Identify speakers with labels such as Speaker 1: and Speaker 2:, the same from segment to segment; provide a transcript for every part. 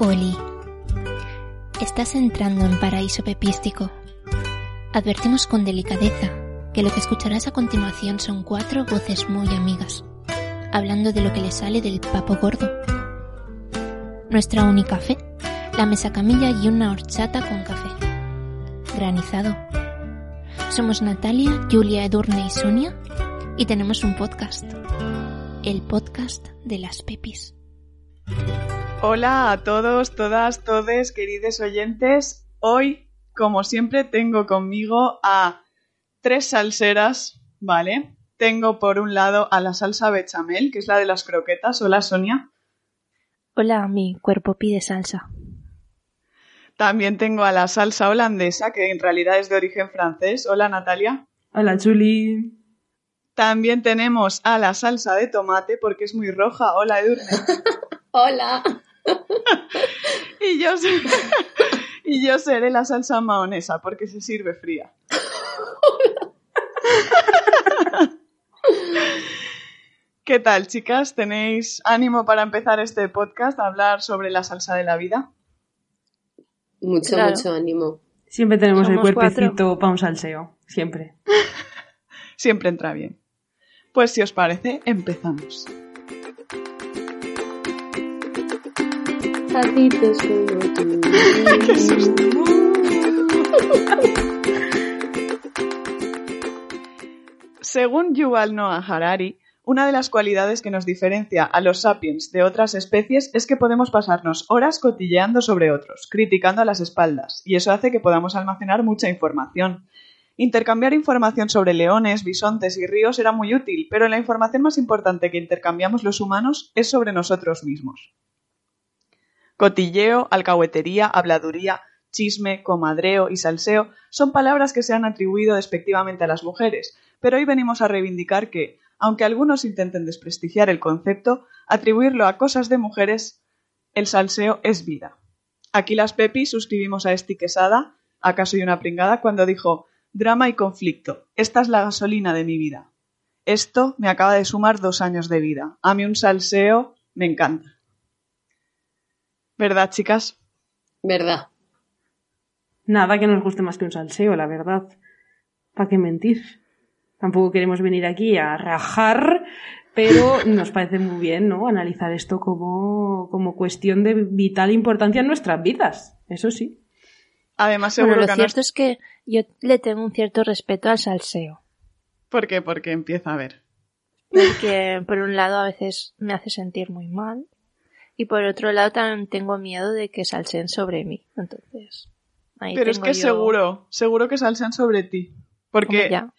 Speaker 1: Oli, estás entrando en paraíso pepístico. Advertimos con delicadeza que lo que escucharás a continuación son cuatro voces muy amigas, hablando de lo que le sale del papo gordo. Nuestra única fe, la mesa camilla y una horchata con café. Granizado. Somos Natalia, Julia, Edurne y Sonia y tenemos un podcast. El podcast de las pepis.
Speaker 2: Hola a todos, todas, todes, queridos oyentes. Hoy, como siempre, tengo conmigo a tres salseras, ¿vale? Tengo por un lado a la salsa bechamel, que es la de las croquetas. Hola, Sonia.
Speaker 3: Hola, mi cuerpo pide salsa.
Speaker 2: También tengo a la salsa holandesa, que en realidad es de origen francés. Hola, Natalia.
Speaker 4: Hola, Julie.
Speaker 2: También tenemos a la salsa de tomate, porque es muy roja. Hola, Edurne.
Speaker 5: Hola.
Speaker 2: y, yo seré, y yo seré la salsa maonesa porque se sirve fría. ¿Qué tal, chicas? ¿Tenéis ánimo para empezar este podcast a hablar sobre la salsa de la vida?
Speaker 5: Mucho, mucho ánimo.
Speaker 4: Siempre tenemos
Speaker 3: Somos
Speaker 4: el cuerpecito para un salseo, siempre.
Speaker 2: Siempre entra bien. Pues si os parece, empezamos.
Speaker 5: Patitos como tú.
Speaker 2: ¡Qué susto! Según Yuval Noah Harari, una de las cualidades que nos diferencia a los sapiens de otras especies es que podemos pasarnos horas cotilleando sobre otros, criticando a las espaldas, y eso hace que podamos almacenar mucha información. Intercambiar información sobre leones, bisontes y ríos era muy útil, pero la información más importante que intercambiamos los humanos es sobre nosotros mismos. Cotilleo, alcahuetería, habladuría, chisme, comadreo y salseo son palabras que se han atribuido despectivamente a las mujeres, pero hoy venimos a reivindicar que, aunque algunos intenten desprestigiar el concepto, atribuirlo a cosas de mujeres, el salseo es vida. Aquí las Pepis suscribimos a Esti Quesada, acaso y una pringada, cuando dijo drama y conflicto, esta es la gasolina de mi vida. Esto me acaba de sumar dos años de vida. A mí un salseo me encanta. ¿Verdad, chicas?
Speaker 5: ¿Verdad?
Speaker 4: Nada que nos guste más que un salseo, la verdad. ¿Para qué mentir? Tampoco queremos venir aquí a rajar, pero nos parece muy bien, ¿no? Analizar esto como, como cuestión de vital importancia en nuestras vidas. Eso sí.
Speaker 2: Además, seguro
Speaker 3: Bueno, lo
Speaker 2: que a
Speaker 3: cierto
Speaker 2: nos-
Speaker 3: es que yo le tengo un cierto respeto al salseo.
Speaker 2: ¿Por qué? Porque empieza a ver.
Speaker 3: Porque por un lado a veces me hace sentir muy mal y por otro lado también tengo miedo de que salsen sobre mí. Entonces, ahí
Speaker 2: Pero es
Speaker 3: tengo
Speaker 2: que
Speaker 3: yo-
Speaker 2: seguro, seguro que salsean sobre ti. Porque
Speaker 3: Hombre, ya.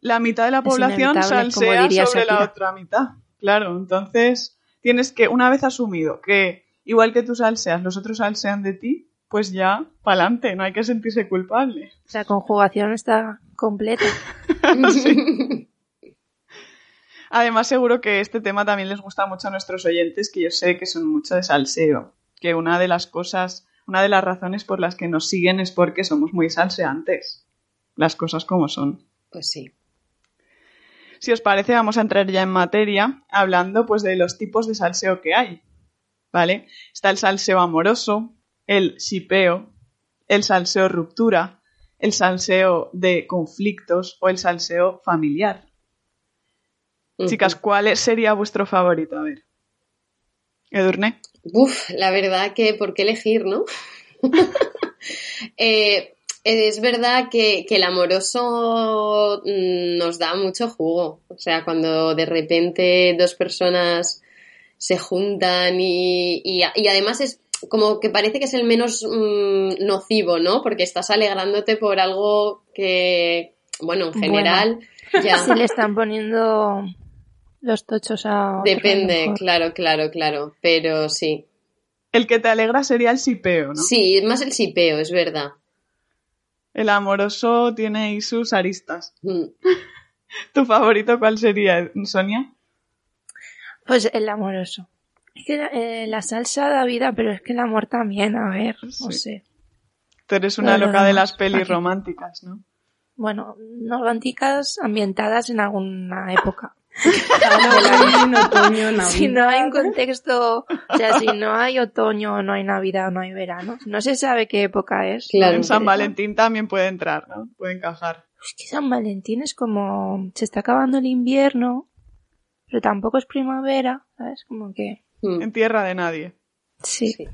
Speaker 2: la mitad de la
Speaker 3: Es
Speaker 2: población
Speaker 3: inevitable, como
Speaker 2: salsea
Speaker 3: diría
Speaker 2: sobre la
Speaker 3: Shakira.
Speaker 2: otra mitad. Claro, entonces tienes que, una vez asumido que igual que tú salseas, los otros salsean de ti, pues ya, pa'lante, no hay que sentirse culpable.
Speaker 3: La conjugación está completa.
Speaker 2: Además, seguro que este tema también les gusta mucho a nuestros oyentes, que yo sé que son mucho de salseo. Que una de las cosas, una de las razones por las que nos siguen es porque somos muy salseantes. Las cosas como son.
Speaker 5: Pues sí.
Speaker 2: Si os parece, vamos a entrar ya en materia hablando pues de los tipos de salseo que hay. ¿Vale? Está el salseo amoroso, el shipeo, el salseo ruptura, el salseo de conflictos o el salseo familiar. Chicas, ¿cuál sería vuestro favorito? A ver. Edurne.
Speaker 5: Uf, la verdad que por qué elegir, ¿no? Eh, es verdad que, que el amoroso mm, nos da mucho jugo. O sea, cuando de repente dos personas se juntan y, y, y además es como que parece que es el menos mmm, nocivo, ¿no? Porque estás alegrándote por algo que, bueno, en general... Ya.
Speaker 3: Si le están poniendo los tochos a... otro, a lo
Speaker 5: Depende,
Speaker 3: mejor.
Speaker 5: claro, claro, claro. Pero sí.
Speaker 2: El que te alegra sería el sipeo, ¿no?
Speaker 5: Sí, es más el sipeo, es verdad.
Speaker 2: El amoroso tiene ahí sus aristas.
Speaker 5: Mm.
Speaker 2: ¿Tu favorito cuál sería, Sonia?
Speaker 3: Pues el amoroso. Es que la, eh, la salsa da vida, pero es que el amor también, a ver, no
Speaker 2: Sí.
Speaker 3: sé.
Speaker 2: Tú eres una
Speaker 3: No, no,
Speaker 2: loca
Speaker 3: no,
Speaker 2: de
Speaker 3: no.
Speaker 2: las pelis
Speaker 3: Aquí.
Speaker 2: románticas, ¿no?
Speaker 3: Bueno, románticas ambientadas en alguna época.
Speaker 4: Halloween, otoño, Navidad.
Speaker 3: Si no hay un contexto, o sea, si no hay otoño, no hay Navidad, no hay verano, no se sabe qué época es.
Speaker 5: Claro.
Speaker 2: en San
Speaker 3: Interesante.
Speaker 2: Valentín también puede entrar, ¿no? Puede encajar.
Speaker 3: Es que San Valentín es como, se está acabando el invierno, pero tampoco es primavera, ¿sabes? Como que,
Speaker 5: Mm.
Speaker 2: En tierra de nadie.
Speaker 3: sí.
Speaker 5: Sí.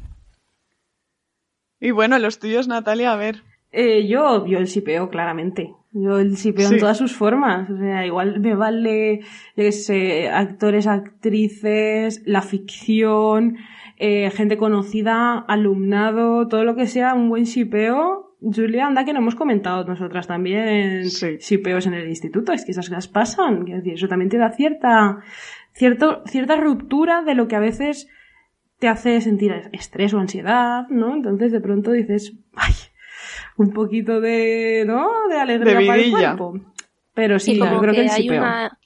Speaker 2: Y bueno, los tuyos, Natalia, a ver.
Speaker 4: Eh, yo, yo el sipeo, claramente. Yo el sipeo
Speaker 2: Sí.
Speaker 4: en todas sus formas. O sea, igual me vale, yo qué sé, actores, actrices, la ficción, eh, gente conocida, alumnado, todo lo que sea un buen sipeo. Julia, anda que no hemos comentado nosotras también
Speaker 2: Sí.
Speaker 4: sipeos en el instituto, es que esas cosas pasan. Quiero decir, eso también te da cierta, cierto, cierta ruptura de lo que a veces te hace sentir estrés o ansiedad, ¿no? Entonces de pronto dices, ay, un poquito de, ¿no? De alegría
Speaker 2: De
Speaker 4: para el
Speaker 2: vidilla.
Speaker 4: cuerpo. Pero sí,
Speaker 3: Y como
Speaker 4: yo creo que, el
Speaker 3: hay
Speaker 4: sipeo.
Speaker 3: una,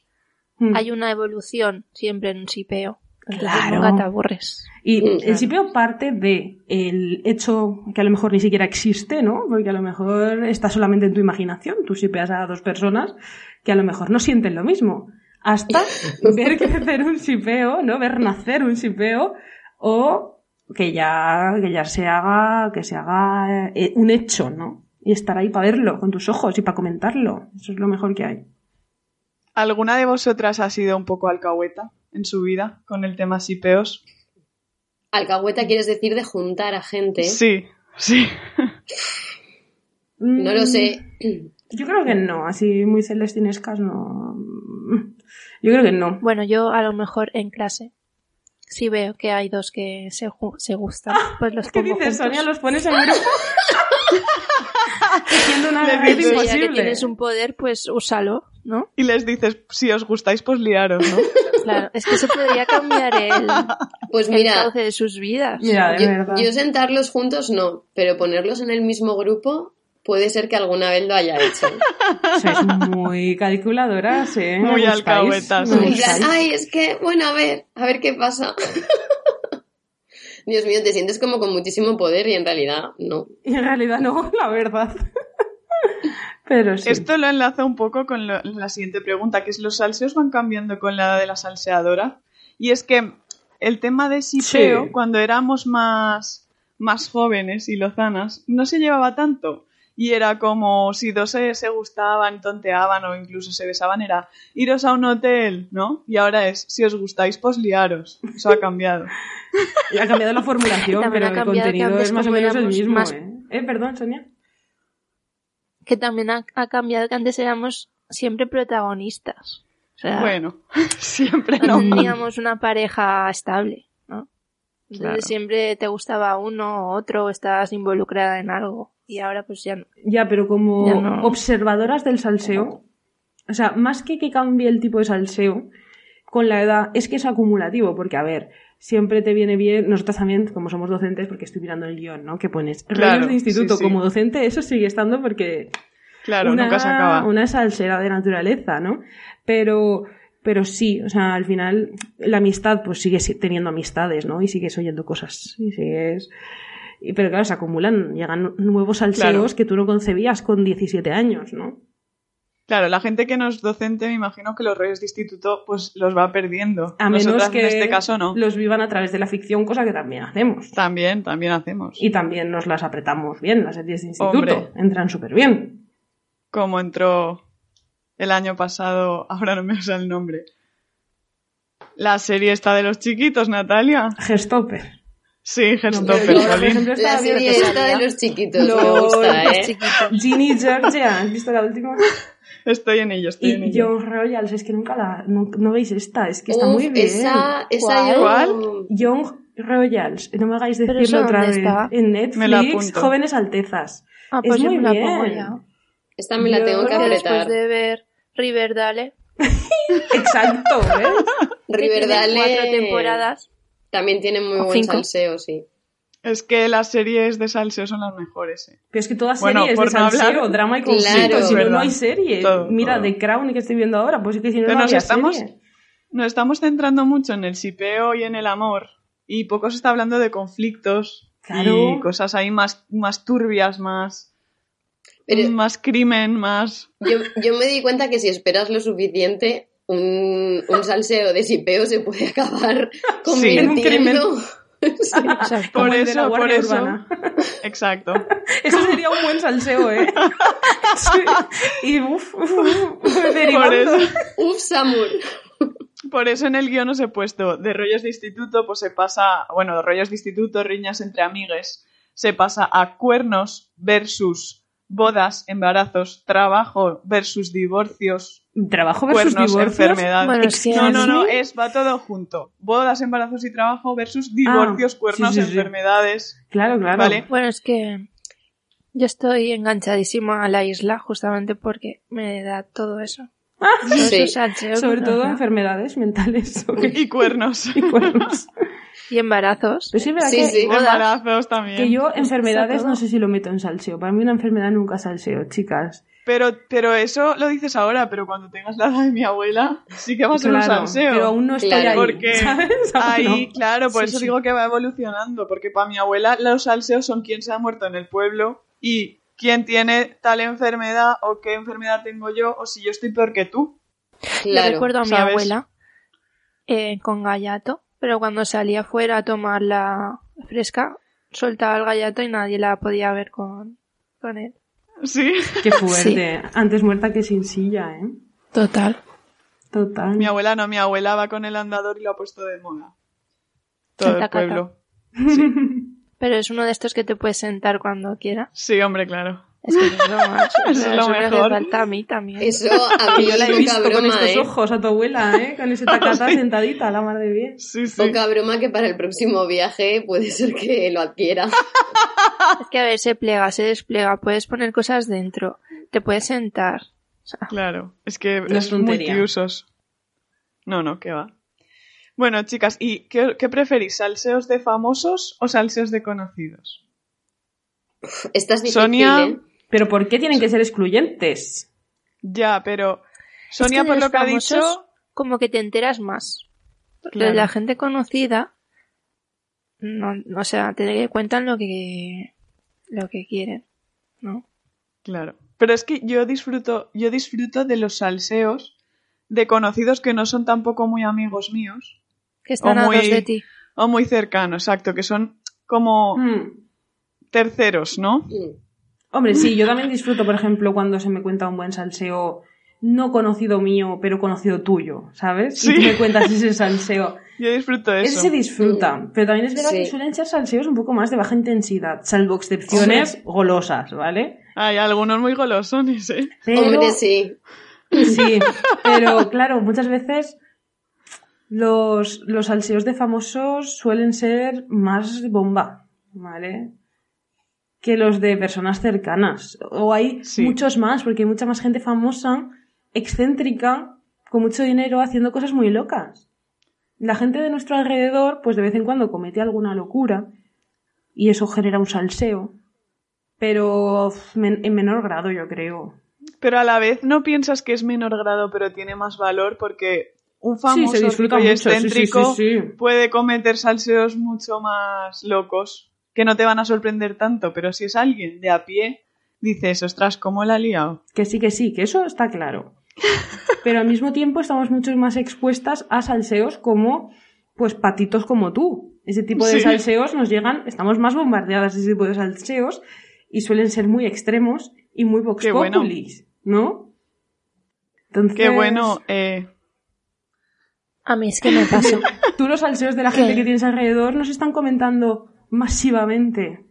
Speaker 4: Mm.
Speaker 3: hay una evolución siempre en un sipeo. Entonces
Speaker 4: Claro.
Speaker 3: Nunca te aburres.
Speaker 4: Y
Speaker 5: Mm,
Speaker 4: el
Speaker 3: claro.
Speaker 4: sipeo parte de el hecho que a lo mejor ni siquiera existe, ¿no? Porque a lo mejor está solamente en tu imaginación. Tú sipeas a dos personas que a lo mejor no sienten lo mismo. Hasta ver crecer un sipeo, ¿no? Ver nacer un sipeo o que ya, que ya se haga, que se haga eh, un hecho, ¿no? Y estar ahí para verlo con tus ojos y para comentarlo. Eso es lo mejor que hay.
Speaker 2: ¿Alguna de vosotras ha sido un poco alcahueta en su vida con el tema sipeos?
Speaker 5: Alcahueta quieres decir de juntar a gente.
Speaker 2: Sí, sí.
Speaker 5: No lo sé.
Speaker 4: Mm, Yo creo que no, así muy celestinescas no. Yo creo que no.
Speaker 3: Bueno, yo a lo mejor en clase, si veo que hay dos que se, ju- se gustan, pues los
Speaker 4: Ah, ¿Qué
Speaker 3: pongo
Speaker 4: dices,
Speaker 3: juntos.
Speaker 4: Sonia? ¿Los pones en grupo? Siendo una
Speaker 2: Le
Speaker 4: red
Speaker 2: dices,
Speaker 3: Oye, ya que
Speaker 4: imposible.
Speaker 3: tienes un poder, pues úsalo, ¿no?
Speaker 2: Y les dices, si os gustáis, pues liaros, ¿no?
Speaker 3: Claro, es que eso podría cambiar el,
Speaker 5: Pues
Speaker 3: el
Speaker 5: mira,
Speaker 3: cauce de sus vidas.
Speaker 4: Mira, de
Speaker 5: yo,
Speaker 4: verdad.
Speaker 5: yo sentarlos juntos no, pero ponerlos en el mismo grupo puede ser que alguna vez lo haya hecho.
Speaker 4: Sois muy calculadoras, ¿eh? Me
Speaker 2: Muy
Speaker 4: gustáis,
Speaker 2: alcahuetas,
Speaker 4: me
Speaker 2: sí.
Speaker 5: En plan,
Speaker 4: gustáis.
Speaker 5: ay, es que, bueno, a ver, a ver qué pasa. Dios mío, te sientes como con muchísimo poder y en realidad no.
Speaker 4: Y en realidad no, la verdad. Pero sí.
Speaker 2: Esto lo enlaza un poco con lo- la siguiente pregunta, que es los salseos van cambiando con la edad de la salseadora. Y es que el tema de sipeo,
Speaker 4: Sí.
Speaker 2: cuando éramos más, más jóvenes y lozanas, no se llevaba tanto. Y era como si dos se, se gustaban, tonteaban o incluso se besaban, era iros a un hotel, ¿no? Y ahora es, si os gustáis, pues liaros. Eso ha cambiado.
Speaker 4: Y ha cambiado la formulación,
Speaker 3: También
Speaker 4: pero
Speaker 3: ha
Speaker 4: el
Speaker 3: cambiado que
Speaker 4: contenido
Speaker 3: antes
Speaker 4: es más o
Speaker 3: como
Speaker 4: menos el
Speaker 3: éramos
Speaker 4: mismo,
Speaker 3: más-
Speaker 4: ¿eh? ¿eh? Perdón, Sonia.
Speaker 3: Que también ha, ha cambiado que antes éramos siempre protagonistas. O sea,
Speaker 2: Bueno, siempre
Speaker 3: no
Speaker 4: Mm.
Speaker 2: no.
Speaker 3: teníamos una pareja estable, ¿no? Entonces
Speaker 2: Claro.
Speaker 3: siempre te gustaba uno o otro, o estabas involucrada en algo. Y ahora pues ya no.
Speaker 4: Ya, pero
Speaker 3: Ya
Speaker 4: como
Speaker 3: no.
Speaker 4: observadoras del salseo, o sea, más que que cambie el tipo de salseo con la edad, es que es acumulativo, porque a ver, siempre te viene bien, nosotros también, como somos docentes, porque estoy mirando el guión, ¿no? Que pones
Speaker 2: Claro,
Speaker 4: rollos de instituto
Speaker 2: sí, sí.
Speaker 4: como docente, eso sigue estando porque
Speaker 2: Claro,
Speaker 4: una,
Speaker 2: nunca se acaba.
Speaker 4: una salsera de naturaleza, ¿no? Pero, pero sí, o sea, al final la amistad, pues sigues teniendo amistades, ¿no? Y sigues oyendo cosas, y sigues... y- pero claro, se acumulan, llegan nuevos salseos
Speaker 2: Claro.
Speaker 4: que tú no concebías con 17 años, ¿no?
Speaker 2: Claro, la gente que no es docente, me imagino que los rollos de instituto, pues los va perdiendo.
Speaker 4: A menos
Speaker 2: Nosotras,
Speaker 4: que
Speaker 2: en este caso no.
Speaker 4: los vivan a través de la ficción, cosa que también hacemos.
Speaker 2: También, también hacemos.
Speaker 4: Y también nos las apretamos bien, las series de instituto.
Speaker 2: Hombre.
Speaker 4: Entran súper bien.
Speaker 2: Como entró el año pasado, ahora no me sale el nombre. La serie está de los chiquitos, Natalia.
Speaker 4: Gestopper.
Speaker 2: Sí,
Speaker 4: Pero yo, por
Speaker 2: Gerstoffer,
Speaker 4: ejemplo, estaba
Speaker 5: La
Speaker 4: viendo
Speaker 5: serie
Speaker 4: que
Speaker 5: esta de
Speaker 4: salía
Speaker 5: los chiquitos, me
Speaker 4: Lol.
Speaker 5: gusta,
Speaker 3: Los
Speaker 5: ¿eh?
Speaker 3: chiquitos.
Speaker 4: Ginny y Georgia, ¿has visto la última?
Speaker 2: Estoy en ello, estoy en
Speaker 4: Y
Speaker 2: ello.
Speaker 4: John Royals, es que nunca la... No, no veis esta, es que está
Speaker 5: Uf,
Speaker 4: muy bien.
Speaker 5: Esa, esa yo...
Speaker 2: ¿Cuál?
Speaker 4: Young Royals, no me hagáis
Speaker 3: ¿Pero
Speaker 4: decirlo
Speaker 3: eso
Speaker 4: otra
Speaker 3: dónde
Speaker 4: vez.
Speaker 3: está?
Speaker 4: En Netflix,
Speaker 2: Me la apunto.
Speaker 4: Jóvenes Altezas.
Speaker 3: Ah, pues
Speaker 4: Es
Speaker 3: yo
Speaker 4: muy
Speaker 3: me la
Speaker 4: bien.
Speaker 3: pongo ya.
Speaker 5: Esta me la
Speaker 4: Yo
Speaker 5: tengo que
Speaker 4: creo
Speaker 3: Porque
Speaker 4: que
Speaker 5: apretar.
Speaker 3: después de ver Riverdale,
Speaker 4: Exacto, ¿eh?
Speaker 3: que tiene
Speaker 5: Riverdale
Speaker 3: cuatro temporadas,
Speaker 5: también tiene muy
Speaker 3: O
Speaker 5: buen
Speaker 3: cinco.
Speaker 5: salseo, sí.
Speaker 2: Es que las series de salseo son las mejores. eh.
Speaker 4: Pero es que toda serie
Speaker 2: Bueno,
Speaker 4: es
Speaker 2: por
Speaker 4: de
Speaker 2: no hablar-
Speaker 4: salseo, drama y conflicto.
Speaker 5: Claro.
Speaker 4: si no,
Speaker 2: Verdad.
Speaker 4: no hay serie.
Speaker 2: Todo,
Speaker 4: Mira,
Speaker 2: todo.
Speaker 4: The Crown que estoy viendo ahora, pues es que si no,
Speaker 2: Pero
Speaker 4: no
Speaker 2: nos
Speaker 4: había
Speaker 2: estamos-
Speaker 4: serie.
Speaker 2: Nos estamos centrando mucho en el sipeo y en el amor. Y poco se está hablando de conflictos
Speaker 4: Claro.
Speaker 2: y cosas ahí más, más turbias, más,
Speaker 4: Mm.
Speaker 5: Pero-
Speaker 2: más crimen, más.
Speaker 5: Yo, yo me di cuenta que si esperas lo suficiente, un, un salseo de sipeo se puede acabar
Speaker 2: Sí,
Speaker 4: en un crimen.
Speaker 5: convirtiendo... Sí.
Speaker 3: exacto.
Speaker 4: Como
Speaker 2: Por
Speaker 4: el de la
Speaker 2: eso, por
Speaker 4: Guardia
Speaker 2: eso.
Speaker 4: Urbana.
Speaker 2: Exacto.
Speaker 4: Eso sería un buen salseo, ¿eh? Sí. Y uff, uf, uf,
Speaker 2: por,
Speaker 4: derivando.
Speaker 2: eso
Speaker 5: Uf, Samur.
Speaker 2: por eso en el guión os he puesto de rollos de instituto, pues se pasa. Bueno, de rollos de instituto, riñas entre amigues. Se pasa a cuernos versus bodas, embarazos, trabajo versus divorcios,
Speaker 4: Trabajo versus
Speaker 2: cuernos,
Speaker 4: divorcios.
Speaker 2: enfermedad.
Speaker 3: Bueno, es que-
Speaker 2: No, no, no,
Speaker 4: ¿Sí?
Speaker 2: es, va todo junto. Bodas, embarazos y trabajo versus divorcios,
Speaker 4: Ah, sí,
Speaker 2: cuernos,
Speaker 4: sí, sí.
Speaker 2: enfermedades.
Speaker 4: Claro, claro.
Speaker 2: Vale.
Speaker 3: Bueno, es que yo estoy enganchadísima a la isla justamente porque me da todo eso. Todos
Speaker 5: Sí.
Speaker 3: esos salseos
Speaker 4: Sobre
Speaker 3: que
Speaker 4: todo
Speaker 3: nos da.
Speaker 4: enfermedades mentales sobre-
Speaker 2: Y cuernos.
Speaker 4: y cuernos.
Speaker 3: Y embarazos.
Speaker 4: Pero Pues sí, es ¿verdad?
Speaker 5: Sí,
Speaker 4: que,
Speaker 5: sí.
Speaker 3: bodas.
Speaker 2: Embarazos también.
Speaker 4: que yo enfermedades
Speaker 3: todo.
Speaker 4: no sé si lo meto en salseo. Para mí una enfermedad nunca es salseo, chicas.
Speaker 2: Pero, pero eso lo dices ahora, pero cuando tengas la edad de mi abuela, sí que va a ser un
Speaker 4: Claro,
Speaker 2: salseo.
Speaker 4: Pero aún no estoy
Speaker 5: Claro.
Speaker 4: ahí,
Speaker 2: Porque
Speaker 4: ¿sabes? Aún
Speaker 2: Ahí,
Speaker 4: no.
Speaker 2: claro, por
Speaker 4: Sí,
Speaker 2: eso
Speaker 4: sí.
Speaker 2: digo que va evolucionando, porque para mi abuela los salseos son quién se ha muerto en el pueblo y quién tiene tal enfermedad o qué enfermedad tengo yo o si yo estoy peor que tú.
Speaker 3: Yo
Speaker 5: Claro.
Speaker 3: recuerdo a mi
Speaker 2: ¿sabes?
Speaker 3: abuela eh, con gallato, pero cuando salía afuera a tomar la fresca, soltaba el gallato y nadie la podía ver con, con él.
Speaker 2: Sí,
Speaker 4: Qué fuerte. Antes muerta que sin silla, ¿eh?
Speaker 3: Total.
Speaker 4: Total.
Speaker 2: mi abuela no, mi abuela va con el andador y lo ha puesto de moda. Todo
Speaker 3: Chata,
Speaker 2: el
Speaker 3: cata.
Speaker 2: pueblo.
Speaker 3: Pero es uno de estos que te puedes sentar cuando quieras.
Speaker 2: Sí, hombre, claro.
Speaker 3: Es que no es lo más.
Speaker 2: Es
Speaker 3: Eso
Speaker 2: lo
Speaker 3: me hace
Speaker 2: mejor.
Speaker 3: falta a mí también.
Speaker 5: Eso a mí
Speaker 4: Yo la he
Speaker 5: poca
Speaker 4: visto con
Speaker 5: broma,
Speaker 4: estos
Speaker 5: ¿eh?
Speaker 4: ojos a tu abuela, ¿eh? Con ese tacata sentadita, la madre de bien.
Speaker 2: Sí, sí.
Speaker 5: Poca broma que para el próximo viaje puede ser que lo adquiera.
Speaker 3: Es que a ver, se plega, se despliega, puedes poner cosas dentro, te puedes sentar.
Speaker 2: Claro, es que
Speaker 4: No es
Speaker 2: es
Speaker 4: tontería.
Speaker 2: multiusos. No, no, qué va. Bueno, chicas, ¿y qué, qué preferís? ¿Salseos de famosos o salseos de conocidos?
Speaker 5: Esta es difícil,
Speaker 2: Sonia-
Speaker 5: ¿eh?
Speaker 4: Pero ¿por qué tienen que ser excluyentes?
Speaker 2: Ya, pero Sonia,
Speaker 3: de
Speaker 2: por
Speaker 3: los
Speaker 2: lo que ha
Speaker 3: famosos,
Speaker 2: dicho,
Speaker 3: Como que te enteras más. Porque
Speaker 4: Claro.
Speaker 3: la gente conocida, no, no, o sea, te cuentan lo que, lo que quieren, ¿no?
Speaker 2: claro. Pero es que yo disfruto, yo disfruto de los salseos de conocidos que no son tampoco muy amigos míos
Speaker 3: Que están
Speaker 2: O
Speaker 3: a dos
Speaker 2: muy-
Speaker 3: de ti.
Speaker 2: o muy cercanos, exacto, que son como
Speaker 4: Mm.
Speaker 2: terceros, ¿no?
Speaker 5: Mm.
Speaker 4: Hombre, sí, yo también disfruto, por ejemplo, cuando se me cuenta un buen salseo no conocido mío, pero conocido tuyo, ¿sabes?
Speaker 2: Sí.
Speaker 4: Y tú me cuentas ese salseo.
Speaker 2: Yo disfruto de
Speaker 4: Ese
Speaker 2: eso.
Speaker 4: se disfruta, pero también es verdad
Speaker 5: Sí.
Speaker 4: que suelen ser salseos un poco más de baja intensidad, salvo excepciones golosas, ¿vale?
Speaker 2: Hay algunos muy golosones, ¿eh?
Speaker 4: Pero-
Speaker 5: Mm. Hombre, sí.
Speaker 4: Sí, pero claro, muchas veces los, los salseos de famosos suelen ser más bomba, ¿vale? Que los de personas cercanas. O hay
Speaker 2: Sí.
Speaker 4: muchos más, porque hay mucha más gente famosa, excéntrica, con mucho dinero, haciendo cosas muy locas. La gente de nuestro alrededor, pues de vez en cuando comete alguna locura y eso genera un salseo, pero uf, men- en menor grado, yo creo.
Speaker 2: Pero a la vez no piensas que es menor grado, pero tiene más valor porque un famoso rico y excéntrico puede cometer salseos mucho más locos que no te van a sorprender tanto. Pero si es alguien de a pie, dices, ostras, ¿cómo la ha liado?
Speaker 4: Que sí, que sí, que eso está claro. Pero al mismo tiempo estamos mucho más expuestas a salseos como, pues, patitos como tú. Ese tipo de
Speaker 2: Sí.
Speaker 4: salseos nos llegan, estamos más bombardeadas de ese tipo de salseos y suelen ser muy extremos y muy vox
Speaker 2: Qué bueno.
Speaker 4: populis, ¿no? Entonces,
Speaker 2: Qué bueno. eh,
Speaker 3: A mí es que me pasa.
Speaker 4: Tú los salseos de la gente
Speaker 3: ¿Qué?
Speaker 4: que tienes alrededor nos están comentando, masivamente.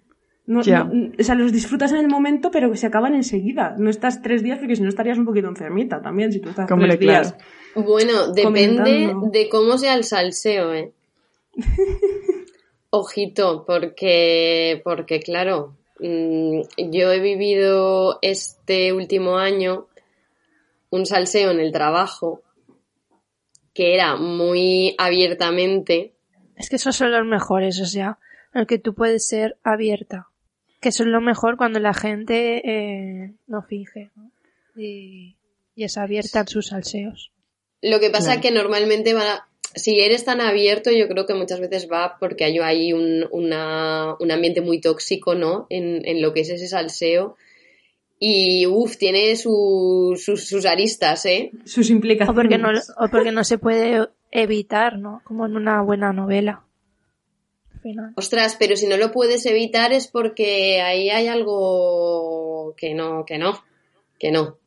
Speaker 4: No,
Speaker 2: Ya.
Speaker 4: no- mm, o sea, los disfrutas en el momento, pero que se acaban enseguida. No estás tres días porque si no estarías un poquito enfermita también si tú estás
Speaker 2: Hombre,
Speaker 4: tres días.
Speaker 2: claro.
Speaker 5: Bueno, depende
Speaker 4: Comentando.
Speaker 5: de cómo sea el salseo, ¿eh? Ojito, porque, porque claro, mm, yo he vivido este último año un salseo en el trabajo que era muy abiertamente
Speaker 3: Es que esos son los mejores, o sea, en el que tú puedes ser abierta. Que eso es lo mejor cuando la gente eh, no finge, ¿no? Y, y es abierta en sus salseos.
Speaker 5: Lo que pasa
Speaker 2: Claro.
Speaker 5: es que normalmente va, si eres tan abierto, yo creo que muchas veces va porque hay ahí un, una- un ambiente muy tóxico, ¿no? En, en lo que es ese salseo. Y, uff, tiene su- sus- sus aristas, ¿eh?
Speaker 4: Sus implicaciones.
Speaker 3: O porque, no, o porque no se puede evitar, ¿no? Como en una buena novela. Al final.
Speaker 5: Ostras, pero si no lo puedes evitar es porque ahí hay algo que no, que no, que no.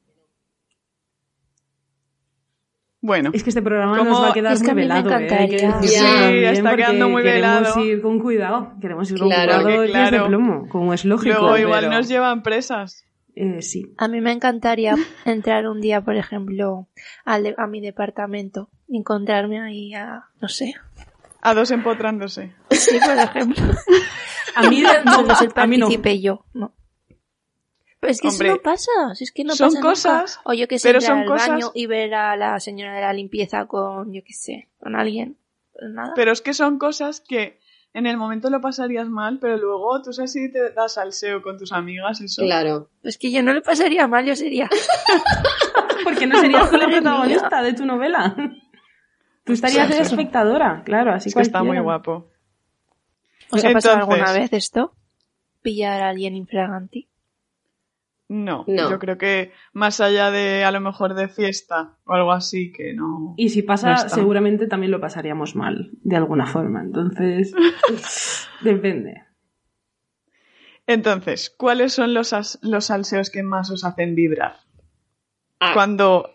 Speaker 2: Bueno,
Speaker 4: Es que este programa
Speaker 2: Como-
Speaker 4: nos va a quedar
Speaker 3: Es que
Speaker 4: muy
Speaker 3: a mí me
Speaker 4: velado, ¿eh? Hay que
Speaker 3: encantaría.
Speaker 4: decirlo
Speaker 5: Sí,
Speaker 4: también,
Speaker 2: está
Speaker 4: porque
Speaker 2: quedando muy
Speaker 4: Queremos
Speaker 2: velado.
Speaker 4: ir con cuidado, queremos ir con
Speaker 5: Claro.
Speaker 4: cuidado
Speaker 2: Porque,
Speaker 4: días de
Speaker 2: claro.
Speaker 4: plomo, como es lógico.
Speaker 2: luego igual
Speaker 4: pero,
Speaker 2: nos llevan presas.
Speaker 4: eh, sí.
Speaker 3: A mí me encantaría entrar un día, por ejemplo, al de- a mi departamento y encontrarme ahí a, no sé,
Speaker 2: A dos empotrándose.
Speaker 3: sí, por ejemplo,
Speaker 4: A mí, no,
Speaker 3: no pues sé,
Speaker 4: a mí no.
Speaker 3: participe yo, no. Pero es que
Speaker 2: Hombre,
Speaker 3: eso no pasa, si es que no
Speaker 2: son
Speaker 3: pasa nunca.
Speaker 2: cosas,
Speaker 3: O yo que sé,
Speaker 2: pero
Speaker 3: entrar
Speaker 2: son
Speaker 3: al
Speaker 2: cosas-
Speaker 3: baño y ver a la señora de la limpieza con, yo que sé, con alguien. Pues Nada.
Speaker 2: Pero es que son cosas que en el momento lo pasarías mal, pero luego tú sabes si te das salseo con tus amigas, eso.
Speaker 5: Claro.
Speaker 3: Es que yo no le pasaría mal, yo sería...
Speaker 4: Porque no serías tú la
Speaker 3: Madre mía.
Speaker 4: protagonista de tu novela. Tú estarías de espectadora, claro, así
Speaker 2: Es que está muy
Speaker 4: cualquiera.
Speaker 2: guapo.
Speaker 3: ¿Os ha pasado
Speaker 2: Entonces-
Speaker 3: alguna vez esto? Pillar a alguien infraganti.
Speaker 2: No,
Speaker 5: No.
Speaker 2: yo creo que más allá de a lo mejor de fiesta o algo así, que no.
Speaker 4: Y si
Speaker 2: No
Speaker 4: pasa,
Speaker 2: está.
Speaker 4: seguramente también lo pasaríamos mal, de alguna forma. Entonces, depende.
Speaker 2: Entonces, ¿cuáles son los, as- los salseos que más os hacen vibrar?
Speaker 5: Ah,
Speaker 2: Cuando.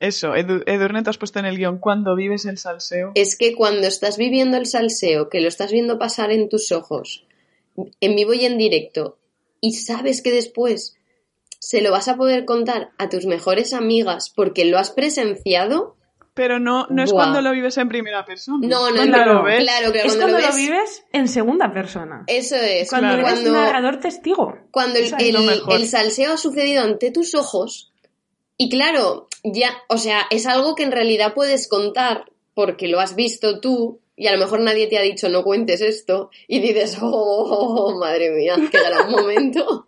Speaker 2: Eso, Edu- Edurne, te has puesto en el guión. Cuando vives el salseo.
Speaker 5: Es que cuando estás viviendo el salseo, que lo estás viendo pasar en tus ojos, en vivo y en directo, y sabes que después se lo vas a poder contar a tus mejores amigas porque lo has presenciado,
Speaker 2: Pero no, no es
Speaker 5: Buah.
Speaker 2: cuando lo vives en primera persona.
Speaker 5: No, no,
Speaker 2: Cuando
Speaker 4: no.
Speaker 2: lo ves.
Speaker 5: claro que
Speaker 4: Es
Speaker 5: cuando, lo ves,
Speaker 4: vives en segunda persona.
Speaker 5: eso es,
Speaker 4: cuando
Speaker 2: claro.
Speaker 4: eres
Speaker 5: cuando,
Speaker 4: narrador testigo.
Speaker 5: cuando el,
Speaker 4: Eso es
Speaker 2: lo
Speaker 5: el-
Speaker 2: mejor.
Speaker 5: el salseo ha sucedido ante tus ojos, y claro, ya, o sea, es algo que en realidad puedes contar porque lo has visto tú. Y a lo mejor nadie te ha dicho no cuentes esto y dices, oh, oh, oh, madre mía, qué gran momento.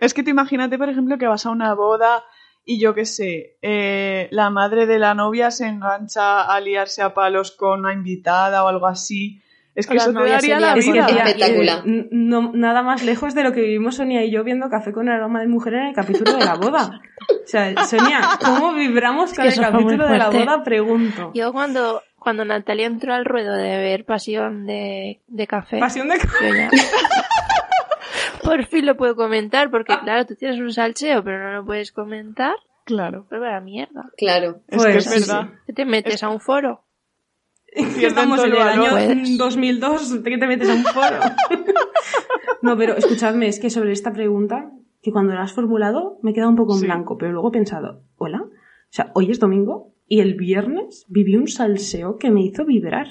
Speaker 2: Es que tú imagínate, por ejemplo, que vas a una boda y yo qué sé, eh, la madre de la novia se engancha a liarse a palos con una invitada o algo así. Es que
Speaker 3: Las
Speaker 2: eso te
Speaker 3: novias
Speaker 2: daría
Speaker 3: se
Speaker 2: la
Speaker 3: lían
Speaker 4: Es que,
Speaker 2: vida.
Speaker 5: Espectacular.
Speaker 4: tía, eh, n- no- nada más lejos de lo que vivimos Sonia y yo viendo Café con aroma de mujer en el capítulo de la boda. O sea, Sonia, ¿cómo vibramos con el
Speaker 3: que eso fue muy
Speaker 4: capítulo de la
Speaker 3: fuerte.
Speaker 4: boda? Pregunto.
Speaker 3: Yo cuando, cuando Natalia entró al ruedo de ver Pasión de, de Café,
Speaker 4: Pasión de...
Speaker 3: yo ya- Por fin lo puedo comentar,
Speaker 4: Ah.
Speaker 3: porque claro, tú tienes un salseo, pero no lo puedes comentar.
Speaker 2: Claro.
Speaker 3: Pues la mierda.
Speaker 5: Claro.
Speaker 2: Es
Speaker 4: Pues,
Speaker 2: que es
Speaker 4: sí,
Speaker 2: verdad.
Speaker 3: Que te metes a un foro.
Speaker 4: Que estamos en
Speaker 2: Pierden
Speaker 4: el
Speaker 2: todo
Speaker 4: año
Speaker 2: el
Speaker 3: valor.
Speaker 4: 2002, que te metes a un foro. No, pero escuchadme, es que sobre esta pregunta, que cuando la has formulado me he quedado un poco en
Speaker 2: Sí.
Speaker 4: blanco, pero luego he pensado, hola, o sea, hoy es domingo y el viernes viví un salseo que me hizo vibrar.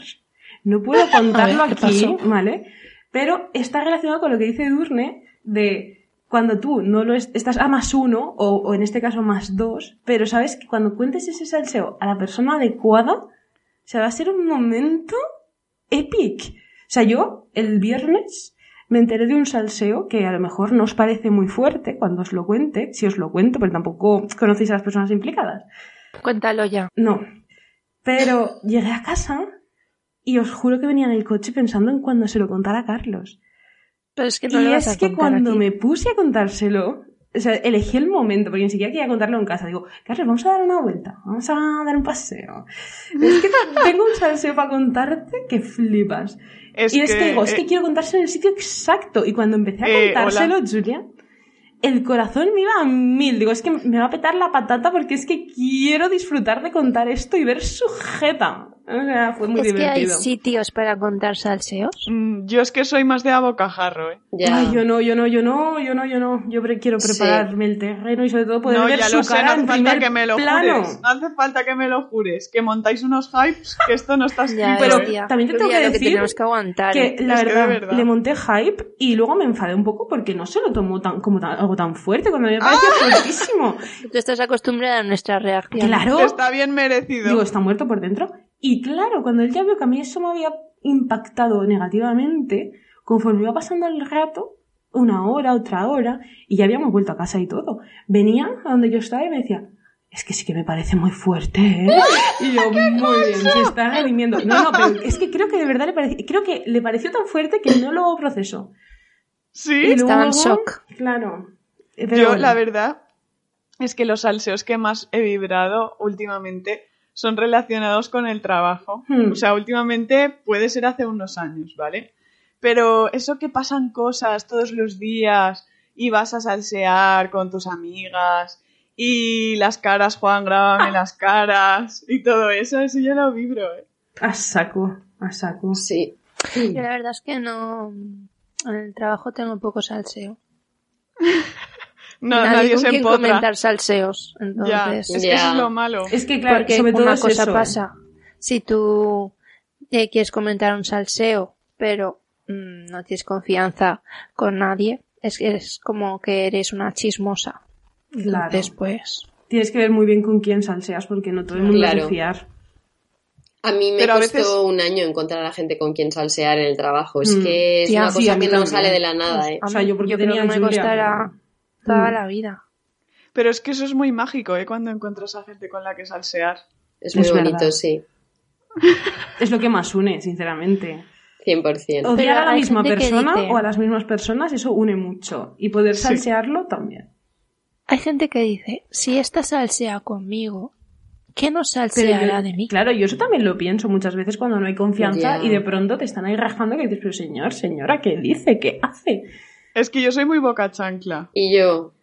Speaker 4: No puedo contarlo
Speaker 3: A ver, ¿qué
Speaker 4: aquí,
Speaker 3: pasó?
Speaker 4: ¿vale? Pero está relacionado con lo que dice Durne de cuando tú no lo es- estás a más uno o, o en este caso más dos, pero sabes que cuando cuentes ese salseo a la persona adecuada, se va a ser un momento epic. O sea, yo el viernes me enteré de un salseo que a lo mejor no os parece muy fuerte cuando os lo cuente, si os lo cuento, pero tampoco conocéis a las personas implicadas.
Speaker 3: Cuéntalo ya.
Speaker 4: No. Pero llegué a casa y os juro que venía en el coche pensando en cuando se lo contara a Carlos.
Speaker 3: Pero es que no
Speaker 4: y
Speaker 3: lo vas
Speaker 4: es
Speaker 3: a
Speaker 4: que
Speaker 3: contar
Speaker 4: cuando
Speaker 3: aquí.
Speaker 4: me puse a contárselo, o sea, elegí el momento, porque ni siquiera quería contarlo en casa. Digo, Carlos, vamos a dar una vuelta, vamos a dar un paseo. Es que te- tengo un salseo para contarte que flipas.
Speaker 2: Es
Speaker 4: y este es que, digo, es
Speaker 2: eh,
Speaker 4: que quiero contárselo en el sitio exacto. Y cuando empecé a
Speaker 2: Eh,
Speaker 4: contárselo, Julia, el corazón me iba a mil. Digo, es que me va a petar la patata porque es que quiero disfrutar de contar esto y ver su jeta. O sea, fue muy
Speaker 3: es que hay
Speaker 4: divertido.
Speaker 3: sitios para contar salseos.
Speaker 2: Mm, Yo es que soy más de a bocajarro, ¿eh?
Speaker 5: Ya.
Speaker 4: Ay, yo no, yo no, yo no, yo no, yo no. Yo pre- quiero
Speaker 5: Sí.
Speaker 4: prepararme el terreno y sobre todo poder
Speaker 2: no,
Speaker 4: ver
Speaker 2: ya
Speaker 4: su
Speaker 2: lo sé, no
Speaker 4: cara
Speaker 2: hace
Speaker 4: en
Speaker 2: falta
Speaker 4: primer
Speaker 2: que me lo
Speaker 4: plano.
Speaker 2: jures. No hace falta que me lo jures. Que montáis unos hypes que esto no está escrito.
Speaker 3: Ya,
Speaker 4: Pero
Speaker 3: es, tía.
Speaker 4: también te tengo
Speaker 3: Tía,
Speaker 4: que
Speaker 3: lo que
Speaker 4: decir
Speaker 3: tenemos que aguantar. ¿eh?
Speaker 4: Que la
Speaker 2: Es que de
Speaker 4: verdad,
Speaker 2: verdad.
Speaker 4: le monté hype y luego me enfadé un poco porque no se lo tomó tan, como tan- algo tan fuerte cuando
Speaker 2: ¡Ah!
Speaker 4: me pareció fuertísimo.
Speaker 3: ¿eh? Tú estás acostumbrada a nuestra reacción.
Speaker 4: Claro,
Speaker 2: Está bien merecido.
Speaker 4: digo, está muerto por dentro. Y claro, cuando él ya vio que a mí eso me había impactado negativamente, conforme iba pasando el rato, una hora, otra hora, y ya habíamos vuelto a casa y todo, venía a donde yo estaba y me decía, es que sí que me parece muy fuerte, ¿eh? Y yo, muy bien, se está redimiendo. No, no, pero es que creo que de verdad le pareció, creo que le pareció tan fuerte que no lo procesó.
Speaker 2: ¿Sí?
Speaker 3: Estaba en shock.
Speaker 4: Claro. Eh, pero
Speaker 2: Yo,
Speaker 4: bueno,
Speaker 2: la verdad, es que los salseos que más he vibrado últimamente son relacionados con el trabajo.
Speaker 4: Hmm.
Speaker 2: O sea, últimamente puede ser hace unos años, ¿vale? Pero eso que pasan cosas todos los días y vas a salsear con tus amigas y las caras, Juan, grábame las caras y todo eso, eso yo lo vibro, ¿eh?
Speaker 4: A saco, a saco.
Speaker 5: Sí.
Speaker 3: Yo la verdad es que no. En el trabajo tengo poco salseo.
Speaker 2: No,
Speaker 3: Nadie
Speaker 2: nadie
Speaker 3: con
Speaker 2: se
Speaker 3: quien
Speaker 2: empotra.
Speaker 3: comentar salseos.
Speaker 2: Ya,
Speaker 3: Entonces.
Speaker 2: es que
Speaker 5: Ya.
Speaker 2: eso es lo malo.
Speaker 4: Es que claro,
Speaker 3: porque
Speaker 4: sobre todo
Speaker 3: una
Speaker 4: es
Speaker 3: cosa
Speaker 4: eso, ¿eh?
Speaker 3: pasa. Si tú eh, quieres comentar un salseo, pero mm, no tienes confianza con nadie, es, es como que eres una chismosa.
Speaker 4: Claro.
Speaker 3: Entonces, pues.
Speaker 4: Tienes que ver muy bien con quién salseas porque no todo el mundo
Speaker 5: Claro.
Speaker 4: te fiar.
Speaker 5: A mí me
Speaker 2: Pero a
Speaker 5: costó
Speaker 2: veces-
Speaker 5: un año encontrar a gente con quien salsear en el trabajo. Es
Speaker 4: Mm.
Speaker 5: que es
Speaker 3: Tía,
Speaker 5: una
Speaker 4: sí, a
Speaker 5: cosa
Speaker 4: mí
Speaker 5: que no
Speaker 4: también.
Speaker 5: sale de la nada, ¿eh?
Speaker 3: a
Speaker 4: o sea,
Speaker 3: mí-
Speaker 4: yo porque
Speaker 3: pues, creo
Speaker 4: tenía Mm.
Speaker 3: que me
Speaker 4: Julia,
Speaker 3: costará toda la vida.
Speaker 2: Pero es que eso es muy mágico, ¿eh? Cuando encuentras a gente con la que salsear.
Speaker 5: Es muy
Speaker 4: Es
Speaker 5: bonito,
Speaker 4: verdad.
Speaker 5: sí.
Speaker 4: Es lo que más une, sinceramente.
Speaker 5: 100%.
Speaker 4: Odiar a la
Speaker 3: hay
Speaker 4: misma
Speaker 3: gente que
Speaker 4: persona
Speaker 3: dice-
Speaker 4: o a las mismas personas, eso une mucho. Y poder
Speaker 2: Sí.
Speaker 4: salsearlo también.
Speaker 3: Hay gente que dice, si esta salsea conmigo, ¿qué no
Speaker 4: yo-
Speaker 3: salseará de mí?
Speaker 4: Claro, yo eso también lo pienso muchas veces cuando no hay confianza
Speaker 5: Ya.
Speaker 4: y de pronto te están ahí rajando que dices, pero señor, señora, ¿qué dice? ¿Qué hace?
Speaker 2: Es que yo soy muy boca chancla.
Speaker 4: Oh.
Speaker 5: Y yo,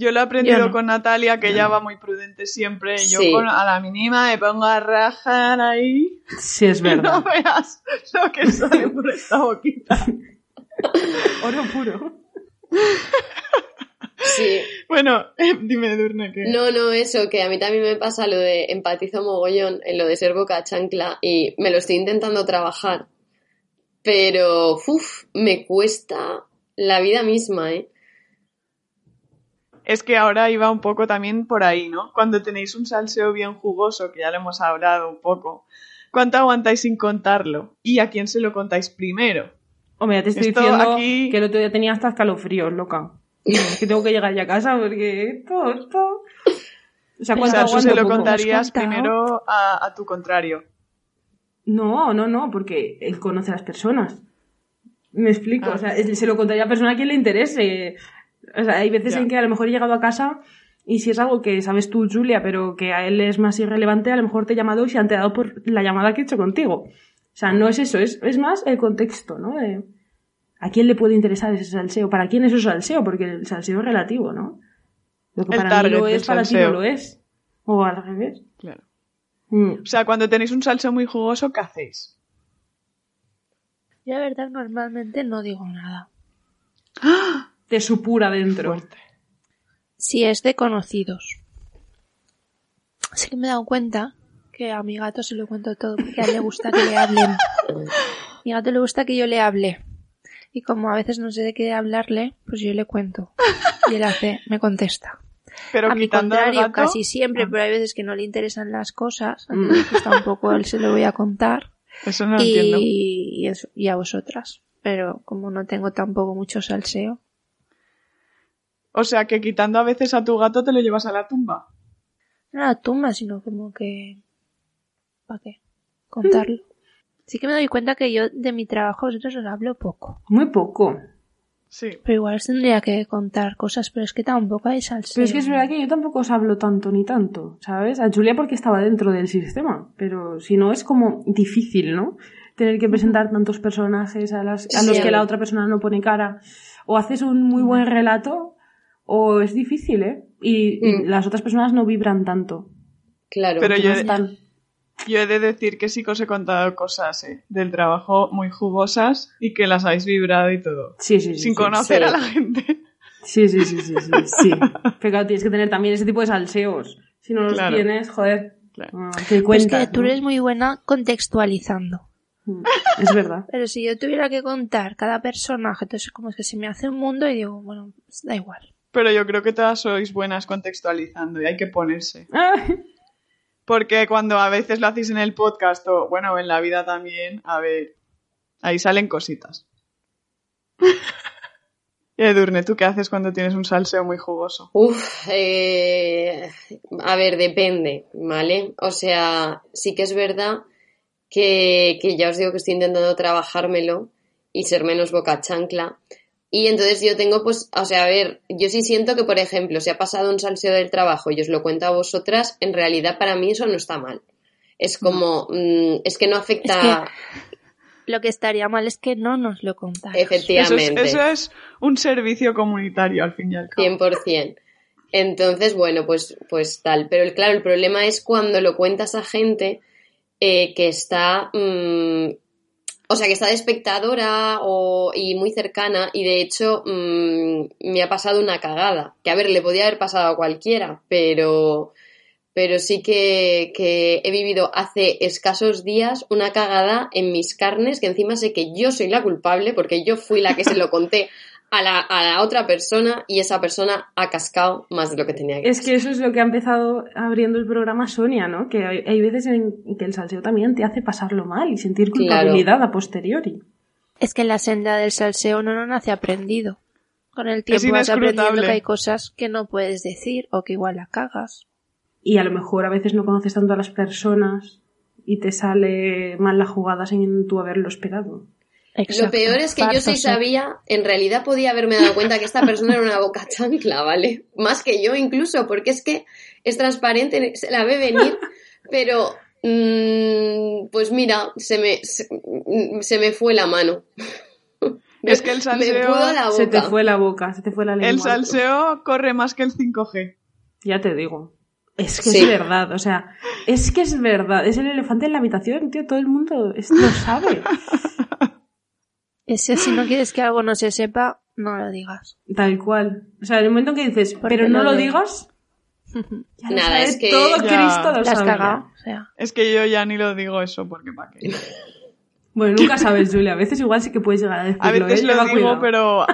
Speaker 2: Yo lo he aprendido
Speaker 4: Yo no.
Speaker 2: con Natalia, que ella va muy prudente siempre. y Yo
Speaker 5: Sí.
Speaker 2: con- a la mínima me pongo a rajar ahí.
Speaker 4: Sí, es
Speaker 2: Y no
Speaker 4: verdad.
Speaker 2: veas lo que sale por esta boquita.
Speaker 4: Oro puro.
Speaker 5: sí.
Speaker 2: Bueno, dime, Durne, que...
Speaker 5: No, no, eso, que a mí también me pasa lo de empatizo mogollón en lo de ser boca chancla y me lo estoy intentando trabajar. Pero, uff, me cuesta la vida misma, ¿eh?
Speaker 2: Es que ahora iba un poco también por ahí, ¿no? Cuando tenéis un salseo bien jugoso, que ya lo hemos hablado un poco, ¿cuánto aguantáis sin contarlo? ¿Y a quién se lo contáis primero?
Speaker 4: Hombre, ya te estoy
Speaker 2: Esto
Speaker 4: diciendo
Speaker 2: aquí-
Speaker 4: que el otro día tenía hasta escalofríos, loca. Es que tengo que llegar ya a casa porque esto, esto... O sea,
Speaker 3: Pero
Speaker 2: O
Speaker 4: cuando
Speaker 2: sea, tú
Speaker 3: Cuánto
Speaker 4: aguanto
Speaker 2: se lo
Speaker 4: poco.
Speaker 2: contarías
Speaker 3: ¿Has contado?
Speaker 2: primero a, a tu contrario.
Speaker 4: No, no, no, porque él conoce a las personas. Me explico,
Speaker 2: Ah.
Speaker 4: o sea, es- se lo contaría a persona a quien le interese. O sea, hay veces
Speaker 2: Ya.
Speaker 4: en que a lo mejor he llegado a casa y si es algo que sabes tú, Julia, pero que a él es más irrelevante, a lo mejor te he llamado y se han dado por la llamada que he hecho contigo. O sea, no es eso, es, es más el contexto, ¿no? De, ¿A quién le puede interesar ese salseo? ¿Para quién es un salseo? Porque el salseo es relativo, ¿no? Lo que
Speaker 2: El
Speaker 4: para mí
Speaker 2: target
Speaker 4: lo
Speaker 2: del
Speaker 4: es, para ti no
Speaker 2: salseo.
Speaker 4: lo es. O al revés.
Speaker 2: Claro.
Speaker 4: Mm.
Speaker 2: O sea, cuando tenéis un salseo muy jugoso, ¿qué hacéis?
Speaker 3: Yo la verdad normalmente no digo nada.
Speaker 4: Te supura dentro.
Speaker 3: Si es de conocidos. Así que me he dado cuenta que a mi gato se lo cuento todo porque a él le gusta que le hablen. Mi gato le gusta que yo le hable. Y como a veces no sé de qué hablarle, pues yo le cuento. Y él hace, me contesta.
Speaker 2: Pero
Speaker 3: a mi
Speaker 2: quitando al
Speaker 3: contrario,
Speaker 2: gato,
Speaker 3: casi siempre,
Speaker 2: Ah.
Speaker 3: pero hay veces que no le interesan las cosas.
Speaker 4: Mm.
Speaker 3: Entonces pues, tampoco él se lo voy a contar.
Speaker 2: Eso no lo entiendo.
Speaker 3: y, y eso- y a vosotras. Pero como no tengo tampoco mucho salseo.
Speaker 2: O sea, que quitando a veces a tu gato te lo llevas a la tumba.
Speaker 3: no la tumba, sino como que... ¿Para qué? Contarlo. Sí que me doy cuenta que yo de mi trabajo a vosotros os hablo poco.
Speaker 4: Muy poco.
Speaker 2: Sí.
Speaker 3: Pero igual os tendría que contar cosas, pero es que tampoco hay salseo.
Speaker 4: Pero es que es verdad que yo tampoco os hablo tanto ni tanto, ¿sabes? A Julia porque estaba dentro del sistema, pero si no es como difícil, ¿no? Tener que presentar tantos personajes a, las, a los
Speaker 5: Sí.
Speaker 4: que la otra persona no pone cara. O haces un muy buen relato o es difícil, ¿eh? Y, y
Speaker 5: Mm.
Speaker 4: las otras personas no vibran tanto.
Speaker 5: Claro.
Speaker 2: Pero
Speaker 4: que
Speaker 2: yo-
Speaker 4: no están.
Speaker 2: Yo he de decir que sí que os he contado cosas eh, del trabajo muy jugosas y que las habéis vibrado y todo.
Speaker 4: Sí, sí, sí.
Speaker 2: sin
Speaker 4: sí.
Speaker 2: conocer
Speaker 5: sí.
Speaker 2: a la gente.
Speaker 4: Sí, sí, sí, sí, sí, sí. Pero claro, tienes que tener también ese tipo de salseos. Si no los
Speaker 2: Claro.
Speaker 4: tienes, joder,
Speaker 2: Claro.
Speaker 4: ah, te
Speaker 3: Pues
Speaker 4: cuentas.
Speaker 3: que tú
Speaker 4: ¿no?
Speaker 3: eres muy buena contextualizando.
Speaker 4: Mm, Es verdad.
Speaker 3: Pero si yo tuviera que contar cada personaje, entonces como es que se me hace un mundo y digo, bueno, pues da igual.
Speaker 2: Pero yo creo que todas sois buenas contextualizando y hay que ponerse.
Speaker 4: Ah,
Speaker 2: Porque cuando a veces lo hacéis en el podcast o, bueno, en la vida también, a ver, ahí salen cositas. Y, Edurne, ¿tú qué haces cuando tienes un salseo muy jugoso?
Speaker 5: Uf, eh, a ver, depende, ¿vale? O sea, sí que es verdad que, que ya os digo que estoy intentando trabajármelo y ser menos boca chancla. Y entonces yo tengo, pues, o sea, a ver, yo sí siento que, por ejemplo, si ha pasado un salseo del trabajo y os lo cuento a vosotras, en realidad para mí eso no está mal. Es como, mm, es que no afecta,
Speaker 3: Lo que estaría mal es que no nos lo contáis.
Speaker 2: Eso es,
Speaker 5: efectivamente.
Speaker 2: eso es un servicio comunitario, al fin y al cabo.
Speaker 5: 100%. Entonces, bueno, pues, pues tal. Pero el- claro, el problema es cuando lo cuentas a gente eh, que está. mm, o sea, que está de espectadora o, y muy cercana. Y de hecho, mm, me ha pasado una cagada. Que a ver, le podía haber pasado a cualquiera, pero. Pero sí que, que he vivido hace escasos días una cagada en mis carnes, que encima sé que yo soy la culpable, porque yo fui la que se lo conté a la, a la otra persona y esa persona ha cascado más de lo que tenía que
Speaker 4: Es que eso es lo que ha empezado abriendo el programa Sonia, ¿no? Que hay, hay veces en que el salseo también te hace pasarlo mal y sentir
Speaker 5: Claro.
Speaker 4: culpabilidad a posteriori.
Speaker 3: Es que en la senda del salseo uno no nace aprendido. Con el tiempo vas
Speaker 2: inescrutable.
Speaker 3: aprendiendo que hay cosas que no puedes decir o que igual la cagas.
Speaker 4: Y a lo mejor a veces no conoces tanto a las personas y te sale mal la jugada sin tú haberlo esperado.
Speaker 5: Lo peor es que yo sí
Speaker 3: ¿eh?
Speaker 5: sabía, en realidad podía haberme dado cuenta que esta persona era una boca chancla, ¿vale? Más que yo incluso, porque es que es transparente, se la ve venir, pero mm, pues mira, se me, se, mm, se me fue la mano.
Speaker 2: Es que el
Speaker 5: Me
Speaker 2: salseo-
Speaker 5: pudo la boca.
Speaker 4: Se te fue la boca, se te fue la lengua.
Speaker 2: El salseo corre más que el 5G.
Speaker 4: Ya te digo. Es que
Speaker 5: Sí.
Speaker 4: es verdad, o sea, es que es verdad. Es el elefante en la habitación, tío, todo el mundo es- lo sabe.
Speaker 3: Es que si no quieres que algo no se sepa, no lo digas.
Speaker 4: Tal cual. O sea, en el momento en que dices,
Speaker 3: Porque
Speaker 4: pero no lo
Speaker 3: lo de-
Speaker 4: digas, ya lo
Speaker 5: Nada,
Speaker 4: sabe
Speaker 5: es que-
Speaker 4: todo
Speaker 2: Ya.
Speaker 4: Cristo lo
Speaker 3: La has
Speaker 4: sabe.
Speaker 3: cagado. O sea,
Speaker 2: Es que yo ya ni lo digo eso porque para qué.
Speaker 4: Bueno, nunca sabes, Julia. A veces igual sí que puedes llegar a decirlo.
Speaker 2: A veces
Speaker 4: ¿eh?
Speaker 2: lo
Speaker 4: Lleva
Speaker 2: digo,
Speaker 4: cuidado.
Speaker 2: pero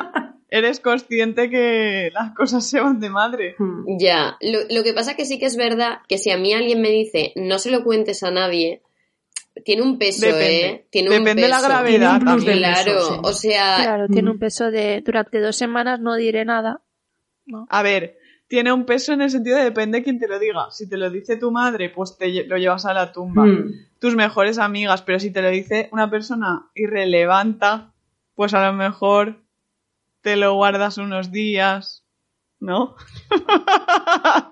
Speaker 2: eres consciente que las cosas se van de madre.
Speaker 4: Hmm.
Speaker 5: Ya, lo, lo que pasa que sí que es verdad que si a mí alguien me dice no se lo cuentes a nadie, tiene un peso,
Speaker 2: Depende.
Speaker 5: ¿eh? Tiene un
Speaker 2: Depende de
Speaker 5: peso.
Speaker 2: la
Speaker 4: Tiene
Speaker 2: gravedad
Speaker 4: un plus de
Speaker 2: también.
Speaker 5: Claro,
Speaker 4: peso, sí.
Speaker 5: o sea,
Speaker 3: claro, tiene un
Speaker 4: mm.
Speaker 3: peso de durante dos semanas no diré nada.
Speaker 2: A ver, tiene un peso en el sentido de depende quién te lo diga. Si te lo dice tu madre, pues te lle- lo llevas a la tumba.
Speaker 4: Hmm.
Speaker 2: Tus mejores amigas, pero si te lo dice una persona irrelevante, pues a lo mejor te lo guardas unos días, ¿no?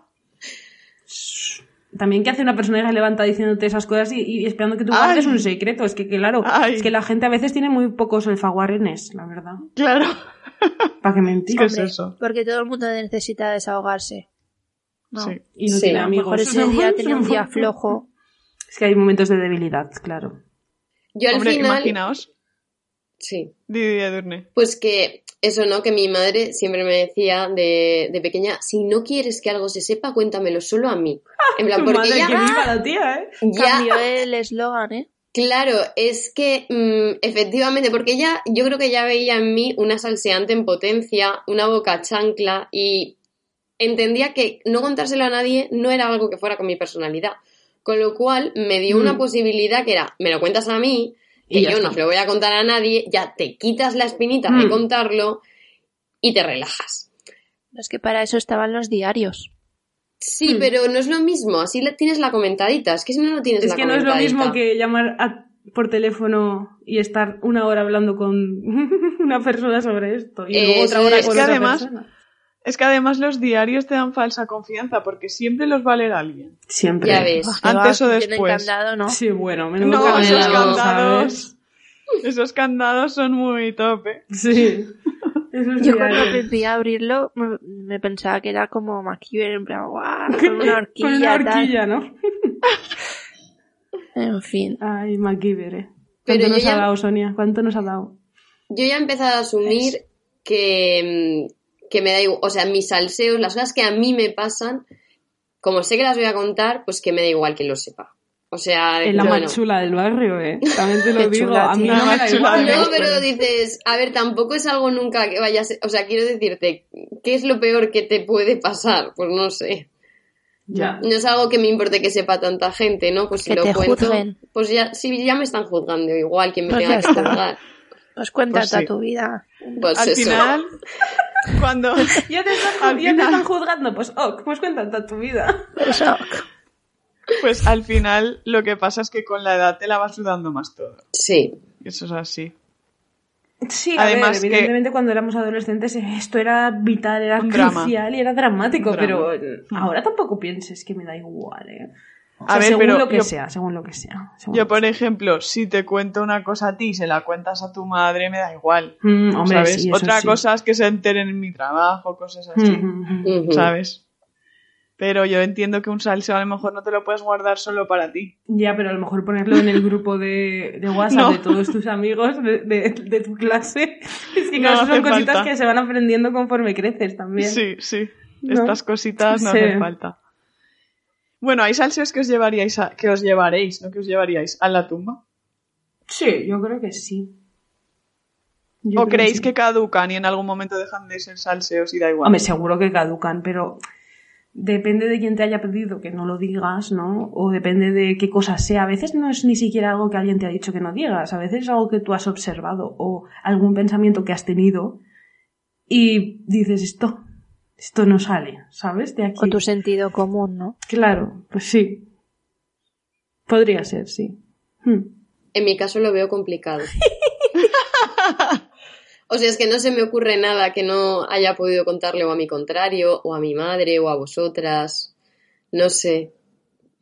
Speaker 4: También que hace una persona irrelevante diciéndote esas cosas y, y esperando que tú
Speaker 2: Ay.
Speaker 4: guardes un secreto. Es que, que claro,
Speaker 2: Ay.
Speaker 4: es que la gente a veces tiene muy pocos alfaguarenes, la verdad.
Speaker 2: Claro.
Speaker 4: ¿Para qué mentir?
Speaker 2: ¿Qué es eso?
Speaker 3: Porque todo el mundo necesita desahogarse. No.
Speaker 2: Sí.
Speaker 4: Y no
Speaker 5: Sí,
Speaker 4: tiene
Speaker 3: A lo mejor
Speaker 4: amigos.
Speaker 3: ese día tenía un día flojo.
Speaker 4: Es que hay momentos de debilidad, claro.
Speaker 5: yo al
Speaker 2: Hombre,
Speaker 5: final...
Speaker 2: imaginaos.
Speaker 5: Sí.
Speaker 2: Didi Edurne.
Speaker 5: Pues que eso, ¿no? Que mi madre siempre me decía de, de pequeña, si no quieres que algo se sepa, cuéntamelo solo a mí. En plan,
Speaker 4: Ah, Tu
Speaker 5: porque
Speaker 4: madre,
Speaker 5: ya,
Speaker 4: que viva la tía, ¿eh?
Speaker 5: ya
Speaker 3: Cambió el eslogan, ¿eh?
Speaker 5: Claro, es que mm, efectivamente, porque ella, yo creo que ya veía en mí una salseante en potencia, una boca chancla y entendía que no contárselo a nadie no era algo que fuera con mi personalidad. Con lo cual me dio una
Speaker 4: Mm.
Speaker 5: posibilidad que era, me lo cuentas a mí, que
Speaker 4: Y ya
Speaker 5: yo
Speaker 4: está.
Speaker 5: no se lo voy a contar a nadie, ya te quitas la espinita de
Speaker 4: Mm.
Speaker 5: contarlo y te relajas.
Speaker 3: Es que para eso estaban los diarios.
Speaker 5: Sí,
Speaker 4: Mm.
Speaker 5: pero no es lo mismo, así la- tienes la comentadita, es que si no, no tienes
Speaker 4: Es
Speaker 5: la
Speaker 4: que no es lo
Speaker 5: comentadita.
Speaker 4: mismo que llamar a- por teléfono y estar una hora hablando con una persona sobre esto y luego
Speaker 5: Eso
Speaker 4: otra hora
Speaker 5: es.
Speaker 4: con
Speaker 2: Es que
Speaker 4: otra
Speaker 2: además-
Speaker 4: persona.
Speaker 2: Es que además los diarios te dan falsa confianza porque siempre los va a leer alguien.
Speaker 4: Siempre.
Speaker 5: Ya ves.
Speaker 3: Que
Speaker 2: Antes
Speaker 3: va,
Speaker 2: o
Speaker 3: que tienen
Speaker 2: después.
Speaker 3: candado, ¿no?
Speaker 4: Sí, bueno, me
Speaker 2: No,
Speaker 5: esos
Speaker 2: candados. Esos candados son muy tope.
Speaker 4: Sí. Eso es
Speaker 3: Yo cuando
Speaker 4: diario.
Speaker 3: aprendí a abrirlo me, me pensaba que era como MacGyver, en plan, guau, con una horquilla,
Speaker 4: Con una
Speaker 3: tal.
Speaker 4: horquilla, ¿no?
Speaker 3: En fin.
Speaker 4: Ay, MacGyver, eh.
Speaker 5: Pero
Speaker 4: ¿Cuánto
Speaker 5: yo
Speaker 4: nos
Speaker 5: ya-
Speaker 4: ha dado, Sonia? ¿Cuánto nos ha dado?
Speaker 5: Yo ya he empezado a asumir que, mm, que me da igual, o sea, mis salseos, las cosas que a mí me pasan, como sé que las voy a contar, pues que me da igual que lo sepa. O sea,
Speaker 4: Es la
Speaker 5: bueno.
Speaker 4: más chula del barrio, eh. También te lo
Speaker 3: Qué
Speaker 4: digo.
Speaker 3: chula,
Speaker 4: a mí
Speaker 3: tío.
Speaker 4: no
Speaker 3: La
Speaker 4: me
Speaker 3: más
Speaker 4: da
Speaker 2: chula
Speaker 4: igual.
Speaker 2: del
Speaker 5: No, pero dices, a ver, tampoco es algo nunca que vayas, o sea, quiero decirte, ¿qué es lo peor que te puede pasar? Pues no sé.
Speaker 4: Ya.
Speaker 5: No es algo que me importe que sepa tanta gente, ¿no? Pues si
Speaker 3: Que
Speaker 5: lo
Speaker 3: te
Speaker 5: cuento,
Speaker 3: juzguen.
Speaker 5: pues ya, sí, ya me están juzgando igual quien me
Speaker 3: Pues
Speaker 5: tenga
Speaker 3: ya
Speaker 5: que
Speaker 3: está.
Speaker 5: juzgar.
Speaker 3: Pues cuenta
Speaker 2: Pues
Speaker 3: toda
Speaker 2: sí.
Speaker 3: tu vida.
Speaker 5: Pues
Speaker 2: Al
Speaker 5: eso.
Speaker 2: final, cuando
Speaker 4: Ya te están,
Speaker 2: Al
Speaker 4: ju- ya te
Speaker 2: final.
Speaker 4: están juzgando, pues ok, pues cuenta toda tu vida.
Speaker 3: Eso.
Speaker 2: pues al final lo que pasa es que con la edad te la vas sudando más todo.
Speaker 5: Sí.
Speaker 2: Eso es así.
Speaker 4: Sí,
Speaker 2: Además
Speaker 4: además,
Speaker 2: que-
Speaker 4: evidentemente cuando éramos adolescentes eh, esto era vital, era
Speaker 2: Un drama.
Speaker 4: crucial y era dramático,
Speaker 2: Un drama. Mm.
Speaker 4: pero eh, ahora tampoco pienses que me da igual, eh. O
Speaker 2: A
Speaker 4: sea,
Speaker 2: ver,
Speaker 4: según
Speaker 2: pero
Speaker 4: lo que
Speaker 2: yo-
Speaker 4: sea, según lo que sea. según
Speaker 2: Yo,
Speaker 4: lo que
Speaker 2: por ejemplo, si te cuento una cosa a ti y se la cuentas a tu madre, me da igual.
Speaker 4: sea. Mm, hombre,
Speaker 2: ¿sabes?
Speaker 4: sí, eso
Speaker 2: Otra
Speaker 4: sí.
Speaker 2: cosa es que se enteren en mi trabajo, cosas así.
Speaker 4: Mm, mm, mm.
Speaker 5: Ujú.
Speaker 2: ¿sabes? Pero yo entiendo que un salseo a lo mejor no te lo puedes guardar solo para ti.
Speaker 4: Ya, pero a lo mejor ponerlo en el grupo de, de WhatsApp
Speaker 2: No.
Speaker 4: de todos tus amigos de, de- de tu clase. Es que
Speaker 2: No
Speaker 4: claro, son
Speaker 2: hace
Speaker 4: cositas
Speaker 2: falta.
Speaker 4: que se van aprendiendo conforme creces también.
Speaker 2: Sí, sí.
Speaker 4: No.
Speaker 2: Estas cositas no
Speaker 4: Sí.
Speaker 2: hacen falta. Bueno, hay salseos que os llevaríais a- que os llevaréis, no que os llevaríais a la tumba.
Speaker 4: Sí, yo creo que sí. Yo
Speaker 2: ¿O
Speaker 4: creo
Speaker 2: creéis
Speaker 4: sí.
Speaker 2: que caducan y en algún momento dejan de ser salseos y da igual?
Speaker 4: Hombre, seguro que caducan, pero depende de quién te haya pedido que no lo digas, ¿no? O depende de qué cosa sea. A veces no es ni siquiera algo que alguien te ha dicho que no digas, a veces es algo que tú has observado o algún pensamiento que has tenido y dices esto, esto no sale, ¿sabes? De aquí.
Speaker 3: Con tu sentido común, ¿no?
Speaker 4: Claro, pues sí. Podría ser, sí. Hmm.
Speaker 5: En mi caso lo veo complicado. o sea, es que no se me ocurre nada que no haya podido contarle o a mi contrario, o a mi madre, o a vosotras. No sé.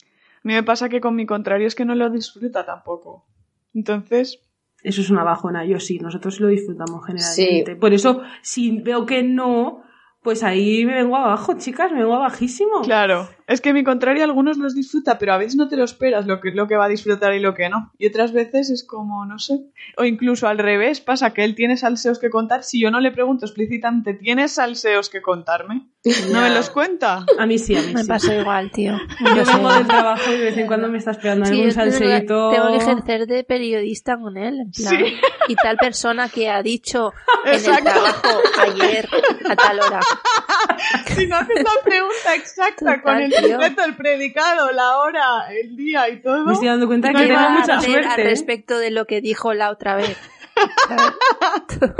Speaker 2: A mí me pasa que con mi contrario es que no lo disfruta tampoco. Entonces,
Speaker 4: Eso es una bajona, yo sí, nosotros lo disfrutamos generalmente.
Speaker 5: Sí.
Speaker 4: Por eso, si veo que no, pues ahí me vengo abajo, chicas, me vengo abajísimo.
Speaker 2: claro, es que mi contrario algunos los disfruta, pero a veces no te lo esperas lo que, lo que va a disfrutar y lo que no. Y otras veces es como, no sé. O incluso al revés, pasa que él tiene salseos que contar. Si yo no le pregunto explícitamente, ¿tienes salseos que contarme? ¿No me los cuenta?
Speaker 4: A mí sí, a mí
Speaker 3: Me
Speaker 4: sí.
Speaker 3: pasa igual, tío.
Speaker 4: Yo
Speaker 3: sé.
Speaker 4: vengo del trabajo y de vez en cuando me estás pegando
Speaker 3: Sí,
Speaker 4: algún
Speaker 3: yo tengo que-
Speaker 4: salseíto.
Speaker 3: Tengo que ejercer de periodista con él, en plan.
Speaker 2: Sí.
Speaker 3: Y tal persona que ha dicho en el
Speaker 2: Exacto.
Speaker 3: trabajo ayer a tal hora.
Speaker 2: Si no haces la pregunta exacta
Speaker 3: Total,
Speaker 2: con el
Speaker 3: tío.
Speaker 2: sujeto, el predicado, la hora, el día y todo.
Speaker 3: Pues
Speaker 4: Me estoy dando cuenta
Speaker 3: ¿Qué
Speaker 4: que
Speaker 3: va
Speaker 4: tengo
Speaker 3: a
Speaker 4: mucha
Speaker 3: hacer al
Speaker 4: suerte. ¿eh?
Speaker 3: respecto de lo que dijo la otra vez? ¿Sabes?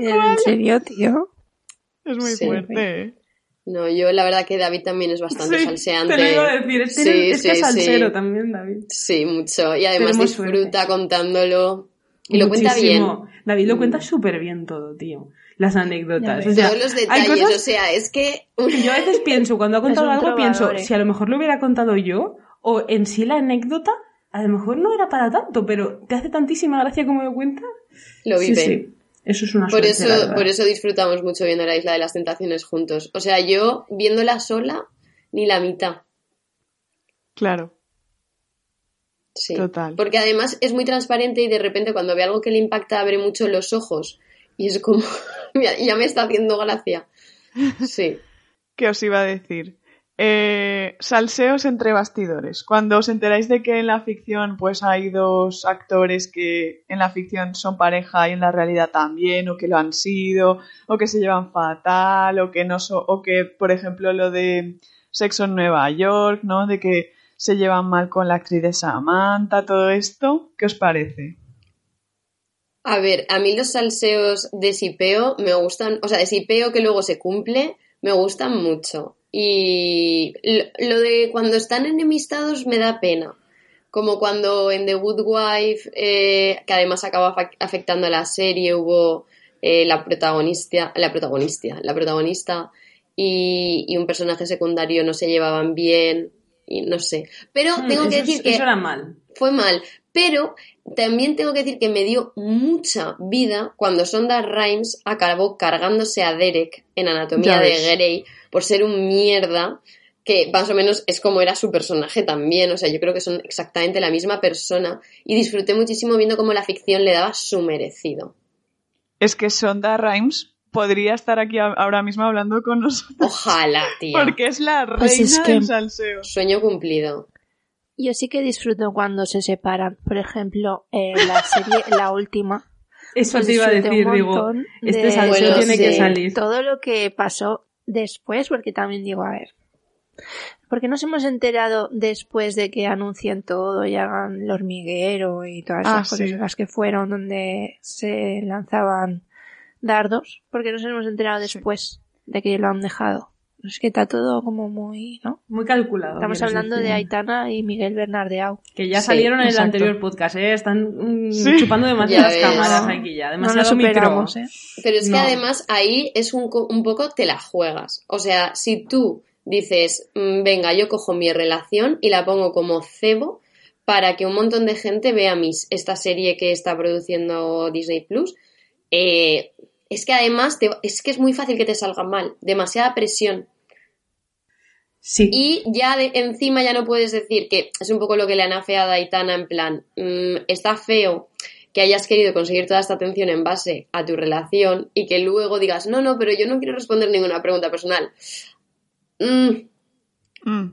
Speaker 3: ¿En serio, tío?
Speaker 2: Es muy
Speaker 5: Sí.
Speaker 2: fuerte. ¿eh?
Speaker 5: No, yo la verdad que David también es bastante
Speaker 4: Sí,
Speaker 5: salseante.
Speaker 4: Te lo iba a decir, es,
Speaker 5: Sí,
Speaker 4: es que
Speaker 5: sí,
Speaker 4: es salsero
Speaker 5: sí.
Speaker 4: también, David.
Speaker 5: Sí, mucho. Y además
Speaker 4: Tenemos
Speaker 5: disfruta contándolo. Y lo cuenta bien.
Speaker 4: Muchísimo. David lo cuenta súper bien todo, tío. Las anécdotas.
Speaker 3: Ya
Speaker 4: O sea,
Speaker 5: Todos los
Speaker 4: hay
Speaker 5: detalles.
Speaker 4: cosas
Speaker 5: O sea, es que.
Speaker 4: que yo a veces pienso, cuando ha contado
Speaker 3: un
Speaker 4: algo,
Speaker 3: trovador,
Speaker 4: pienso,
Speaker 3: eh.
Speaker 4: si a lo mejor lo hubiera contado yo, o en sí la anécdota, a lo mejor no era para tanto, pero te hace tantísima gracia como lo cuenta.
Speaker 5: Lo
Speaker 4: Sí,
Speaker 5: vive.
Speaker 4: sí. Eso es una
Speaker 5: Por
Speaker 4: suerte, la
Speaker 5: eso,
Speaker 4: verdad.
Speaker 5: por eso disfrutamos mucho viendo la Isla de las Tentaciones juntos. O sea, yo viéndola sola, ni la mitad.
Speaker 2: Claro.
Speaker 5: Sí.
Speaker 2: Total.
Speaker 5: Porque además es muy transparente y de repente cuando ve algo que le impacta abre mucho los ojos. Y es como, mira, ya me está haciendo gracia. Sí.
Speaker 2: ¿Qué os iba a decir? Eh, salseos entre bastidores. Cuando os enteráis de que en la ficción pues hay dos actores que en la ficción son pareja y en la realidad también, o que lo han sido, o que se llevan fatal, o que no so- o que, por ejemplo, lo de sexo en Nueva York, ¿no? De que se llevan mal con la actriz de Samantha, todo esto, ¿qué os parece?
Speaker 5: A ver, a mí los salseos de sipeo me gustan, o sea, de sipeo que luego se cumple, me gustan mucho. Y lo, lo de cuando están enemistados me da pena. Como cuando en The Good Wife, eh, que además acaba afa- afectando a la serie, hubo eh, la protagonista, la protagonista, la protagonista y, y un personaje secundario no se llevaban bien, y no sé. Pero
Speaker 4: Mm,
Speaker 5: tengo que
Speaker 4: eso es-
Speaker 5: decir que
Speaker 4: Eso era mal.
Speaker 5: fue mal. Pero también tengo que decir que me dio mucha vida cuando Sonda Rhimes acabó cargándose a Derek en Anatomía
Speaker 2: Ya
Speaker 5: de
Speaker 2: ves.
Speaker 5: Grey por ser un mierda que más o menos es como era su personaje también, o sea, yo creo que son exactamente la misma persona y disfruté muchísimo viendo cómo la ficción le daba su merecido.
Speaker 2: Es que Sonda Rhimes podría estar aquí a- ahora mismo hablando con nosotros
Speaker 5: Ojalá, tía.
Speaker 2: porque es la reina
Speaker 1: Pues es que-
Speaker 2: del salseo.
Speaker 5: Sueño cumplido.
Speaker 3: Yo sí que disfruto cuando se separan. Por ejemplo, eh, la serie, la última.
Speaker 4: Eso
Speaker 3: pues
Speaker 4: te iba a
Speaker 3: disfruté un
Speaker 4: decir, digo,
Speaker 3: montón
Speaker 4: este
Speaker 3: de-
Speaker 4: salseo
Speaker 5: Bueno,
Speaker 4: tiene que
Speaker 5: sí.
Speaker 4: salir.
Speaker 3: todo lo que pasó después, porque también digo, a ver, porque nos hemos enterado después de que anuncien todo y hagan el hormiguero y todas
Speaker 2: Ah,
Speaker 3: esas cosas
Speaker 2: sí.
Speaker 3: en las que fueron donde se lanzaban dardos? Porque nos hemos enterado
Speaker 2: Sí.
Speaker 3: después de que lo han dejado. Es que está todo como muy, ¿no?
Speaker 4: Muy calculado.
Speaker 3: Estamos
Speaker 4: quieres
Speaker 3: hablando de
Speaker 4: decir.
Speaker 3: Aitana y Miguel Bernardeau.
Speaker 4: Que ya
Speaker 5: Sí,
Speaker 4: salieron en el
Speaker 3: exacto.
Speaker 4: anterior podcast, ¿eh? Están mm,
Speaker 2: Sí.
Speaker 4: chupando demasiadas
Speaker 5: ves.
Speaker 4: cámaras aquí ya.
Speaker 3: No lo
Speaker 4: Demasiado micro.
Speaker 3: superamos, ¿eh?
Speaker 5: Pero es
Speaker 4: No.
Speaker 5: que además ahí es un, co- un poco te la juegas. O sea, si tú dices, "Mm, venga, yo cojo mi relación y la pongo como cebo para que un montón de gente vea mis, esta serie que está produciendo Disney Plus, eh, es que además te- es que es muy fácil que te salga mal, demasiada presión.
Speaker 4: Sí.
Speaker 5: Y ya de, encima ya no puedes decir que es un poco lo que le han afeado a Aitana en plan, mm, está feo que hayas querido conseguir toda esta atención en base a tu relación y que luego digas, no, no, pero yo no quiero responder ninguna pregunta personal. Mm,
Speaker 2: Mm.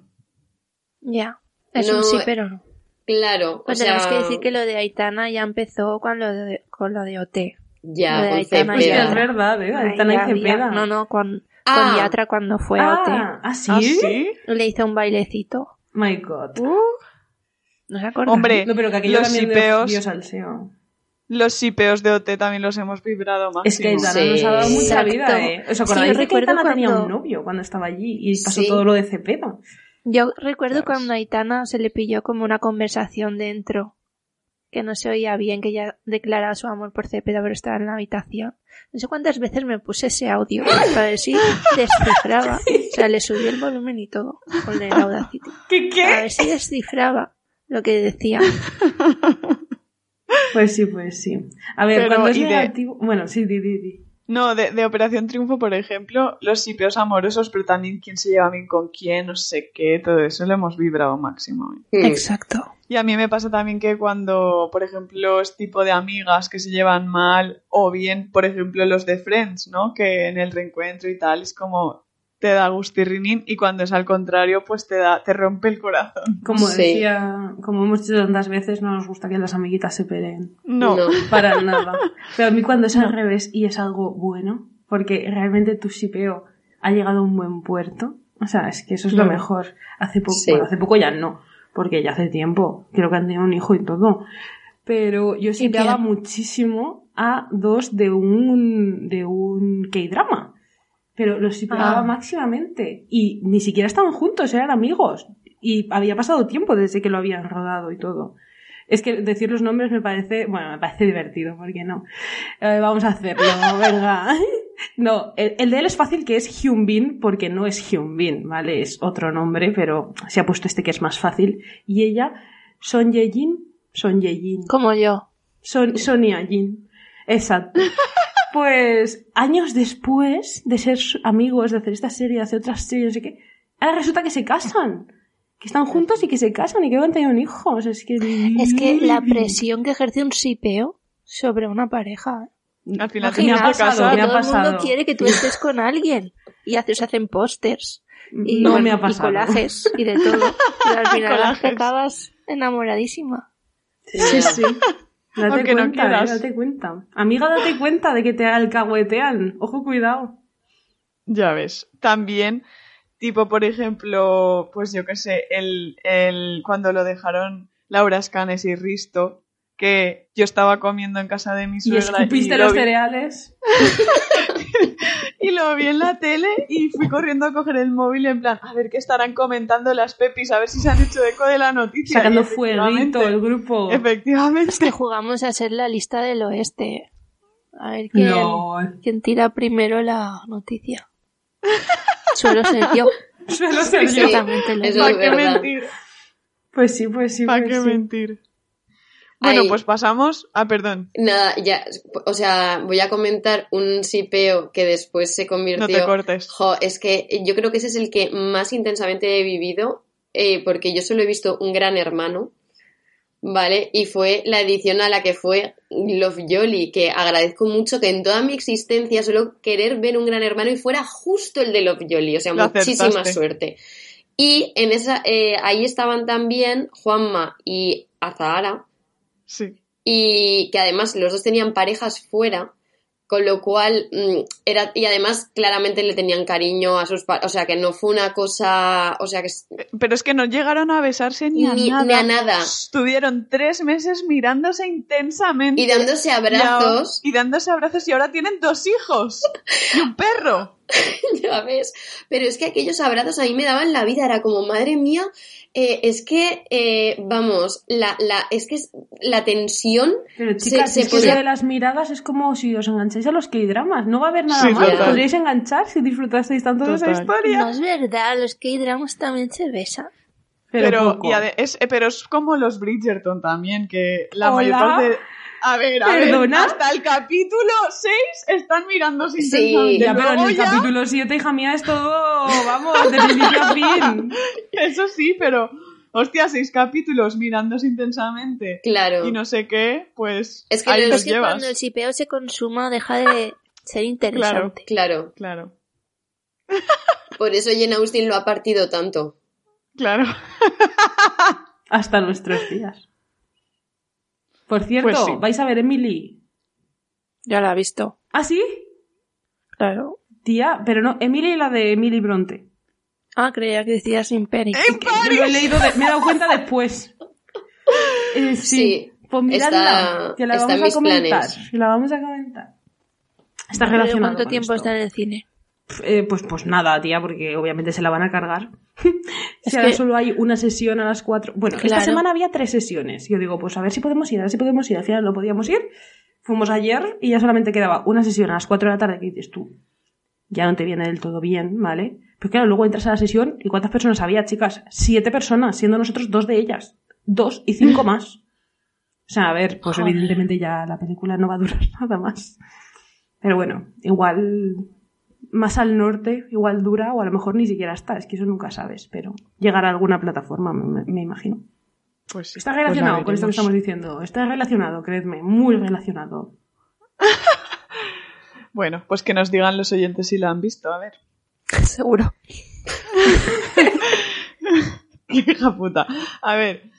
Speaker 3: Ya. Es
Speaker 5: No,
Speaker 3: un sí, pero no.
Speaker 5: claro,
Speaker 3: Pues
Speaker 5: o sea,
Speaker 3: tenemos que decir que lo de Aitana ya empezó con lo de, con lo de OT.
Speaker 5: ya,
Speaker 3: lo de
Speaker 5: con
Speaker 3: Aitana
Speaker 4: Hostia,
Speaker 5: Cepeda.
Speaker 4: Pues
Speaker 3: ya-
Speaker 4: es verdad, ¿eh? Aitana
Speaker 3: Ahí
Speaker 4: y
Speaker 3: había-
Speaker 4: Cepeda.
Speaker 3: No, no, con,
Speaker 5: Ah.
Speaker 3: con Yatra cuando fue a
Speaker 4: Ah, ¿ah, sí?
Speaker 2: ¿Ah, sí?
Speaker 3: OT. Le hizo un bailecito.
Speaker 4: My God.
Speaker 3: ¿No se acuerdan?
Speaker 2: Hombre,
Speaker 4: No, pero que aquello
Speaker 2: Los
Speaker 4: también
Speaker 2: sipeos.
Speaker 4: dio salseo.
Speaker 2: los sipeos de OT también los hemos vibrado más.
Speaker 4: Es que Aitana nos ha dado
Speaker 5: Sí.
Speaker 4: mucha
Speaker 3: Exacto.
Speaker 4: vida, ¿eh? ¿Os
Speaker 3: Sí,
Speaker 4: acordáis de
Speaker 3: yo
Speaker 4: que
Speaker 3: recuerdo
Speaker 4: Aitana tenía
Speaker 3: cuando-
Speaker 4: un novio cuando estaba allí y pasó
Speaker 5: Sí.
Speaker 4: todo lo de Cepeda?
Speaker 3: Yo recuerdo
Speaker 2: Claro.
Speaker 3: cuando a Aitana se le pilló como una conversación dentro que no se oía bien, que ella declaraba su amor por Cepeda, pero estaba en la habitación. No sé cuántas veces me puse ese audio para ver si descifraba. O sea, le subí el volumen y todo con el Audacity.
Speaker 4: ¿Qué
Speaker 3: Para ver si descifraba lo que decía.
Speaker 4: Pues sí, pues sí. A ver,
Speaker 2: Pero,
Speaker 4: cuando es
Speaker 2: ¿y de-
Speaker 4: negativo... Bueno, sí, di, di, di.
Speaker 2: No, de, de Operación Triunfo, por ejemplo, los sipeos amorosos, pero también quién se lleva bien con quién, no sé qué, todo eso lo hemos vibrado máximo. ¿eh?
Speaker 5: Mm,
Speaker 3: Exacto.
Speaker 2: Y a mí me pasa también que cuando, por ejemplo, es tipo de amigas que se llevan mal, o bien, por ejemplo, los de Friends, ¿no? Que en el reencuentro y tal es como te da gustirrinín y cuando es al contrario, pues te da, te rompe el corazón.
Speaker 4: Como
Speaker 5: Sí.
Speaker 4: decía, como hemos dicho tantas veces, no nos gusta que las amiguitas se peleen.
Speaker 2: No.
Speaker 5: mm, no.
Speaker 4: Para nada. Pero a mí cuando es al revés y es algo bueno, porque realmente tu shipeo ha llegado a un buen puerto, o sea, es que eso es lo
Speaker 2: Claro.
Speaker 4: mejor. Hace poco,
Speaker 5: Sí.
Speaker 4: bueno, hace poco ya no, porque ya hace tiempo, creo que han tenido un hijo y todo. Pero yo shipeaba
Speaker 3: quién?
Speaker 4: muchísimo a dos de un, de un K-drama. Pero los shipeaba
Speaker 3: Ah.
Speaker 4: máximamente. Y ni siquiera estaban juntos, eran amigos. Y había pasado tiempo desde que lo habían rodado y todo. Es que decir los nombres me parece, bueno, me parece divertido, ¿por qué no? Eh, vamos a hacerlo, venga. No, el, el de él es fácil que es Hyunbin porque no es Hyunbin, ¿vale? Es otro nombre, pero se ha puesto este que es más fácil. Y ella, Son Yejin, Son Yejin.
Speaker 3: Como yo.
Speaker 4: Son, Sonia Jin. Exacto. Pues años después de ser su- amigos, de hacer esta serie, de hacer otras series, no sé qué, ahora resulta que se casan. Que están juntos y que se casan y que van a tener un hijo. O sea, es que...
Speaker 3: Es
Speaker 4: Mm.
Speaker 3: que la presión que ejerce un sipeo sobre una pareja.
Speaker 2: Al final
Speaker 4: Me
Speaker 3: Imagina,
Speaker 4: ha
Speaker 2: tenías que
Speaker 4: pasado,
Speaker 2: casar.
Speaker 4: me
Speaker 3: Porque
Speaker 4: ha
Speaker 3: todo el
Speaker 4: pasado.
Speaker 3: mundo quiere que tú estés con alguien. Y haces, hacen pósters. Y,
Speaker 4: no
Speaker 3: bueno,
Speaker 4: me ha
Speaker 3: Y
Speaker 4: pasado.
Speaker 3: colajes y de todo. Y al final
Speaker 2: Colajes.
Speaker 3: acabas enamoradísima.
Speaker 4: Sí, sí. Date
Speaker 2: Aunque no
Speaker 4: cuenta, eh,
Speaker 2: quieras.
Speaker 4: date cuenta. Amiga, date cuenta de que te alcahuetean. Ojo, cuidado.
Speaker 2: Ya ves. También, tipo, por ejemplo, pues yo qué sé, el, el- cuando lo dejaron Laura Scanes y Risto, que yo estaba comiendo en casa de mi
Speaker 4: Y
Speaker 2: suegra
Speaker 4: escupiste
Speaker 2: lo
Speaker 4: los
Speaker 2: vi-
Speaker 4: cereales.
Speaker 2: y lo vi en la tele y fui corriendo a coger el móvil en plan, a ver qué estarán comentando las pepis, a ver si se han hecho eco de la noticia.
Speaker 4: Sacando
Speaker 2: Y efectivamente-
Speaker 4: fueguito el grupo.
Speaker 3: Es que
Speaker 2: Efectivamente.
Speaker 3: jugamos a ser la lista del oeste. A ver quién,
Speaker 4: LOL.
Speaker 3: quién tira primero la noticia. Suelo ser yo.
Speaker 4: Suelo ser
Speaker 5: Sí.
Speaker 4: yo.
Speaker 3: Exactamente lo
Speaker 5: Eso
Speaker 3: mismo.
Speaker 2: ¿Para qué
Speaker 5: es verdad.
Speaker 2: mentir?
Speaker 4: Pues sí, pues sí,
Speaker 2: ¿Para
Speaker 4: pues
Speaker 2: qué
Speaker 4: sí.
Speaker 2: mentir? Bueno,
Speaker 5: Ay.
Speaker 2: pues pasamos. Ah, perdón.
Speaker 5: Nada, ya, o sea, voy a comentar un sipeo que después se
Speaker 2: No te
Speaker 5: convirtió.
Speaker 2: cortes.
Speaker 5: Jo, es que yo creo que ese es el que más intensamente he vivido, eh, porque yo solo he visto un gran hermano, ¿vale? Y fue la edición a la que fue Love Jolly, que agradezco mucho que en toda mi existencia solo querer ver un gran hermano y fuera justo el de Love Jolly, o sea,
Speaker 2: Lo
Speaker 5: muchísima
Speaker 2: acertaste.
Speaker 5: suerte. Y en esa, eh, ahí estaban también Juanma y Azahara
Speaker 2: Sí.
Speaker 5: y que además los dos tenían parejas fuera, con lo cual mm, era y además claramente le tenían cariño a sus, pa- o sea que no fue una cosa, o sea que s-
Speaker 2: Pero es que no llegaron a besarse ni a
Speaker 5: Ni- ni
Speaker 2: nada.
Speaker 5: a nada.
Speaker 2: Estuvieron tres meses mirándose intensamente.
Speaker 5: y dándose
Speaker 2: Y ahora-
Speaker 5: abrazos,
Speaker 2: Y, dándose abrazos y ahora tienen dos hijos y un perro.
Speaker 5: ya ves, pero es que aquellos abrazos a mí me daban la vida, era como madre mía, eh, es que eh, vamos, la, la, es que es- la tensión
Speaker 4: Pero
Speaker 5: Se-
Speaker 4: chicas,
Speaker 5: se
Speaker 4: es que
Speaker 5: podía-
Speaker 4: eso de las miradas es como si os engancháis a los K-dramas. No va a haber nada
Speaker 2: Sí,
Speaker 4: más.
Speaker 5: total.
Speaker 4: Podríais enganchar si disfrutasteis tanto de
Speaker 2: Total.
Speaker 4: esa historia.
Speaker 3: No es verdad, los K-dramas también se besan.
Speaker 4: Pero,
Speaker 2: Pero,
Speaker 4: poco.
Speaker 2: y ade- es, eh, pero es como los Bridgerton también, que la
Speaker 4: Hola.
Speaker 2: mayor parte. A ver, a
Speaker 4: ¿Perdona?
Speaker 2: ver, hasta el capítulo 6 están mirándose
Speaker 5: Sí.
Speaker 2: intensamente.
Speaker 4: Ya, pero en
Speaker 2: Luego
Speaker 4: el
Speaker 2: ya-
Speaker 4: capítulo 7, hija mía, es todo, vamos, de principio a fin.
Speaker 2: Eso sí, pero. Hostia, seis capítulos mirándose intensamente
Speaker 5: claro,
Speaker 2: y no sé qué, pues
Speaker 5: Es que
Speaker 2: ahí
Speaker 5: no-
Speaker 2: los
Speaker 5: es
Speaker 3: que
Speaker 2: llevas.
Speaker 3: cuando el sipeo se consuma deja de ser interesante.
Speaker 5: claro,
Speaker 2: Claro,
Speaker 5: por eso Jane Austen lo ha partido tanto.
Speaker 2: claro.
Speaker 4: Hasta nuestros días. Por cierto,
Speaker 2: Pues sí.
Speaker 4: vais a ver Emily.
Speaker 3: Ya la he visto,
Speaker 4: ¿Ah, sí?
Speaker 3: claro.
Speaker 4: Tía, pero no, Emily la de Emily Bronte.
Speaker 3: Ah, creía que decías Imperi.
Speaker 4: Que Lo he leído, de- me he dado cuenta después. Eh, sí.
Speaker 5: Sí,
Speaker 4: Pues
Speaker 5: está-
Speaker 4: miradla, que la
Speaker 5: está en
Speaker 4: vamos a
Speaker 5: mis
Speaker 4: comentar.
Speaker 5: planes.
Speaker 4: Que la vamos a comentar. Está
Speaker 3: Pero
Speaker 4: relacionado
Speaker 3: ¿Cuánto
Speaker 4: con
Speaker 3: tiempo
Speaker 4: esto.
Speaker 3: está en el cine?
Speaker 4: Eh, pues, pues nada, tía, porque obviamente se la van a cargar.
Speaker 3: Es
Speaker 4: si ahora
Speaker 3: que-
Speaker 4: solo hay una sesión a las cuatro. Bueno, esta
Speaker 3: Claro.
Speaker 4: semana había tres sesiones. Yo digo, pues a ver si podemos ir, a ver si podemos ir. Al final no podíamos ir. Fuimos ayer y ya solamente quedaba una sesión a las cuatro de la tarde. Que dices tú, ya no te viene del todo bien, ¿vale? Pero claro, luego entras a la sesión y ¿cuántas personas había, chicas? Siete personas, siendo nosotros dos de ellas. Dos y cinco más. O sea, a ver, pues
Speaker 3: Joder.
Speaker 4: evidentemente ya la película no va a durar nada más. Pero bueno, igual más al norte igual dura o a lo mejor ni siquiera está, es que eso nunca sabes, pero llegará a alguna plataforma, me, me imagino.
Speaker 2: Pues sí,
Speaker 4: Está
Speaker 2: pues la
Speaker 4: relacionado con esto que
Speaker 2: veremos.
Speaker 4: estamos diciendo, está relacionado, creedme, muy relacionado.
Speaker 2: Bueno, pues que nos digan los oyentes si la han visto, a ver.
Speaker 3: Seguro.
Speaker 2: Hija puta. A ver.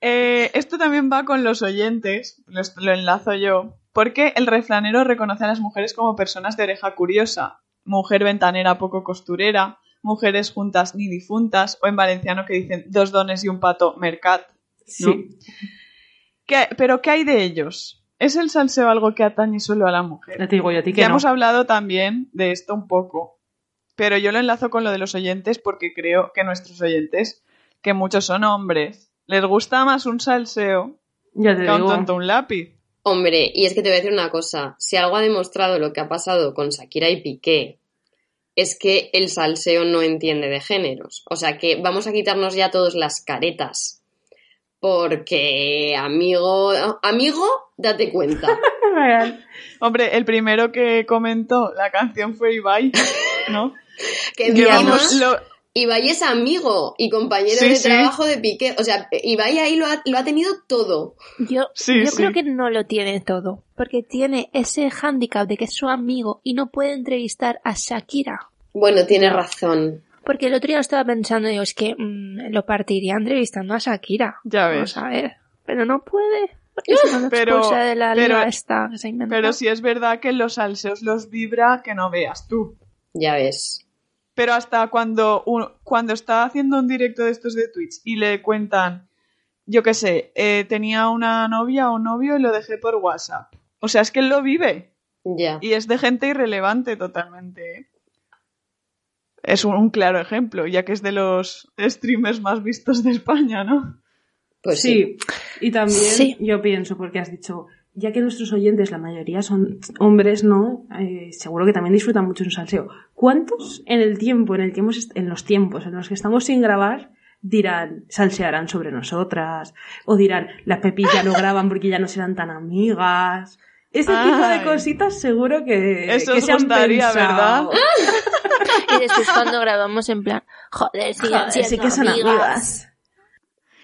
Speaker 2: eh, esto también va con los oyentes, lo, est- lo enlazo yo. Porque el refranero reconoce a las mujeres como personas de oreja curiosa, mujer ventanera poco costurera, mujeres juntas ni difuntas, o en valenciano que dicen dos dones y un pato mercat.
Speaker 4: Sí.
Speaker 2: ¿Qué- ¿Pero qué hay de ellos? ¿Es el salseo algo que atañe solo a la mujer?
Speaker 4: Ya te digo yo a ti que
Speaker 2: Ya
Speaker 4: no.
Speaker 2: hemos hablado también de esto un poco, pero yo lo enlazo con lo de los oyentes porque creo que nuestros oyentes, que muchos son hombres, les gusta más un salseo
Speaker 4: Ya te
Speaker 2: que a un
Speaker 4: digo.
Speaker 2: tonto un lápiz.
Speaker 5: Hombre, y es que te voy a decir una cosa, si algo ha demostrado lo que ha pasado con Shakira y Piqué, es que el salseo no entiende de géneros. O sea que vamos a quitarnos ya todas las caretas. Porque, amigo, amigo, date cuenta.
Speaker 4: Real.
Speaker 2: Hombre, el primero que comentó la canción fue Ibai, ¿no?
Speaker 5: Que
Speaker 2: Que
Speaker 5: encima
Speaker 2: vamos, lo-
Speaker 5: Ibai es amigo y compañero
Speaker 2: Sí,
Speaker 5: de
Speaker 2: sí.
Speaker 5: trabajo de Piqué. O sea, Ibai ahí lo ha, lo ha tenido todo.
Speaker 3: Yo,
Speaker 2: Sí,
Speaker 3: yo
Speaker 2: sí.
Speaker 3: creo que no lo tiene todo, porque tiene ese hándicap de que es su amigo y no puede entrevistar a Shakira.
Speaker 5: Bueno, tiene razón.
Speaker 3: Porque el otro día lo estaba pensando, digo, es que mm, lo partiría entrevistando a Shakira.
Speaker 2: Ya ves.
Speaker 3: Vamos a ver. Pero no puede, porque si no lo
Speaker 2: Pero-
Speaker 3: expulsa de la
Speaker 2: pero-
Speaker 3: liga esta que se ha inventado.
Speaker 2: Pero sí es verdad que los salseos los vibra que no veas tú.
Speaker 5: Ya ves.
Speaker 2: Pero hasta cuando, un- cuando está haciendo un directo de estos de Twitch y le cuentan, yo qué sé, eh, tenía una novia o un novio y lo dejé por WhatsApp. O sea, es que él lo vive
Speaker 5: Ya.
Speaker 2: y es de gente irrelevante totalmente. ¿eh? Es un, un claro ejemplo, ya que es de los streamers más vistos de España, ¿no?
Speaker 5: Pues sí.
Speaker 4: sí. Y también
Speaker 3: Sí.
Speaker 4: yo pienso, porque has dicho, ya que nuestros oyentes, la mayoría son hombres, ¿no? Eh, seguro que también disfrutan mucho de un salseo. ¿Cuántos en el tiempo, en el que hemos est- en los tiempos en los que estamos sin grabar, dirán, salsearán sobre nosotras, o dirán, las pepis ya no graban porque ya no serán tan amigas. Ese tipo de
Speaker 2: Ay.
Speaker 4: cositas seguro que,
Speaker 2: Eso
Speaker 4: que
Speaker 2: os
Speaker 4: se han
Speaker 2: gustaría,
Speaker 4: pensado.
Speaker 2: ¿verdad?
Speaker 3: Y después cuando grabamos en plan, joder, sí,
Speaker 4: Joder,
Speaker 3: sí,
Speaker 4: sí Ah, que son amigas.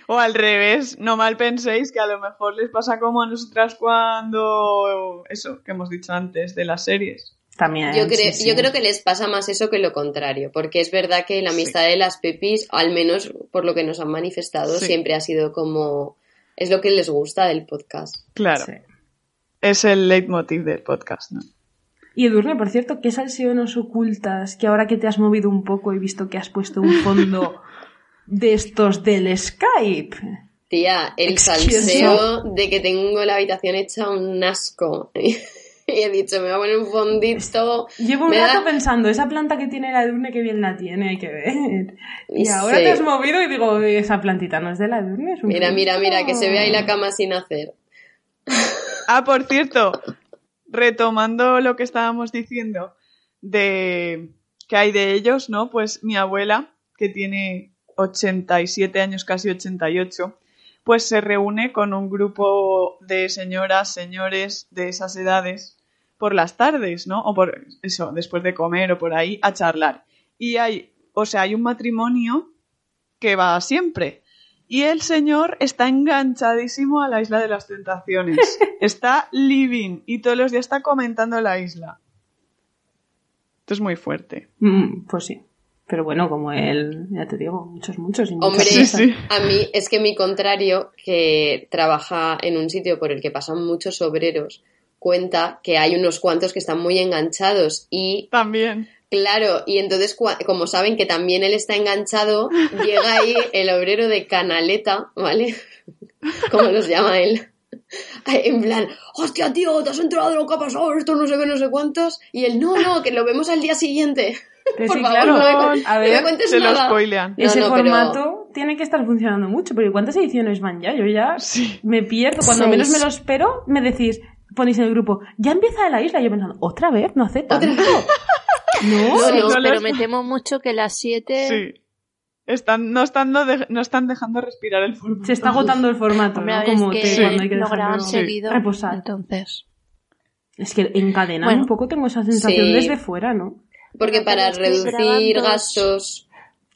Speaker 2: O al revés, no mal penséis que a lo mejor les pasa como a nosotras cuando... Eso que hemos dicho antes de las series.
Speaker 4: También.
Speaker 5: Yo, creo,
Speaker 4: sí, sí.
Speaker 5: yo creo que les pasa más eso que lo contrario, porque es verdad que la amistad de las pepis, al menos por lo que nos han manifestado,
Speaker 2: Sí.
Speaker 5: siempre ha sido como... Es lo que les gusta del podcast.
Speaker 2: Claro,
Speaker 4: Sí.
Speaker 2: es el leitmotiv del podcast, ¿no?
Speaker 4: Y Edurne, por cierto, ¿qué salseo nos ocultas? Que ahora que te has movido un poco he visto que has puesto un fondo de estos del Skype.
Speaker 5: Tía, el
Speaker 4: Excuse
Speaker 5: salseo de que tengo la habitación hecha un asco. y he dicho, me voy a poner un fondito.
Speaker 4: Llevo un
Speaker 5: Me da-
Speaker 4: rato pensando, esa planta que tiene la Edurne, qué bien la tiene, hay que ver. Y ahora
Speaker 5: Sí.
Speaker 4: te has movido y digo, esa plantita no es de la Edurne, es un
Speaker 5: Mira, mira, mira, que se ve ahí la
Speaker 4: planta.
Speaker 5: cama sin hacer.
Speaker 2: Ah, por cierto, retomando lo que estábamos diciendo de que hay de ellos, ¿no? Pues mi abuela, que tiene 87 años, casi 88, pues se reúne con un grupo de señoras, señores de esas edades por las tardes, ¿no? O por eso, después de comer o por ahí, a charlar. Y hay, o sea, hay un matrimonio que va siempre. Y el señor está enganchadísimo a la isla de las tentaciones. Está living y todos los días está comentando la isla. Esto es muy fuerte.
Speaker 4: Mm, pues sí. Pero bueno, como él, ya te digo, muchos, muchos. y muchas
Speaker 5: Hombre,
Speaker 2: Sí,
Speaker 4: cosas.
Speaker 2: sí.
Speaker 5: a mí es que mi contrario, que trabaja en un sitio por el que pasan muchos obreros, cuenta que hay unos cuantos que están muy enganchados y
Speaker 2: También.
Speaker 5: claro, y entonces cua- como saben que también él está enganchado, llega ahí el obrero de canaleta, ¿vale? Como los llama él. En plan, hostia tío, te has enterado de lo que ha pasado, esto no sé qué, no sé cuántos. Y él, no, no, que lo vemos al día siguiente.
Speaker 4: Que
Speaker 5: Por
Speaker 4: sí,
Speaker 5: favor,
Speaker 4: claro.
Speaker 5: Ah, no me cu-
Speaker 4: a
Speaker 5: no
Speaker 4: ver,
Speaker 5: me cuentes
Speaker 2: eh, Se lo
Speaker 5: nada.
Speaker 2: spoilean.
Speaker 5: No,
Speaker 4: ese
Speaker 5: no, pero-
Speaker 4: formato tiene que estar funcionando mucho, pero ¿y ¿cuántas ediciones van ya? Yo ya
Speaker 2: Sí.
Speaker 4: me pierdo, cuando
Speaker 5: Seis.
Speaker 4: menos me lo espero, me decís, ponéis en el grupo, ya empieza la isla, yo pensando, otra vez, no hace tanto. No,
Speaker 5: No, no,
Speaker 3: Pero me temo mucho que las
Speaker 5: Eh.
Speaker 3: 7...
Speaker 2: Sí. Están, no, están, no, de- no están dejando respirar el formato.
Speaker 4: se está agotando el formato,
Speaker 3: Hombre,
Speaker 4: ¿no?
Speaker 3: a ver,
Speaker 4: Ah, Como te-
Speaker 3: es que
Speaker 2: Sí.
Speaker 4: cuando hay que
Speaker 3: lo
Speaker 4: dejarlo
Speaker 3: graban
Speaker 2: sí,
Speaker 3: seguido.
Speaker 4: reposar.
Speaker 3: Entonces,
Speaker 4: Es que encadenan
Speaker 3: Bueno.
Speaker 4: un poco, tengo esa sensación
Speaker 5: Sí.
Speaker 4: desde fuera, ¿no?
Speaker 5: Porque
Speaker 3: Pero
Speaker 5: para
Speaker 3: es que graban
Speaker 5: reducir
Speaker 3: dos-
Speaker 5: gastos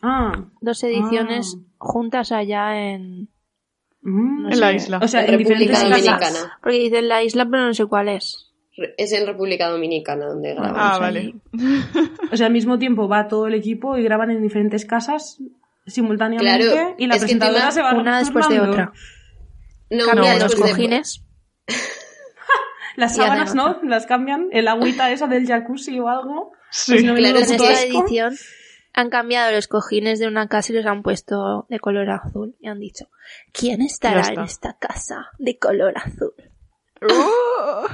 Speaker 4: Ah,
Speaker 3: dos ediciones juntas allá en...
Speaker 4: mm,
Speaker 3: No
Speaker 2: En la isla.
Speaker 4: O sea, en,
Speaker 5: en República
Speaker 4: diferentes
Speaker 3: casas.
Speaker 4: casas.
Speaker 5: Dominicana.
Speaker 3: Porque dicen la isla, pero no sé cuál es.
Speaker 5: Re- Es en República Dominicana donde
Speaker 3: Bueno, pues
Speaker 2: Ah,
Speaker 5: grabamos.
Speaker 3: vamos
Speaker 2: vale.
Speaker 3: allí.
Speaker 4: O sea, al mismo tiempo va todo el equipo y graban en diferentes casas simultáneamente
Speaker 5: Claro,
Speaker 4: y la
Speaker 5: es que
Speaker 4: presentadora
Speaker 5: encima
Speaker 4: se va
Speaker 3: Una después de
Speaker 4: turnando.
Speaker 3: otra.
Speaker 5: No,
Speaker 3: Cambian
Speaker 5: mira,
Speaker 3: los
Speaker 5: después de-
Speaker 3: cojines.
Speaker 4: Las
Speaker 3: Y hacen
Speaker 4: sábanas, ¿no? Las cambian. El agüita esa del jacuzzi o algo.
Speaker 2: Sí.
Speaker 4: no,
Speaker 5: Claro,
Speaker 4: menudo
Speaker 5: es
Speaker 3: En
Speaker 4: puto
Speaker 3: esta
Speaker 4: asco.
Speaker 3: edición han cambiado los cojines de una casa y los han puesto de color azul. Y han dicho, ¿quién
Speaker 2: Ya
Speaker 3: estará
Speaker 2: está.
Speaker 3: en esta casa de color azul?
Speaker 2: ¡Oh!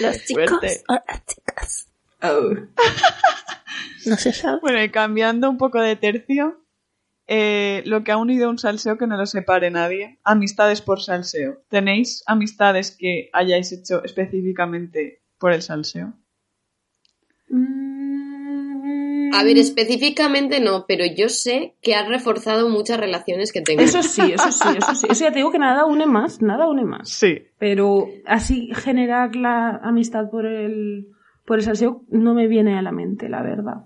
Speaker 3: ¿Los chicos
Speaker 2: fuerte.
Speaker 3: o las chicas?
Speaker 5: Oh.
Speaker 3: No se sabe.
Speaker 2: Bueno, y cambiando un poco de tercio, eh, lo que ha unido un salseo que no lo separe nadie, amistades por salseo. ¿Tenéis amistades que hayáis hecho específicamente por el salseo?
Speaker 4: Mm.
Speaker 5: A ver, específicamente no, pero yo sé que has reforzado muchas relaciones que tengo.
Speaker 4: Eso sí, eso sí, eso sí. Eso ya te digo que nada une más, nada une más.
Speaker 2: Sí.
Speaker 4: Pero así generar la amistad por el, por el salseo no me viene a la mente, la verdad.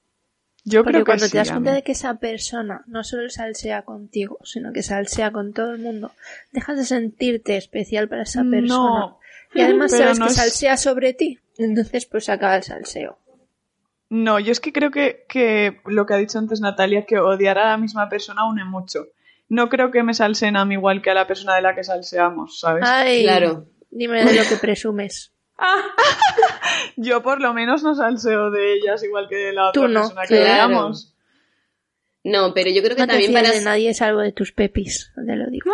Speaker 2: Yo
Speaker 3: Porque
Speaker 2: creo que
Speaker 3: cuando
Speaker 2: sí,
Speaker 3: te das
Speaker 2: a
Speaker 3: cuenta
Speaker 2: mí.
Speaker 3: de que esa persona no solo salsea contigo, sino que salsea con todo el mundo, dejas de sentirte especial para esa persona.
Speaker 2: No,
Speaker 3: y además
Speaker 2: pero
Speaker 3: sabes
Speaker 2: no
Speaker 3: que
Speaker 2: es-
Speaker 3: salsea sobre ti. Entonces, pues acaba el salseo.
Speaker 2: No, yo es que creo que, que lo que ha dicho antes Natalia, que odiar a la misma persona une mucho. No creo que me salsen a mí igual que a la persona de la que salseamos, ¿sabes?
Speaker 5: Pues,
Speaker 3: Ay,
Speaker 5: Claro.
Speaker 3: dime de lo que presumes.
Speaker 2: Yo por lo menos no salseo de ellas igual que de la
Speaker 3: Tú
Speaker 2: otra
Speaker 3: no,
Speaker 2: persona que
Speaker 5: claro.
Speaker 2: odiamos.
Speaker 5: No, pero yo creo que
Speaker 3: No te
Speaker 5: también
Speaker 3: fíes
Speaker 5: para
Speaker 3: de nadie salvo de tus pepis, te lo digo.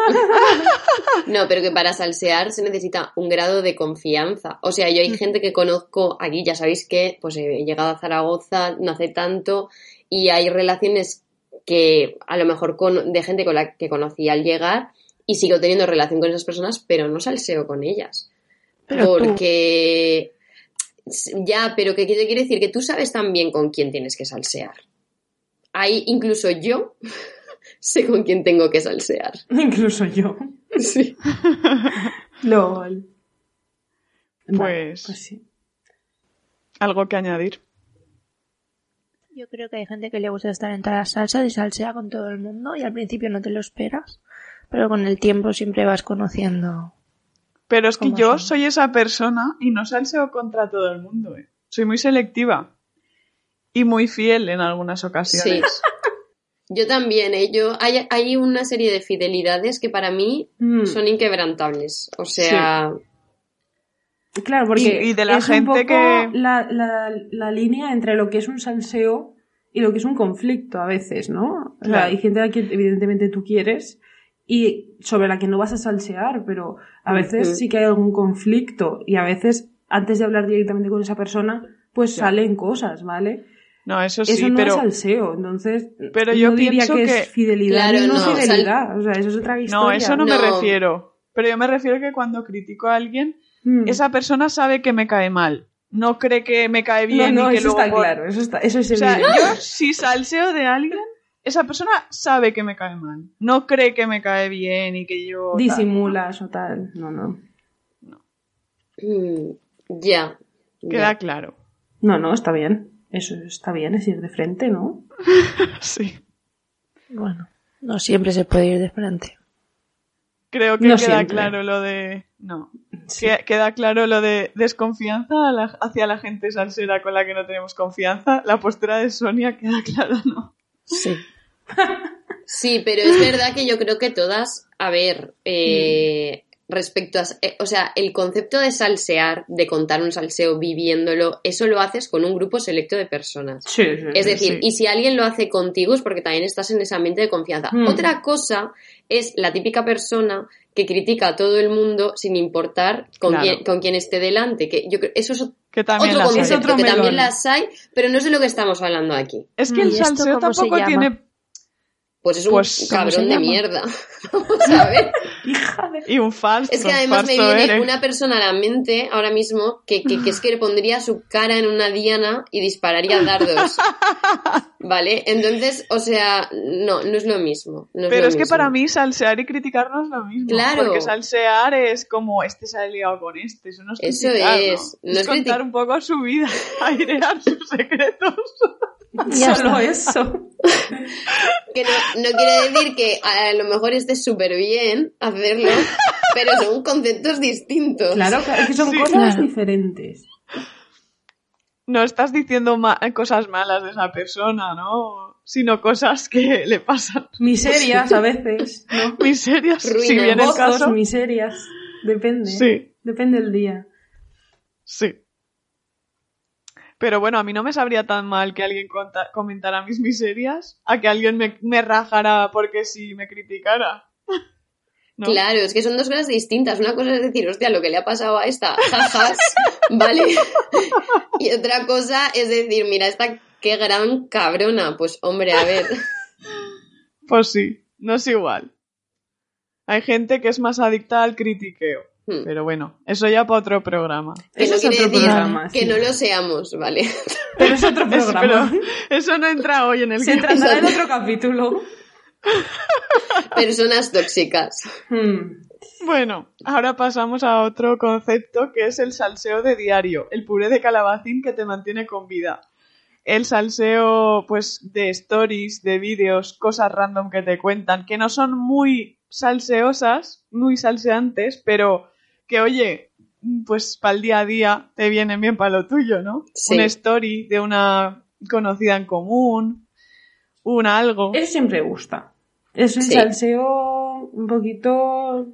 Speaker 5: no, pero que para salsear se necesita un grado de confianza. O sea, yo hay gente que conozco aquí, ya sabéis que pues he llegado a Zaragoza no hace tanto y hay relaciones que a lo mejor con, de gente con la que conocí al llegar y sigo teniendo relación con esas personas, pero no salseo con ellas.
Speaker 3: Pero tú.
Speaker 5: porque ya, pero que quiere quiere decir que tú sabes también con quién tienes que salsear. Hay incluso yo sé con quién tengo que salsear.
Speaker 4: Incluso yo.
Speaker 5: Sí.
Speaker 4: LOL. Vale,
Speaker 2: Pues-
Speaker 4: pues sí.
Speaker 2: ¿Algo que añadir?
Speaker 3: Yo creo que hay gente que le gusta estar en todas las salsas y salsea con todo el mundo y al principio no te lo esperas, pero con el tiempo siempre vas conociendo.
Speaker 2: Pero es que
Speaker 3: ¿Cómo
Speaker 2: yo
Speaker 3: así?
Speaker 2: soy esa persona y no salseo contra todo el mundo. ¿eh? Soy muy selectiva y muy fiel en algunas
Speaker 5: Sí.
Speaker 2: ocasiones.
Speaker 5: Yo también, ¿eh? Yo, hay, hay una serie de fidelidades que para mí
Speaker 4: Mm.
Speaker 5: son inquebrantables. O sea,
Speaker 4: Claro, porque
Speaker 2: Y- y de la
Speaker 4: es
Speaker 2: gente
Speaker 4: un poco
Speaker 2: que-
Speaker 4: la, la, la línea entre lo que es un salseo y lo que es un conflicto a veces, ¿no? O sea,
Speaker 2: Claro.
Speaker 4: hay gente a la que evidentemente tú quieres y sobre la que no vas a salsear, pero a veces
Speaker 5: Ujú.
Speaker 4: sí que hay algún conflicto y a veces antes de hablar directamente con esa persona, pues
Speaker 2: Ya.
Speaker 4: salen cosas, ¿vale?
Speaker 2: No, eso sí,
Speaker 4: Eso no es
Speaker 2: pero
Speaker 4: salseo, entonces
Speaker 2: pero yo
Speaker 4: no diría
Speaker 2: pienso
Speaker 4: que,
Speaker 2: que-
Speaker 4: es fidelidad
Speaker 5: Claro,
Speaker 4: ni no,
Speaker 5: no, sal-
Speaker 4: fidelidad, o sea, eso es otra historia.
Speaker 2: no, eso no, me
Speaker 5: No.
Speaker 2: refiero. Pero yo me refiero que cuando critico a alguien,
Speaker 4: Mm.
Speaker 2: esa persona sabe que me cae mal. No cree que me cae
Speaker 4: No,
Speaker 2: bien
Speaker 4: no,
Speaker 2: y que
Speaker 4: eso
Speaker 2: luego
Speaker 4: está
Speaker 2: voy-
Speaker 4: claro, eso, está, eso es
Speaker 2: O sea,
Speaker 4: evidente.
Speaker 2: yo si salseo de alguien, esa persona sabe que me cae mal. No cree que me cae bien y que yo. tal.
Speaker 4: disimulas o tal. No, no.
Speaker 5: mm, ya.
Speaker 2: Queda
Speaker 5: ya.
Speaker 2: claro.
Speaker 4: No, no, está bien. Eso está bien, es ir de frente, ¿no?
Speaker 2: Sí.
Speaker 3: Bueno, no siempre se puede ir de frente.
Speaker 2: Creo que
Speaker 4: No
Speaker 2: queda
Speaker 4: siempre.
Speaker 2: claro lo de. No.
Speaker 4: Sí.
Speaker 2: Que- Queda claro lo de desconfianza a la- hacia la gente salsera con la que no tenemos confianza. La postura de Sonia queda clara, ¿no?
Speaker 5: Sí. Sí, pero es verdad que yo creo que todas, a ver, eh, respecto a, eh, o sea, el concepto de salsear, de contar un salseo viviéndolo, eso lo haces con un grupo selecto de personas.
Speaker 4: Sí, sí,
Speaker 5: Es
Speaker 4: sí.
Speaker 5: decir,
Speaker 2: sí.
Speaker 5: y si alguien lo hace contigo es porque también estás en ese ambiente de confianza.
Speaker 4: Mm.
Speaker 5: Otra cosa es la típica persona que critica a todo el mundo sin importar con,
Speaker 2: Claro.
Speaker 5: quién, con quién esté delante. Que yo creo, eso es
Speaker 2: Que también
Speaker 5: otro
Speaker 2: las hay.
Speaker 4: concepto.
Speaker 5: concepto,
Speaker 4: otro
Speaker 5: que también
Speaker 4: melón.
Speaker 5: las hay, pero no es de lo que estamos hablando aquí.
Speaker 2: Es que
Speaker 3: ¿Y
Speaker 2: el
Speaker 3: esto
Speaker 2: salseo
Speaker 3: cómo se
Speaker 2: tampoco
Speaker 3: llama?
Speaker 2: tiene.
Speaker 5: Pues es un
Speaker 2: Pues, ¿cómo
Speaker 5: cabrón
Speaker 3: se
Speaker 5: de
Speaker 3: llama?
Speaker 5: mierda. Vamos a ver.
Speaker 4: Hija de...
Speaker 2: Y un falso.
Speaker 5: Es que además me
Speaker 2: falso
Speaker 5: viene
Speaker 2: eres.
Speaker 5: una persona a la mente ahora mismo que, que, que es que le pondría su cara en una diana y dispararía dardos. ¿Vale? Entonces, o sea, no, no es lo mismo. no
Speaker 2: Pero
Speaker 5: lo
Speaker 2: es que
Speaker 5: mismo.
Speaker 2: para mí salsear y criticar no es lo mismo.
Speaker 5: Claro.
Speaker 2: Porque salsear es como este se ha liado con este. Eso no es
Speaker 5: Eso
Speaker 2: criticar, ¿no?
Speaker 5: es, no es
Speaker 2: contar
Speaker 5: criti-
Speaker 2: un poco su vida, airear sus secretos.
Speaker 3: Ya
Speaker 4: Solo
Speaker 3: está.
Speaker 4: eso.
Speaker 5: Que no, no quiere decir que a lo mejor esté súper bien hacerlo, pero son conceptos distintos.
Speaker 4: Claro, claro, es que son
Speaker 2: Sí.
Speaker 4: cosas
Speaker 3: Claro.
Speaker 4: diferentes.
Speaker 2: No estás diciendo ma- cosas malas de esa persona, ¿no? Sino cosas que le pasan.
Speaker 4: Miserias a veces, ¿no?
Speaker 2: Miserias, si
Speaker 5: Ruinas.
Speaker 2: bien el
Speaker 4: Gozos,
Speaker 2: caso.
Speaker 4: miserias. Depende.
Speaker 2: Sí.
Speaker 4: Depende el día.
Speaker 2: Sí. Pero bueno, a mí no me sabría tan mal que alguien conta- comentara mis miserias a que alguien me, me rajara porque si me criticara. ¿No?
Speaker 5: Claro, es que son dos cosas distintas. Una cosa es decir, hostia, lo que le ha pasado a esta, jajas, ¿vale? Y otra cosa es decir, mira, esta qué gran cabrona. Pues hombre, a ver.
Speaker 2: Pues sí, no es igual. Hay gente que es más adicta al critiqueo.
Speaker 5: Hmm.
Speaker 2: Pero bueno, eso ya para otro programa.
Speaker 5: Que
Speaker 4: Eso
Speaker 5: no
Speaker 4: es
Speaker 5: quiere
Speaker 4: otro
Speaker 5: decir
Speaker 4: programa.
Speaker 5: que
Speaker 4: sí.
Speaker 5: no lo seamos, ¿vale?
Speaker 4: Pero es otro
Speaker 2: Es-
Speaker 4: programa.
Speaker 2: pero eso no entra hoy en el
Speaker 4: Se
Speaker 2: guión.
Speaker 4: tratará en otro capítulo.
Speaker 5: Personas tóxicas.
Speaker 4: Mm.
Speaker 2: Bueno, ahora pasamos a otro concepto que es el salseo de diario, el puré de calabacín que te mantiene con vida. El salseo, pues, de stories, de vídeos, cosas random que te cuentan, que no son muy salseosas, muy salseantes, pero que, oye, pues para el día a día te vienen bien para lo tuyo, ¿no?
Speaker 5: Sí.
Speaker 2: Una story de una conocida en común, un algo.
Speaker 4: Eso siempre gusta. Es un
Speaker 5: Sí.
Speaker 4: salseo un poquito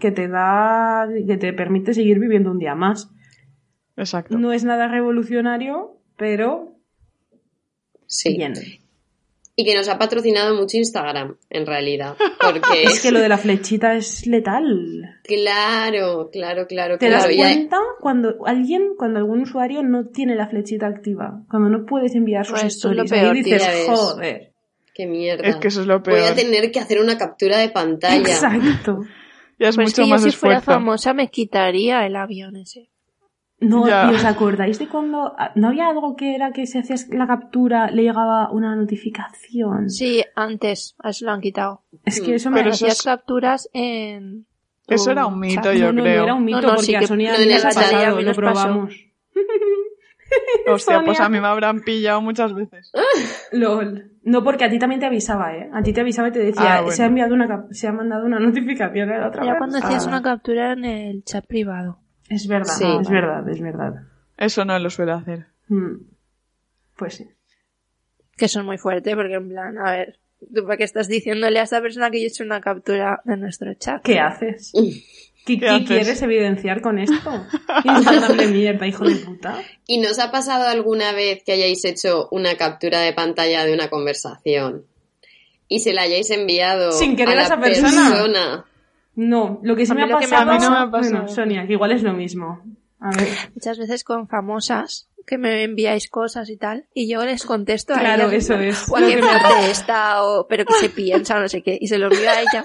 Speaker 4: que te da, que te permite seguir viviendo un día más.
Speaker 2: Exacto.
Speaker 4: No es nada revolucionario, pero
Speaker 5: Sí.
Speaker 4: bien.
Speaker 5: Y que nos ha patrocinado mucho Instagram, en realidad. Porque,
Speaker 4: Es que lo de la flechita es letal.
Speaker 5: claro, claro, claro,
Speaker 4: ¿Te
Speaker 5: claro.
Speaker 4: das
Speaker 5: ya-
Speaker 4: cuenta cuando alguien, cuando algún usuario no tiene la flechita activa? Cuando no puedes enviar sus
Speaker 3: Pues esto es lo
Speaker 4: stories. Ahí
Speaker 3: peor,
Speaker 4: dices,
Speaker 5: tía, ya ves.
Speaker 4: joder.
Speaker 5: Qué mierda.
Speaker 2: Es que eso es lo
Speaker 5: Voy
Speaker 2: peor.
Speaker 5: a tener que hacer una captura de pantalla.
Speaker 4: Exacto.
Speaker 2: Ya es
Speaker 3: Pues es
Speaker 2: mucho
Speaker 3: que yo
Speaker 2: más
Speaker 3: si fuera
Speaker 2: esfuerzo.
Speaker 3: famosa me quitaría el avión ese.
Speaker 4: No,
Speaker 2: Ya.
Speaker 4: ¿y os acordáis de cuando ah, no había algo que era que si hacías la captura le llegaba una notificación?
Speaker 3: Sí, antes, a eso lo han quitado.
Speaker 4: Es que eso me
Speaker 2: Pero
Speaker 3: Pero
Speaker 2: eso
Speaker 3: hacías
Speaker 2: es-
Speaker 3: capturas en... tu
Speaker 2: Eso era un mito,
Speaker 3: chat.
Speaker 4: no,
Speaker 2: yo
Speaker 4: no,
Speaker 2: creo.
Speaker 4: no era un mito
Speaker 3: No, no,
Speaker 4: porque
Speaker 3: sí que-
Speaker 4: a Sonia
Speaker 5: lo
Speaker 4: le
Speaker 5: de
Speaker 4: había
Speaker 5: la batalla
Speaker 4: pasado,
Speaker 3: me
Speaker 4: lo
Speaker 3: los pasó.
Speaker 4: probamos.
Speaker 2: Hostia, pues
Speaker 4: Sonia.
Speaker 2: a mí me habrán pillado muchas veces.
Speaker 4: LOL. No, porque a ti también te avisaba, ¿eh? A ti te avisaba y te decía,
Speaker 2: Ah, bueno.
Speaker 4: se, ha enviado una, cap- se ha mandado una notificación a la otra
Speaker 3: Era
Speaker 4: vez".
Speaker 3: cuando hacías
Speaker 4: Ah.
Speaker 3: una captura en el chat privado.
Speaker 4: Es verdad,
Speaker 5: Sí.
Speaker 4: es verdad, es verdad.
Speaker 2: Eso no lo suele hacer.
Speaker 4: Mm. Pues sí.
Speaker 3: Que son muy fuertes porque en plan, a ver, ¿tú para qué estás diciéndole a esta persona que yo he hecho una captura de nuestro chat?
Speaker 4: ¿Qué haces? ¿Qué, qué
Speaker 2: haces?
Speaker 4: quieres evidenciar con esto? Instagram de mierda, hijo de puta.
Speaker 5: ¿Y nos ha pasado alguna vez que hayáis hecho una captura de pantalla de una conversación y se la hayáis enviado
Speaker 4: Sin querer
Speaker 5: a,
Speaker 4: a
Speaker 5: la
Speaker 4: esa persona? No, lo que sí
Speaker 3: A
Speaker 4: me ha
Speaker 3: mí lo que me
Speaker 4: pasado...
Speaker 3: ha
Speaker 2: A
Speaker 3: pasado-
Speaker 2: mí no me ha pasado.
Speaker 4: Bueno, Sonia, que igual es lo mismo. A ver,
Speaker 3: Muchas veces con famosas que me enviáis cosas y tal, y yo les contesto a
Speaker 4: claro,
Speaker 3: ellas,
Speaker 4: eso es.
Speaker 3: O a qué parte está, o pero que se piensa, o no sé qué, y se lo envío a ella.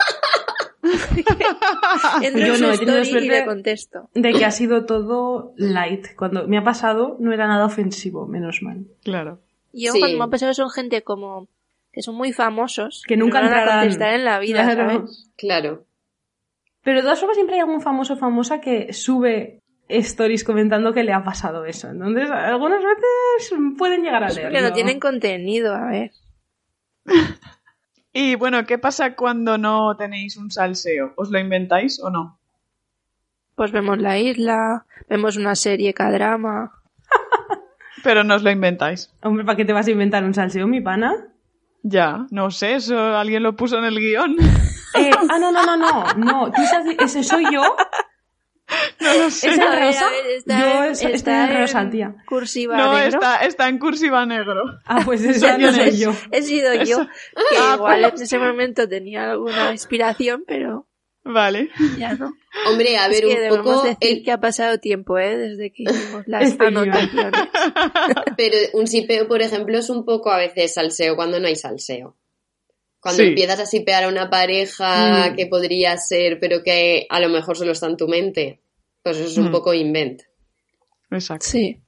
Speaker 3: Entro en
Speaker 4: Yo
Speaker 3: su
Speaker 4: no, he tenido
Speaker 3: story y
Speaker 4: suerte-
Speaker 3: le contesto.
Speaker 4: De que ha sido todo light. Cuando me ha pasado, no era nada ofensivo, menos mal.
Speaker 2: Claro.
Speaker 3: Yo
Speaker 5: Sí.
Speaker 3: cuando me ha pasado son gente como que son muy famosos,
Speaker 4: Que nunca
Speaker 3: no van a
Speaker 4: entrarán.
Speaker 3: contestar en la vida,
Speaker 4: Claro.
Speaker 3: ¿sabes?
Speaker 5: Claro.
Speaker 4: Pero de todas formas siempre hay algún famoso o famosa que sube stories comentando que le ha pasado eso. Entonces, algunas veces pueden llegar a
Speaker 3: Es
Speaker 4: leer.
Speaker 3: porque no tienen contenido, a ver.
Speaker 2: Y bueno, ¿qué pasa cuando no tenéis un salseo? ¿Os lo inventáis o no?
Speaker 3: Pues vemos la isla, vemos una serie K-drama.
Speaker 2: Pero no os lo inventáis.
Speaker 4: Hombre, ¿para qué te vas a inventar un salseo, mi pana?
Speaker 2: Ya, no sé, eso alguien lo puso en el guión.
Speaker 4: Eh, ah, no, no, no, no. No, tú estás- ese soy yo.
Speaker 2: No lo sé.
Speaker 4: ¿Es
Speaker 3: A
Speaker 4: en
Speaker 3: ver, a
Speaker 4: rosa?
Speaker 3: ver, está
Speaker 4: Yo
Speaker 3: en-
Speaker 4: es- estoy
Speaker 3: está
Speaker 4: en rosa,
Speaker 3: en
Speaker 4: tía.
Speaker 3: Cursiva
Speaker 2: No,
Speaker 3: negro.
Speaker 2: está, está en cursiva negro.
Speaker 4: Ah, pues
Speaker 2: Soy
Speaker 4: ese
Speaker 2: yo,
Speaker 4: no soy
Speaker 3: Entonces,
Speaker 4: yo.
Speaker 3: He sido yo,
Speaker 2: Eso.
Speaker 3: que
Speaker 2: Ah,
Speaker 3: igual
Speaker 2: pues.
Speaker 3: en ese momento tenía alguna inspiración, pero
Speaker 2: Vale.
Speaker 3: ya no.
Speaker 5: Hombre, a
Speaker 3: es
Speaker 5: ver,
Speaker 3: que
Speaker 5: un
Speaker 3: debemos
Speaker 5: poco
Speaker 3: decir
Speaker 5: el-
Speaker 3: que ha pasado tiempo, ¿eh? Desde que hicimos las
Speaker 4: Este guión.
Speaker 3: anotaciones.
Speaker 5: Pero un sipeo, por ejemplo, es un poco a veces salseo cuando no hay salseo. Cuando
Speaker 2: Sí.
Speaker 5: empiezas a sipear a una pareja
Speaker 4: Mm.
Speaker 5: que podría ser, pero que a lo mejor solo está en tu mente, pues eso es un
Speaker 2: Mm.
Speaker 5: poco invent.
Speaker 2: Exacto.
Speaker 3: Sí.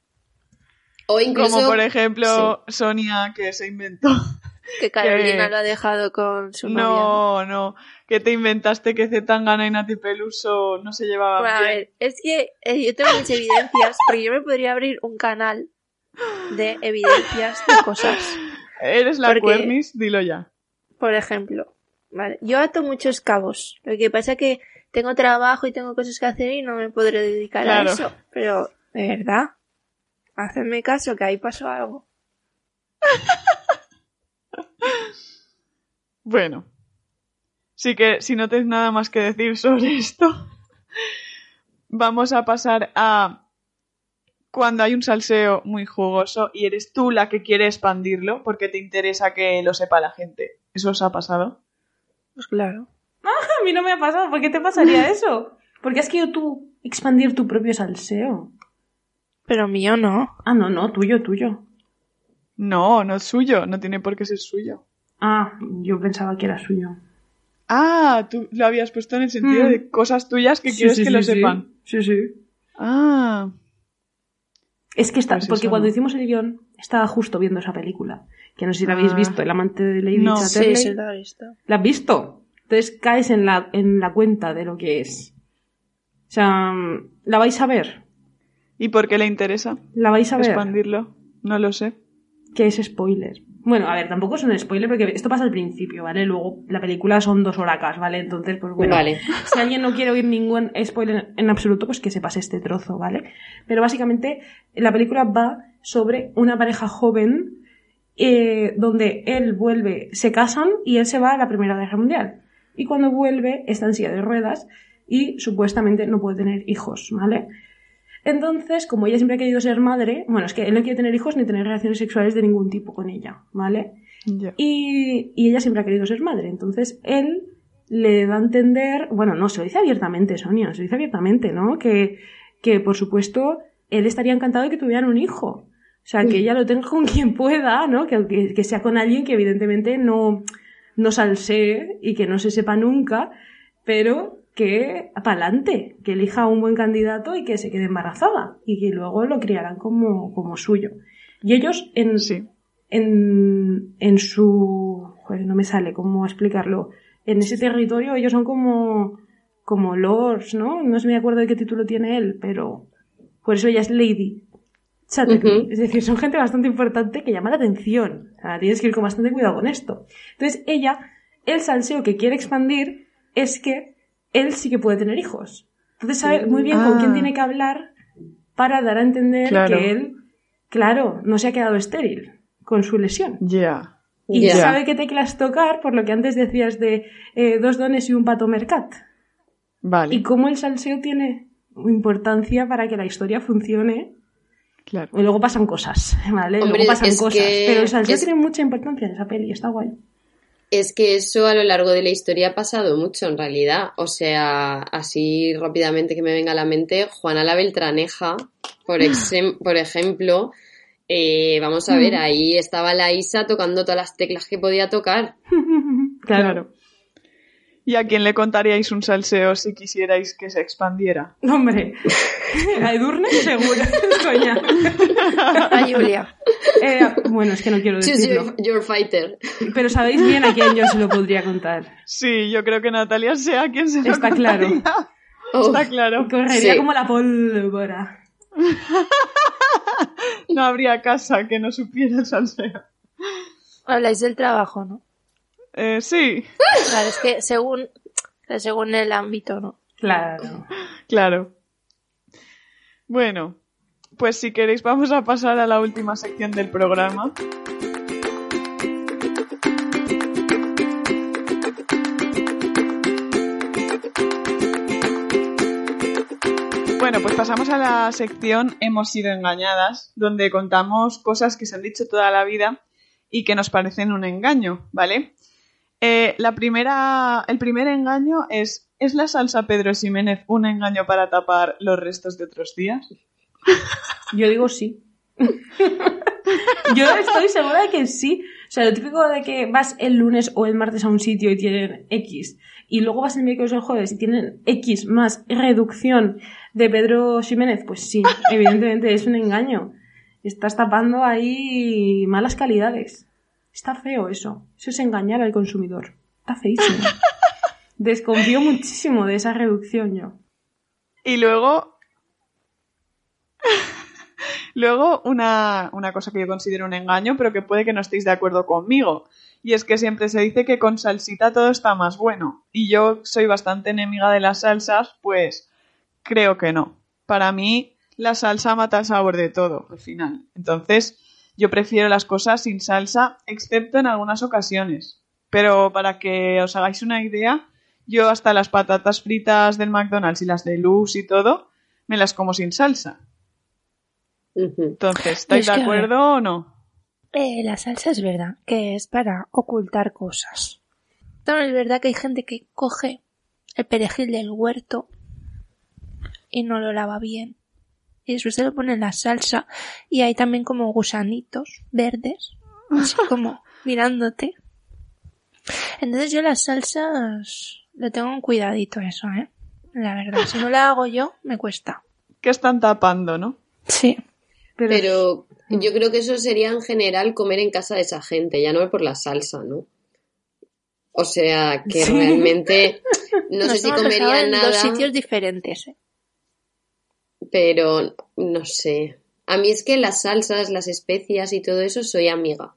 Speaker 5: O incluso...
Speaker 2: Como por ejemplo Sonia que se inventó.
Speaker 3: Que Carolina lo ha dejado con su novia.
Speaker 2: Eh, No, no, que te inventaste que Zetangana y Nati Peluso no se llevaban
Speaker 3: Bueno, Pues, a
Speaker 2: bien.
Speaker 3: ver, es que eh, yo tengo mis evidencias, porque yo me podría abrir un canal de evidencias de cosas.
Speaker 2: Eres la
Speaker 3: porque-
Speaker 2: cuernis, dilo ya.
Speaker 3: por ejemplo, ¿vale? Yo ato muchos cabos. Lo que pasa que tengo trabajo y tengo cosas que hacer y no me podré dedicar
Speaker 2: Claro.
Speaker 3: a eso. Pero, de verdad, hacedme caso que ahí pasó algo.
Speaker 2: Bueno. Sí que si no tenéis nada más que decir sobre esto, vamos a pasar a cuando hay un salseo muy jugoso y eres tú la que quiere expandirlo porque te interesa que lo sepa la gente. ¿Eso os ha pasado?
Speaker 3: Pues claro.
Speaker 4: A mí no me ha pasado. ¿Por qué te pasaría eso? Porque has querido tú expandir tu propio salseo.
Speaker 3: Pero mío no.
Speaker 4: Ah, no, no, tuyo, tuyo.
Speaker 2: No, no es suyo, no tiene por qué ser suyo.
Speaker 4: Ah, yo pensaba que era suyo.
Speaker 2: Ah, tú lo habías puesto en el sentido
Speaker 4: Mm.
Speaker 2: de cosas tuyas que
Speaker 4: Sí,
Speaker 2: quieres
Speaker 4: sí,
Speaker 2: que
Speaker 4: sí,
Speaker 2: lo
Speaker 4: sí.
Speaker 2: sepan.
Speaker 4: Sí, sí.
Speaker 2: Ah,
Speaker 4: Es que está,
Speaker 2: Pues
Speaker 4: porque
Speaker 2: eso
Speaker 4: cuando
Speaker 2: no.
Speaker 4: hicimos el guión, estaba justo viendo esa película. Que no sé si la habéis
Speaker 2: Ah.
Speaker 4: visto, El amante de Lady
Speaker 2: No.
Speaker 4: Chatterley.
Speaker 3: lo he visto.
Speaker 4: ¿La has visto? Entonces caes en la, en la cuenta de lo que es. O sea, ¿la vais a ver?
Speaker 2: ¿y por qué le interesa
Speaker 4: ¿La vais a ver?
Speaker 2: expandirlo? No lo sé.
Speaker 4: Que es spoiler. Bueno, a ver, tampoco es un spoiler porque esto pasa al principio, ¿vale? Luego la película son dos horacas, ¿vale? Entonces, pues bueno.
Speaker 5: Vale.
Speaker 4: si alguien no quiere oír ningún spoiler en absoluto, pues que se pase este trozo, ¿vale? Pero básicamente la película va sobre una pareja joven eh, donde él vuelve, se casan y él se va a la Primera Guerra Mundial. Y cuando vuelve está en silla de ruedas y supuestamente no puede tener hijos, ¿vale? Entonces, como ella siempre ha querido ser madre, bueno, es que él no quiere tener hijos ni tener relaciones sexuales de ningún tipo con ella, ¿vale?
Speaker 2: Ya.
Speaker 4: Y, y ella siempre ha querido ser madre. Entonces él le da a entender, bueno, no, se lo dice abiertamente, Sonia, se lo dice abiertamente, ¿no? Que, que por supuesto él estaría encantado de que tuvieran un hijo. O sea, que ella lo tenga con quien pueda, ¿no? Que, que, que sea con alguien que evidentemente no, no salsee y que no se sepa nunca, pero que pa'lante, que elija un buen candidato y que se quede embarazada y que luego lo criarán como, como suyo. Y ellos en,
Speaker 2: Sí.
Speaker 4: en, en su... joder, no me sale cómo explicarlo. En ese territorio ellos son como, como lords, ¿no? No se me acuerdo de qué título tiene él, pero por eso ella es Lady. Chatterley.
Speaker 5: Ujú.
Speaker 4: Es decir, son gente bastante importante que llama la atención. O sea, tienes que ir con bastante cuidado con esto. Entonces ella, el salseo que quiere expandir es que él sí que puede tener hijos. Entonces sabe muy bien con
Speaker 2: Ah.
Speaker 4: quién tiene que hablar para dar a entender
Speaker 2: Claro.
Speaker 4: que él, claro, no se ha quedado estéril con su lesión.
Speaker 2: Ya.
Speaker 4: Y
Speaker 5: Ya.
Speaker 4: sabe qué teclas tocar, por lo que antes decías de eh, dos dones y un pato mercat.
Speaker 2: Vale.
Speaker 4: Y cómo el salseo tiene importancia para que la historia funcione.
Speaker 2: Claro.
Speaker 4: Y luego pasan cosas, ¿vale?
Speaker 5: Hombre,
Speaker 4: luego pasan
Speaker 5: es
Speaker 4: cosas.
Speaker 5: que-
Speaker 4: Pero el salseo
Speaker 5: es-
Speaker 4: tiene mucha importancia en esa peli, está guay.
Speaker 5: Es que eso a lo largo de la historia ha pasado mucho en realidad. O sea, así rápidamente que me venga a la mente, Juana la Beltraneja,
Speaker 2: Mm.
Speaker 5: por, exem- por ejemplo, eh, vamos a ver,
Speaker 2: Mm.
Speaker 5: ahí estaba la Isa tocando todas las teclas que podía tocar.
Speaker 4: claro.
Speaker 2: ¿Y a quién le contaríais un salseo si quisierais que se expandiera?
Speaker 4: Hombre, a Edurne seguro, coña.
Speaker 3: A Julia.
Speaker 4: Eh, bueno, es que no quiero
Speaker 5: Choose
Speaker 4: decirlo.
Speaker 5: your, your fighter.
Speaker 4: Pero sabéis bien a quién yo se lo podría contar.
Speaker 2: Sí, yo creo que Natalia sea quien se lo
Speaker 4: Está claro.
Speaker 2: contaría.
Speaker 5: Oh,
Speaker 2: Está claro.
Speaker 4: Correría
Speaker 5: Sí.
Speaker 4: como la pólvora.
Speaker 2: No habría casa que no supiera el salseo.
Speaker 3: Habláis del trabajo, ¿no?
Speaker 2: Eh, sí,
Speaker 3: Claro, es que según, según el ámbito, ¿no?
Speaker 4: Claro.
Speaker 2: claro. Bueno, pues si queréis vamos a pasar a la última sección del programa. Bueno, pues pasamos a la sección Hemos sido engañadas, donde contamos cosas que se han dicho toda la vida y que nos parecen un engaño, ¿vale? Eh, la primera, el primer engaño es ¿Es la salsa Pedro Ximénez un engaño para tapar los restos de otros días?
Speaker 4: Yo digo sí. Yo estoy segura de que sí. O sea, lo típico de que vas el lunes o el martes a un sitio y tienen X, y luego vas el miércoles o el jueves y tienen X más reducción de Pedro Ximénez, pues sí, evidentemente es un engaño. Estás tapando ahí malas calidades. Está feo eso. Eso es engañar al consumidor. Está feísimo. Desconfío muchísimo de esa reducción yo.
Speaker 2: Y luego... luego una, una cosa que yo considero un engaño, pero que puede que no estéis de acuerdo conmigo. Y es que siempre se dice que con salsita todo está más bueno. Y yo soy bastante enemiga de las salsas, pues creo que no. Para mí, la salsa mata el sabor de todo, al final. Entonces, yo prefiero las cosas sin salsa, excepto en algunas ocasiones. Pero para que os hagáis una idea, yo hasta las patatas fritas del McDonald's y las de Luz y todo, me las como sin salsa.
Speaker 5: ujú.
Speaker 2: Entonces, ¿estáis
Speaker 3: Es
Speaker 2: de
Speaker 3: que-
Speaker 2: acuerdo o no?
Speaker 3: Eh, la salsa es verdad que es para ocultar cosas. También es verdad que hay gente que coge el perejil del huerto y no lo lava bien. Y después se lo pone en la salsa y hay también como gusanitos verdes, así como mirándote. Entonces yo las salsas le tengo un cuidadito a eso, ¿eh? La verdad, si no la hago yo, me cuesta.
Speaker 2: Que están tapando, ¿no?
Speaker 3: Sí.
Speaker 5: Pero yo creo que eso sería en general comer en casa de esa gente, ya no por la salsa, ¿no? O sea, que
Speaker 4: Sí.
Speaker 5: realmente no sé
Speaker 3: Nos
Speaker 5: si
Speaker 3: hemos besado
Speaker 5: comería
Speaker 3: en
Speaker 5: nada.
Speaker 3: dos sitios diferentes, ¿eh?
Speaker 5: pero no sé. A mí es que las salsas, las especias y todo eso soy amiga.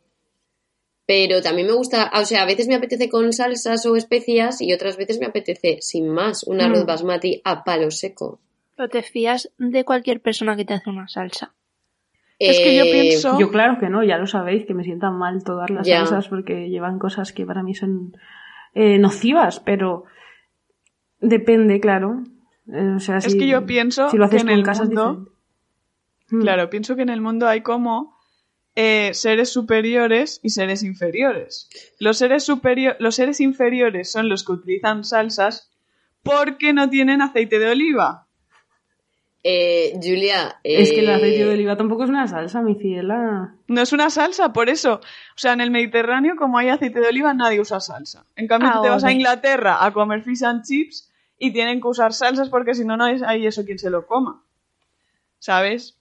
Speaker 5: Pero también me gusta, ah, o sea, a veces me apetece con salsas o especias y otras veces me apetece sin más un arroz
Speaker 4: Mm.
Speaker 5: basmati a palo seco.
Speaker 3: Pero te fías de cualquier persona que te hace una salsa.
Speaker 2: Es que yo
Speaker 5: Eh,
Speaker 2: pienso...
Speaker 4: Yo claro que no, ya lo sabéis, que me sientan mal todas las
Speaker 5: Ya.
Speaker 4: salsas porque llevan cosas que para mí son eh, nocivas, pero depende, claro. Eh, o sea,
Speaker 2: Es
Speaker 4: si-
Speaker 2: que yo pienso
Speaker 4: si lo haces
Speaker 2: que en
Speaker 4: con
Speaker 2: el
Speaker 4: casas
Speaker 2: mundo-
Speaker 4: diferentes. Mm.
Speaker 2: Claro, pienso que en el mundo hay como eh, seres superiores y seres inferiores. Los seres, superio- los seres inferiores son los que utilizan salsas porque no tienen aceite de oliva.
Speaker 5: eh, Julia,
Speaker 4: Es que el
Speaker 5: eh,
Speaker 4: aceite de oliva tampoco es una salsa, mi ciela.
Speaker 2: No es una salsa, por eso. O sea, en el
Speaker 3: Ah,
Speaker 2: Mediterráneo, como hay aceite de oliva, nadie usa salsa. En cambio, tú te vas a
Speaker 3: Ahora.
Speaker 2: Inglaterra a comer fish and chips y tienen que usar salsas porque si no, no es- hay eso quien se lo coma. ¿Sabes?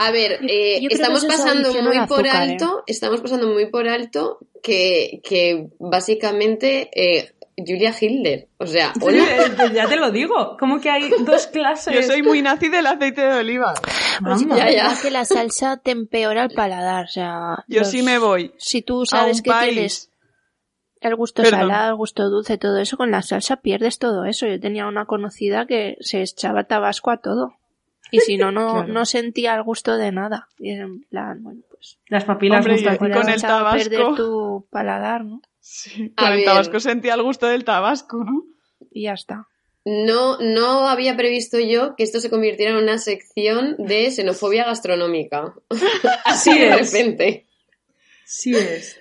Speaker 5: A ver,
Speaker 3: Yo-
Speaker 5: eh,
Speaker 3: yo creo que
Speaker 5: estamos
Speaker 3: eso es
Speaker 5: pasando
Speaker 3: adicción al
Speaker 5: muy por
Speaker 3: azúcar, ¿eh?
Speaker 5: alto, estamos pasando muy por alto que, que básicamente eh, Julia Hilder, o sea, hola.
Speaker 4: Eh, pues ya te lo digo. Como que hay dos clases.
Speaker 2: Yo soy muy nazi del aceite de oliva.
Speaker 3: Pero sí que
Speaker 4: Vamos.
Speaker 5: Ya,
Speaker 3: es
Speaker 5: ya.
Speaker 3: verdad que la salsa te empeora el paladar. O sea,
Speaker 2: Yo
Speaker 3: los-
Speaker 2: sí me voy
Speaker 3: Si tú
Speaker 2: a
Speaker 3: sabes
Speaker 2: un
Speaker 3: que tienes
Speaker 2: país.
Speaker 3: el gusto
Speaker 2: Perdón.
Speaker 3: salado, el gusto dulce, todo eso, con la salsa pierdes todo eso. Yo tenía una conocida que se echaba tabasco a todo. Y si no, no,
Speaker 2: Claro.
Speaker 3: no sentía el gusto de nada. Y era en plan, bueno, pues.
Speaker 4: Las papilas
Speaker 2: Hombre, y- y
Speaker 4: gustativas.
Speaker 2: con el
Speaker 3: echaba a
Speaker 2: tabasco.
Speaker 3: perder tu paladar, ¿no?
Speaker 2: Sí,
Speaker 5: A
Speaker 2: con el
Speaker 5: ver.
Speaker 2: tabasco sentía el gusto del tabasco, ¿no?
Speaker 3: Y ya está.
Speaker 5: No, no había previsto yo que esto se convirtiera en una sección de xenofobia gastronómica. Así de
Speaker 4: es.
Speaker 5: repente.
Speaker 4: Sí es.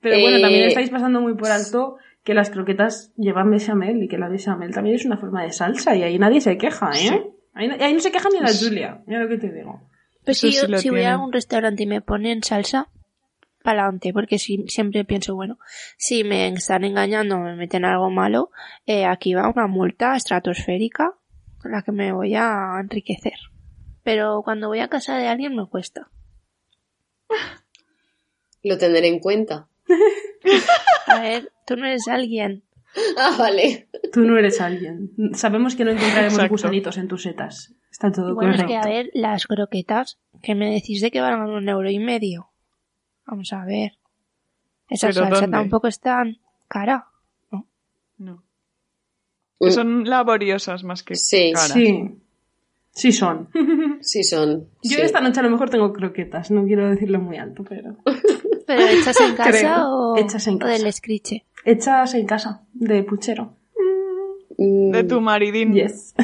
Speaker 4: Pero bueno,
Speaker 5: Eh,
Speaker 4: también estáis pasando muy por alto que las croquetas llevan bechamel y que la bechamel también es una forma de salsa y ahí nadie se queja, ¿eh?
Speaker 2: Sí.
Speaker 4: Ahí, no, ahí no se queja ni la Julia, mira lo que te digo.
Speaker 3: Pero
Speaker 2: Eso
Speaker 3: Pues si, yo-
Speaker 2: sí lo
Speaker 3: si voy a
Speaker 2: tienen.
Speaker 3: un restaurante y me ponen salsa, para adelante, porque si, siempre pienso, bueno, si me están engañando, me meten algo malo, eh, aquí va una multa estratosférica con la que me voy a enriquecer. Pero cuando voy a casa de alguien me cuesta.
Speaker 5: Lo tendré en cuenta.
Speaker 3: A ver, tú no eres alguien.
Speaker 5: Ah, vale.
Speaker 4: Tú no eres alguien. Sabemos que no encontraremos
Speaker 2: Exacto.
Speaker 4: gusanitos en tus setas. Está todo
Speaker 3: Igual es
Speaker 4: correcto.
Speaker 3: que, a ver, las croquetas, que me decís de que valgan un euro y medio. Vamos a ver. Esa
Speaker 2: ¿Pero
Speaker 3: salsa
Speaker 2: dónde?
Speaker 3: tampoco es tan cara.
Speaker 2: No. Que son laboriosas más que
Speaker 5: Sí,
Speaker 2: caras.
Speaker 4: Sí. Sí son.
Speaker 5: Sí son.
Speaker 4: Yo
Speaker 5: sí.
Speaker 4: esta noche a lo mejor tengo croquetas, no quiero decirlo muy alto, pero...
Speaker 3: ¿Pero hechas en casa
Speaker 4: Creo.
Speaker 3: o,
Speaker 4: Hechas en
Speaker 3: o del
Speaker 4: casa.
Speaker 3: escriche?
Speaker 4: Hechas en casa, de puchero.
Speaker 5: Mm,
Speaker 2: De tu maridín.
Speaker 4: Yes.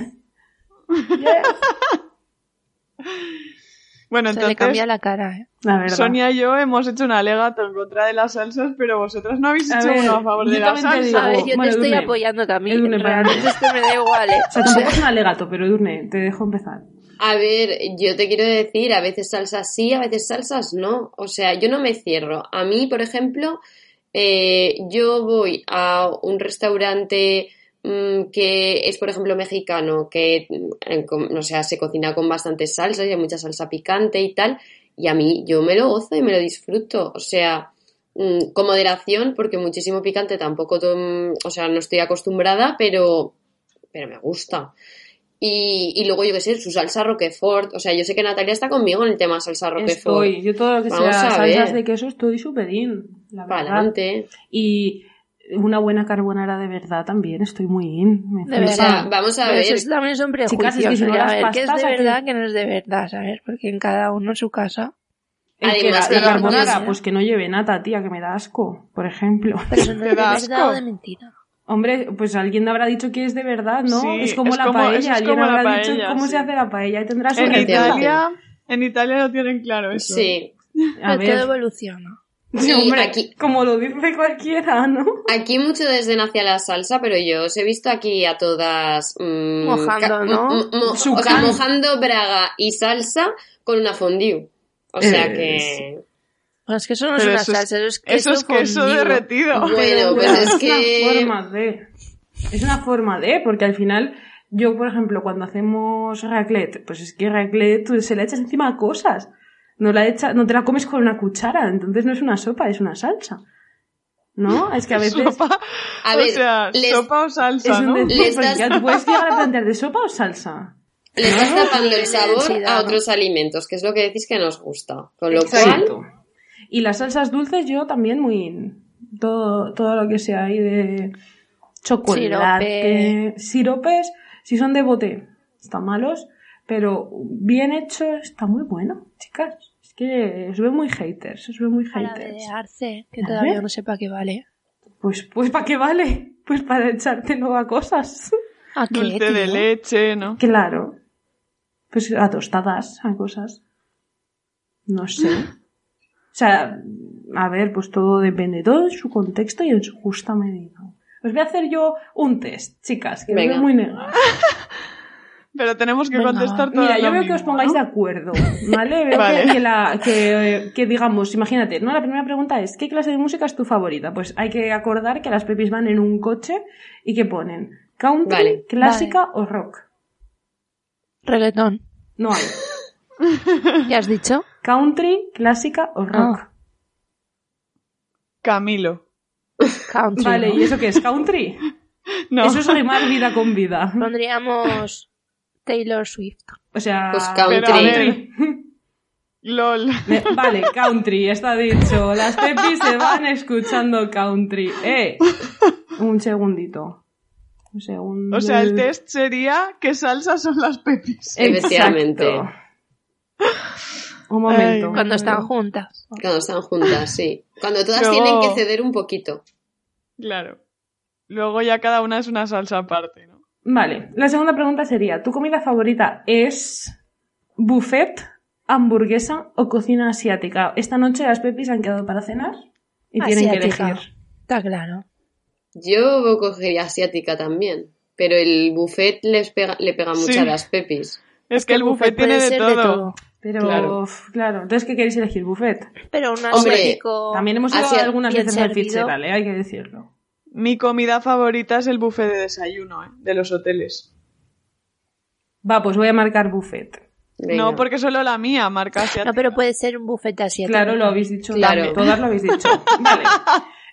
Speaker 2: Bueno,
Speaker 3: Se le cambia
Speaker 2: entonces,
Speaker 3: la cara, ¿eh?
Speaker 4: La verdad.
Speaker 2: Sonia y yo hemos hecho un alegato en contra de las salsas, pero vosotras no habéis
Speaker 4: A
Speaker 2: hecho
Speaker 4: ver,
Speaker 2: uno a favor
Speaker 4: yo
Speaker 2: de la
Speaker 4: también te digo-
Speaker 2: salsa.
Speaker 4: A ver, yo te Bueno, estoy Edurne.
Speaker 3: apoyando también.
Speaker 4: Edurne, para realmente mí.
Speaker 3: me da igual, ¿eh?
Speaker 4: O sea, tampoco es un alegato, pero Durne, te dejo empezar.
Speaker 5: A ver, yo te quiero decir, a veces salsas sí, a veces salsas no. O sea, yo no me cierro. A mí, por ejemplo, eh, yo voy a un restaurante mm, que es, por ejemplo, mexicano, que, mm, en com- o sea, se cocina con bastante salsa y hay mucha salsa picante y tal. Y a mí, yo me lo gozo y me lo disfruto. O sea, mm, con moderación, porque muchísimo picante tampoco, tom- o sea, no estoy acostumbrada, pero, pero me gusta. Y, y luego, yo qué sé, su salsa Roquefort. O sea, yo sé que Natalia está conmigo en el tema salsa Roquefort.
Speaker 4: Estoy, yo todo lo que
Speaker 5: Vamos
Speaker 4: sea
Speaker 5: a
Speaker 4: salsas
Speaker 5: ver.
Speaker 4: de queso estoy súper in, la
Speaker 5: Para
Speaker 4: verdad.
Speaker 5: adelante.
Speaker 4: Y una buena carbonara de verdad también, estoy muy in. Me
Speaker 3: De
Speaker 4: flipa.
Speaker 5: O sea,
Speaker 3: verdad.
Speaker 5: vamos a
Speaker 3: Pero
Speaker 5: ver.
Speaker 3: eso es- también son prejuicios.
Speaker 4: Chicas, es que si no
Speaker 3: ¿eh?
Speaker 4: las
Speaker 3: a ver, ¿qué es
Speaker 4: pastas
Speaker 3: de
Speaker 4: aquí-
Speaker 3: verdad, qué no es de verdad? ¿Sabes? Porque en cada uno su casa.
Speaker 4: El que
Speaker 5: Además,
Speaker 4: la, la
Speaker 5: que algunas-
Speaker 4: carbonara, pues que no lleve nata, tía, que me da asco, por ejemplo.
Speaker 3: Pero eso no
Speaker 2: Te
Speaker 3: es de
Speaker 2: da
Speaker 3: verdad
Speaker 2: asco.
Speaker 3: o de mentira.
Speaker 4: Hombre, pues alguien habrá dicho que es de verdad, ¿no?
Speaker 2: Sí,
Speaker 4: es como
Speaker 2: es
Speaker 4: la
Speaker 2: como-
Speaker 4: paella,
Speaker 2: eso es
Speaker 4: alguien
Speaker 2: como la
Speaker 4: habrá dicho
Speaker 2: paella,
Speaker 4: cómo
Speaker 2: sí.
Speaker 4: se hace la paella y tendrá su
Speaker 2: En
Speaker 4: receta.
Speaker 2: Italia, en Italia lo tienen claro eso.
Speaker 5: Sí.
Speaker 4: A
Speaker 3: Pero todo
Speaker 4: ver,
Speaker 3: evoluciona.
Speaker 5: Sí,
Speaker 4: hombre,
Speaker 5: aquí-
Speaker 4: como lo dice cualquiera, ¿no?
Speaker 5: Aquí mucho desdén hacia la salsa, pero yo os he visto aquí a todas mm,
Speaker 3: Mojando,
Speaker 5: ca-
Speaker 3: ¿no?
Speaker 5: mm, mm, mo- o sea,
Speaker 4: Sucan.
Speaker 5: mojando braga y salsa con una fondue. O sea
Speaker 4: Eh,
Speaker 5: que
Speaker 3: Pues es que eso no es
Speaker 2: Pero
Speaker 3: una
Speaker 2: eso es-
Speaker 3: salsa, eso es queso,
Speaker 2: Eso es queso
Speaker 3: fundido.
Speaker 2: derretido.
Speaker 5: bueno, pues
Speaker 4: Pero
Speaker 5: es
Speaker 4: una
Speaker 5: que
Speaker 4: forma de. Es una forma de, porque al final, yo, por ejemplo, cuando hacemos raclette, pues es que raclette tú se la echas encima a cosas. No, la echa, no te la comes con una cuchara, entonces no es una sopa, es una salsa. ¿No? Es que a veces.
Speaker 2: Sopa,
Speaker 5: A ver,
Speaker 2: o sea,
Speaker 5: les-
Speaker 2: sopa o
Speaker 4: Es
Speaker 2: salsa,
Speaker 4: un
Speaker 2: ¿no?
Speaker 4: desfile,
Speaker 5: Les
Speaker 4: porque
Speaker 5: das-
Speaker 4: ya te puedes llegar a plantear de sopa o salsa.
Speaker 5: le estás tapando el sabor
Speaker 3: densidad,
Speaker 5: a
Speaker 3: ¿no?
Speaker 5: otros alimentos, que es lo que decís que nos gusta. Con lo cual,
Speaker 4: Exacto. Y las salsas dulces, yo también muy. Todo, todo lo que sea ahí de chocolate, siropes, si son de bote, están malos, pero bien hecho está muy bueno, chicas. Es que os veo muy haters, os veo muy
Speaker 3: A la
Speaker 4: haters.
Speaker 3: de arce, que
Speaker 4: A
Speaker 3: todavía
Speaker 4: ver.
Speaker 3: no sepa qué vale.
Speaker 4: Pues, pues ¿para qué vale? Pues para echártelo a cosas.
Speaker 2: Ah,
Speaker 3: ¿A qué,
Speaker 2: Dulce de
Speaker 3: tío?
Speaker 2: leche, ¿no?
Speaker 4: Claro. Pues a tostadas, a cosas. No sé. O sea, a ver, pues todo depende, todo en su contexto y en su justa medida. Os voy a hacer yo un test, chicas, que me
Speaker 5: Venga.
Speaker 4: veo muy negadas.
Speaker 2: Pero tenemos que
Speaker 3: Venga.
Speaker 2: contestar todo
Speaker 4: Mira,
Speaker 2: lo
Speaker 4: yo veo que
Speaker 2: mismo,
Speaker 4: os pongáis de
Speaker 2: ¿no?
Speaker 4: acuerdo, ¿vale? Veo
Speaker 2: Vale.
Speaker 4: Que, que la, que, que digamos, imagínate, ¿no? La primera pregunta es, ¿qué clase de música es tu favorita? Pues hay que acordar que las pepis van en un coche y que ponen ¿Country,
Speaker 5: Vale.
Speaker 4: clásica o rock?
Speaker 3: Reggaetón.
Speaker 4: No hay.
Speaker 3: ¿Ya has dicho?
Speaker 4: ¿Country, clásica o rock?
Speaker 2: Camilo.
Speaker 3: Country.
Speaker 4: vale,
Speaker 3: ¿no?
Speaker 4: ¿y eso qué es? ¿Country?
Speaker 2: No.
Speaker 4: Eso es rimar vida con vida.
Speaker 3: Pondríamos Taylor Swift.
Speaker 4: O sea...
Speaker 5: Pues country.
Speaker 2: Pero a ver. LOL.
Speaker 4: Me- Vale, country, está dicho. Las pepis se van escuchando country. Eh, un segundito. Un segundo.
Speaker 2: O sea, el test sería qué salsas son las pepis.
Speaker 4: Exacto.
Speaker 5: Efectivamente.
Speaker 4: Un momento.
Speaker 2: Ay,
Speaker 3: Cuando están
Speaker 2: Claro.
Speaker 3: juntas.
Speaker 5: Cuando están juntas, sí. Cuando todas
Speaker 2: Luego-
Speaker 5: tienen que ceder un poquito.
Speaker 2: Claro. Luego ya cada una es una salsa aparte, ¿no?
Speaker 4: Vale, la segunda pregunta sería, ¿tu comida favorita es buffet, hamburguesa o cocina asiática? Esta noche las pepis han quedado para cenar y tienen que
Speaker 3: Asiática.
Speaker 4: elegir.
Speaker 3: Está claro.
Speaker 5: Yo cogería asiática también. Pero el buffet les pega, le pega mucho
Speaker 2: Sí.
Speaker 5: a las pepis.
Speaker 2: Es, que el buffet, tiene
Speaker 3: puede
Speaker 2: de
Speaker 3: ser
Speaker 2: todo.
Speaker 4: Pero,
Speaker 5: Claro.
Speaker 4: claro. claro, entonces, ¿qué queréis elegir? Buffet.
Speaker 3: Pero un
Speaker 5: Hombre,
Speaker 3: asiático.
Speaker 4: También hemos ido
Speaker 5: Asia-
Speaker 4: algunas
Speaker 3: bien
Speaker 4: veces al
Speaker 3: servido.
Speaker 4: Fitzgerald, ¿eh? hay que decirlo.
Speaker 2: Mi comida favorita es el buffet de desayuno, ¿eh? De los hoteles.
Speaker 4: Va, pues voy a marcar buffet.
Speaker 5: Venga.
Speaker 2: No, porque solo la mía, marca asiática.
Speaker 3: No, pero puede ser un bufete asiático.
Speaker 4: Claro, lo habéis dicho.
Speaker 5: Claro.
Speaker 4: también, Todas lo habéis dicho. Vale.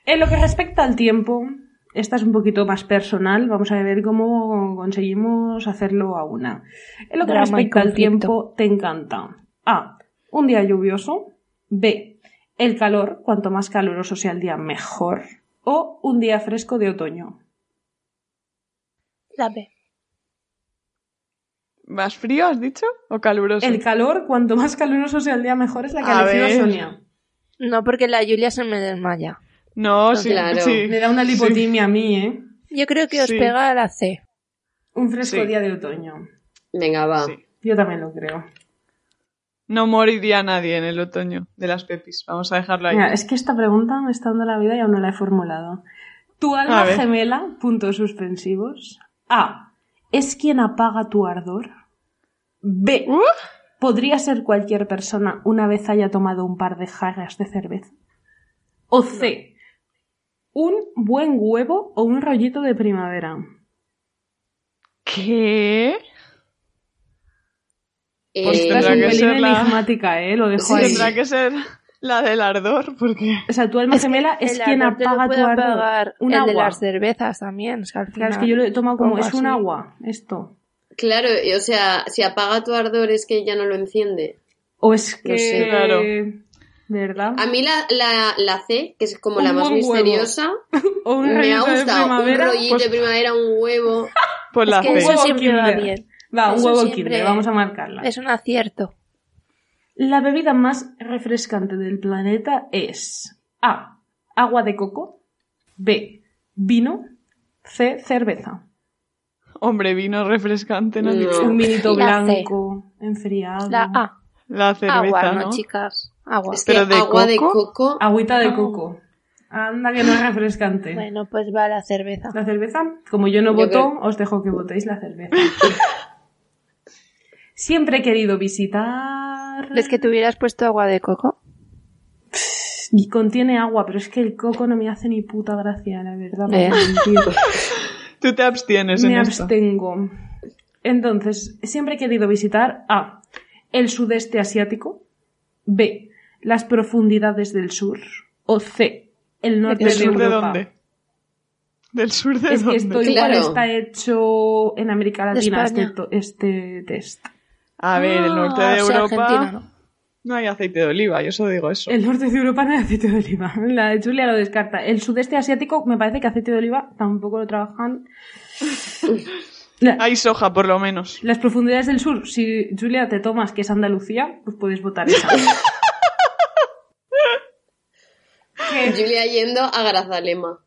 Speaker 4: En lo que respecta al tiempo, esta es un poquito más personal. Vamos a ver cómo conseguimos hacerlo a una. En lo que
Speaker 3: Drama y
Speaker 4: respecta al
Speaker 3: conflicto.
Speaker 4: tiempo, te encanta. A. Un día lluvioso. B. El calor. Cuanto más caluroso sea el día, mejor. O un día fresco de otoño.
Speaker 3: La B.
Speaker 2: ¿Más frío, has dicho? ¿O caluroso?
Speaker 4: El calor, cuanto más caluroso sea el día, mejor es la que
Speaker 2: A
Speaker 4: ha elegido
Speaker 2: ver.
Speaker 4: Sonia.
Speaker 3: No, porque la Julia se me desmaya.
Speaker 2: No, sí,
Speaker 5: Claro.
Speaker 2: sí.
Speaker 4: Me da una lipotimia a mí, ¿eh?
Speaker 3: Yo creo que os
Speaker 2: Sí.
Speaker 3: pega la C.
Speaker 4: Un fresco
Speaker 2: Sí.
Speaker 4: día de otoño.
Speaker 5: Venga, va.
Speaker 2: Sí.
Speaker 4: Yo también lo creo.
Speaker 2: No moriría nadie en el otoño de las pepis. Vamos a dejarlo ahí.
Speaker 4: Mira, es que esta pregunta me está dando la vida y aún no la he formulado. ¿Tu
Speaker 2: A
Speaker 4: alma
Speaker 2: ver.
Speaker 4: gemela, puntos suspensivos? A. ¿Es quien apaga tu ardor? B.
Speaker 2: ¡Uh!
Speaker 4: ¿Podría ser cualquier persona una vez haya tomado un par de jarras de cerveza? O C. ¿Un buen huevo o un rollito de primavera?
Speaker 2: ¿Qué?
Speaker 5: Eh,
Speaker 2: Pues
Speaker 4: Esta es un
Speaker 2: que
Speaker 4: pelín
Speaker 2: ser la-
Speaker 4: enigmática, ¿eh? Lo dejo
Speaker 5: Sí,
Speaker 4: ahí.
Speaker 2: Tendrá que ser la del ardor, porque...
Speaker 4: O sea, tu alma gemela es
Speaker 3: El
Speaker 4: quien
Speaker 3: ardor te lo
Speaker 4: apaga
Speaker 3: puede
Speaker 4: tu ardor.
Speaker 3: apagar
Speaker 4: Un
Speaker 3: el
Speaker 4: agua.
Speaker 3: de las cervezas también. o sea, al
Speaker 4: Claro, es
Speaker 3: final-
Speaker 4: que yo lo he tomado como
Speaker 3: Algo
Speaker 4: es un
Speaker 3: así.
Speaker 4: agua, esto.
Speaker 5: Claro, y, o sea, si apaga tu ardor es que ya no lo enciende.
Speaker 4: O es que.
Speaker 5: No sé.
Speaker 2: Claro.
Speaker 4: ¿Verdad?
Speaker 5: A mí la, la, la C, que es como
Speaker 4: Un
Speaker 5: la más
Speaker 4: buen huevo.
Speaker 5: misteriosa,
Speaker 4: O un
Speaker 5: me ha
Speaker 4: rollito de
Speaker 5: gustado. Un
Speaker 4: primavera.
Speaker 5: rollito
Speaker 2: pues-
Speaker 5: de primavera, un huevo.
Speaker 2: Por la
Speaker 3: Es que
Speaker 2: fe.
Speaker 4: Un
Speaker 3: eso
Speaker 4: huevo
Speaker 3: siempre va
Speaker 4: Kinder.
Speaker 3: bien.
Speaker 4: Va, un
Speaker 3: Eso
Speaker 4: huevo
Speaker 3: siempre-
Speaker 4: kinder, vamos a marcarla.
Speaker 3: Es un acierto.
Speaker 4: La bebida más refrescante del planeta es A. Agua de coco. B. Vino. C. Cerveza.
Speaker 2: Hombre, vino refrescante, ¿no?
Speaker 5: No.
Speaker 4: Un vinito
Speaker 3: La C.
Speaker 4: blanco, enfriado.
Speaker 3: La A.
Speaker 2: La cerveza,
Speaker 3: agua,
Speaker 2: ¿no?
Speaker 3: ¿no, chicas? Agua.
Speaker 5: Es
Speaker 2: ¿Pero
Speaker 5: que
Speaker 2: de
Speaker 5: agua de
Speaker 2: coco?
Speaker 5: coco.
Speaker 4: Agüita de coco. Anda que no es refrescante.
Speaker 3: Bueno, pues va la cerveza.
Speaker 4: ¿La cerveza? Como yo no
Speaker 5: Yo
Speaker 4: voto,
Speaker 5: creo-
Speaker 4: os dejo que votéis la cerveza. Siempre he querido visitar...
Speaker 3: ¿Ves que te hubieras puesto agua de coco?
Speaker 4: Y contiene agua, pero es que el coco no me hace ni puta gracia, la verdad.
Speaker 3: Eh.
Speaker 4: para mentir.
Speaker 2: Tú te abstienes
Speaker 4: me
Speaker 2: en esto.
Speaker 4: abstengo. Entonces, siempre he querido visitar A. El sudeste asiático. B. Las profundidades del sur. O C. El norte
Speaker 2: ¿Del
Speaker 4: de,
Speaker 2: sur de
Speaker 4: Europa.
Speaker 2: dónde? ¿Del sur de
Speaker 4: Es que
Speaker 2: dónde?
Speaker 4: esto igual
Speaker 5: Claro.
Speaker 4: está hecho en América
Speaker 3: De
Speaker 4: Latina este,
Speaker 3: España.
Speaker 4: to- este test.
Speaker 2: A ver, el norte de
Speaker 3: Ah, o sea,
Speaker 2: Europa
Speaker 3: Argentina, ¿no?
Speaker 2: no hay aceite de oliva, yo solo digo eso.
Speaker 4: El norte de Europa no hay aceite de oliva. La de Julia lo descarta. El sudeste asiático me parece que aceite de oliva tampoco lo trabajan. La-
Speaker 2: Hay soja, por lo menos.
Speaker 4: Las profundidades del sur, si Julia te tomas que es Andalucía, pues puedes votar esa. Que
Speaker 5: Julia yendo a Grazalema.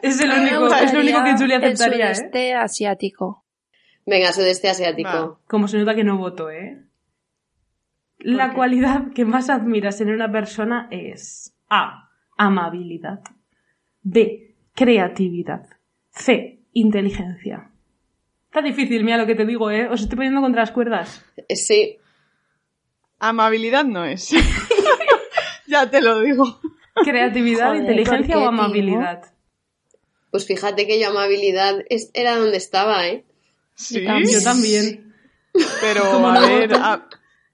Speaker 4: es, el
Speaker 3: A mí me
Speaker 4: único, es lo único que
Speaker 3: gustaría
Speaker 4: Julia aceptaría,
Speaker 3: El
Speaker 4: ¿eh?
Speaker 3: sudeste asiático.
Speaker 5: Venga, sudeste asiático.
Speaker 2: Va.
Speaker 4: Como se nota que no voto, ¿eh? La
Speaker 2: qué?
Speaker 4: cualidad que más admiras en una persona es A. Amabilidad. B. Creatividad. C. Inteligencia. Está difícil, mira lo que te digo, ¿eh? Os estoy poniendo contra las cuerdas.
Speaker 5: Eh, Sí,
Speaker 2: Amabilidad no es. ya te lo digo.
Speaker 4: Creatividad,
Speaker 3: Joder,
Speaker 4: inteligencia
Speaker 3: ¿por qué,
Speaker 4: o
Speaker 3: tío?
Speaker 4: amabilidad.
Speaker 5: Pues fíjate que yo amabilidad es- era donde estaba, ¿eh?
Speaker 2: Sí,
Speaker 4: Yo también.
Speaker 2: pero a ver, a-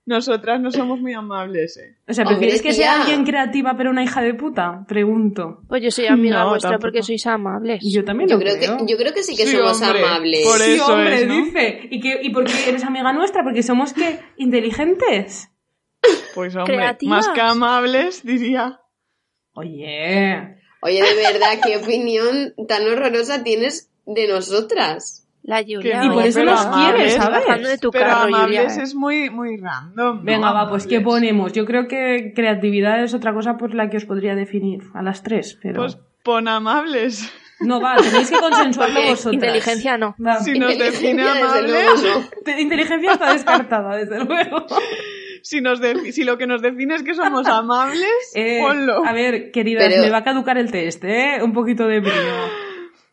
Speaker 2: nosotras no somos muy amables, ¿eh?
Speaker 4: O sea,
Speaker 5: Hombre,
Speaker 4: ¿prefieres que sea
Speaker 5: tía.
Speaker 4: alguien creativa pero una hija de puta? Pregunto.
Speaker 3: Pues yo soy amiga
Speaker 2: No,
Speaker 3: vuestra
Speaker 2: tampoco.
Speaker 3: porque sois amables.
Speaker 4: Y Yo también
Speaker 5: Yo
Speaker 4: lo
Speaker 5: creo, que, yo creo que sí que
Speaker 2: Sí,
Speaker 5: somos
Speaker 2: hombre.
Speaker 5: amables.
Speaker 2: Por e-
Speaker 4: sí,
Speaker 2: eso
Speaker 4: hombre,
Speaker 2: es, ¿no?
Speaker 4: dice. ¿Y, qué, ¿Y por qué eres amiga nuestra? Porque somos, ¿qué? ¿Inteligentes?
Speaker 2: Pues hombre,
Speaker 3: Creativas.
Speaker 2: más que amables, diría.
Speaker 4: Oye.
Speaker 5: Oye, de verdad, qué opinión tan horrorosa tienes de nosotras.
Speaker 3: La Julia.
Speaker 4: Y
Speaker 3: oye,
Speaker 4: por eso
Speaker 3: pero
Speaker 4: nos quieres, ¿sabes?
Speaker 3: bajando de tu
Speaker 2: pero
Speaker 3: carro, eh.
Speaker 2: amables
Speaker 3: Julia.
Speaker 2: es muy, muy random. ¿no?
Speaker 4: Venga, va, pues ¿qué
Speaker 2: Amables.
Speaker 4: ponemos? Yo creo que creatividad es otra cosa por la que os podría definir a las tres, pero...
Speaker 2: Pues pon amables.
Speaker 4: No, va, tenéis que consensuarlo
Speaker 5: Porque
Speaker 4: vosotras.
Speaker 3: Inteligencia no.
Speaker 4: Va.
Speaker 2: Si nos define
Speaker 5: Inteligencia, desde
Speaker 2: amables,
Speaker 5: luego, no.
Speaker 4: Te- Inteligencia está descartada, desde luego.
Speaker 2: si, nos de- si lo que nos define es que somos amables,
Speaker 4: Eh,
Speaker 2: ponlo.
Speaker 4: a ver, queridas,
Speaker 5: Pero-
Speaker 4: me va a caducar el test, ¿eh? Un poquito de brillo.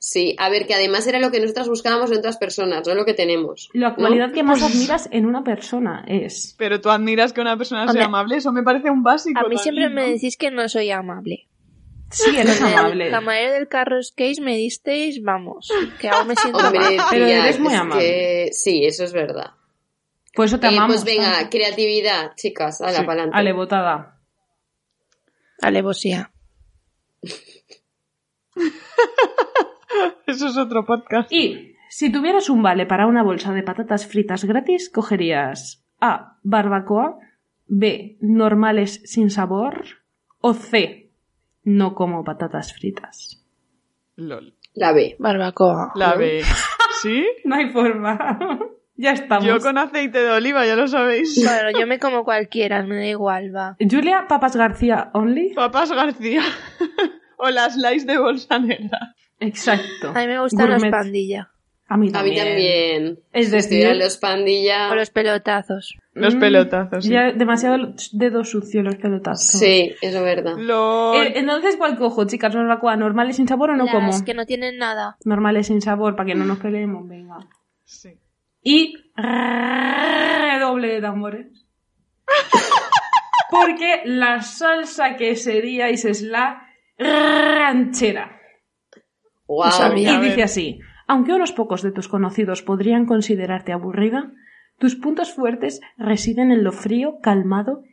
Speaker 5: Sí, a ver, que además era lo que nosotras buscábamos en otras personas, no lo que tenemos.
Speaker 4: La
Speaker 5: ¿no?
Speaker 4: cualidad que más
Speaker 3: Pues
Speaker 4: admiras en una persona es...
Speaker 2: Pero tú admiras que una persona sea
Speaker 3: Hombre,
Speaker 2: amable, eso me parece un básico.
Speaker 3: A mí siempre
Speaker 2: también,
Speaker 3: me
Speaker 2: ¿no?
Speaker 3: decís que no soy amable.
Speaker 4: Sí, eres amable.
Speaker 3: La manera del carro skate me disteis, vamos, que aún me siento
Speaker 5: Hombre,
Speaker 3: mal.
Speaker 4: Pero
Speaker 5: tía,
Speaker 4: eres muy
Speaker 5: es
Speaker 4: amable.
Speaker 5: que- Sí, eso es verdad.
Speaker 4: Por eso te
Speaker 5: Eh,
Speaker 4: amamos.
Speaker 5: pues venga,
Speaker 4: tanto.
Speaker 5: creatividad, chicas, a la
Speaker 2: Sí,
Speaker 5: palante.
Speaker 4: Ale, votada.
Speaker 3: Alevosía.
Speaker 2: Eso es otro podcast.
Speaker 4: Y si tuvieras un vale para una bolsa de patatas fritas gratis, cogerías A. Barbacoa, B. Normales sin sabor o C. No como patatas fritas.
Speaker 2: LOL.
Speaker 5: La B.
Speaker 3: Barbacoa.
Speaker 2: La B. ¿Sí?
Speaker 4: No hay forma. ya estamos.
Speaker 2: Yo con aceite de oliva, ya lo sabéis.
Speaker 3: Bueno, yo me como cualquiera, me da igual, va.
Speaker 4: Julia Papas García Only.
Speaker 2: Papas García. o las slice de bolsa negra.
Speaker 4: Exacto.
Speaker 3: A mí me gustan las
Speaker 4: Gourmet.
Speaker 3: pandillas
Speaker 4: A mí
Speaker 5: A mí
Speaker 4: también.
Speaker 5: también.
Speaker 4: Es
Speaker 5: Si
Speaker 4: decir-
Speaker 5: estuvieran los pandilla.
Speaker 3: o los pelotazos.
Speaker 2: Los
Speaker 4: Mm,
Speaker 2: pelotazos, sí.
Speaker 4: Ya demasiado dedos sucios los pelotazos.
Speaker 5: Sí, eso es verdad.
Speaker 2: Mm, LOL.
Speaker 4: Eh, entonces, ¿cuál cojo, chicas? ¿Barbacoa normales sin sabor o Ah, no
Speaker 3: las
Speaker 4: como?
Speaker 3: que no tienen nada.
Speaker 4: Normales sin sabor, para que no nos peleemos, venga.
Speaker 2: Sí.
Speaker 4: y redoble de tambores. Porque la salsa que seríais es la ranchera.
Speaker 5: Guau.
Speaker 3: Lo sabía.
Speaker 4: Y
Speaker 2: A ver.
Speaker 4: dice así, aunque unos pocos de tus conocidos podrían considerarte aburrida, tus puntos fuertes residen en lo frío, calmado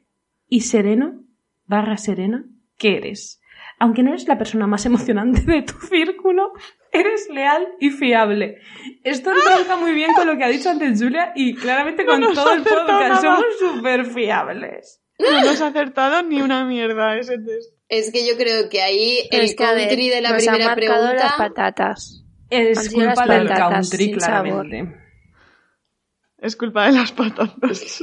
Speaker 4: y sereno, barra serena, que eres. Aunque no eres la persona más emocionante de tu círculo, eres leal y fiable. Esto entronca muy bien con lo que ha dicho antes Julia y claramente con
Speaker 2: No nos
Speaker 4: todo el
Speaker 2: ha acertado
Speaker 4: podcast.
Speaker 2: nada.
Speaker 4: Somos súper fiables.
Speaker 2: No nos ha acertado ni una mierda ese test.
Speaker 5: Es que yo creo que ahí
Speaker 3: Pero
Speaker 5: el
Speaker 3: es que, a ver,
Speaker 5: country de la
Speaker 3: nos
Speaker 5: primera
Speaker 3: han marcado las
Speaker 5: pregunta.
Speaker 3: patatas. Han
Speaker 4: Es
Speaker 3: sido las
Speaker 4: culpa del
Speaker 3: patatas
Speaker 4: country,
Speaker 3: sin sabor.
Speaker 4: claramente.
Speaker 2: Es culpa de las patatas.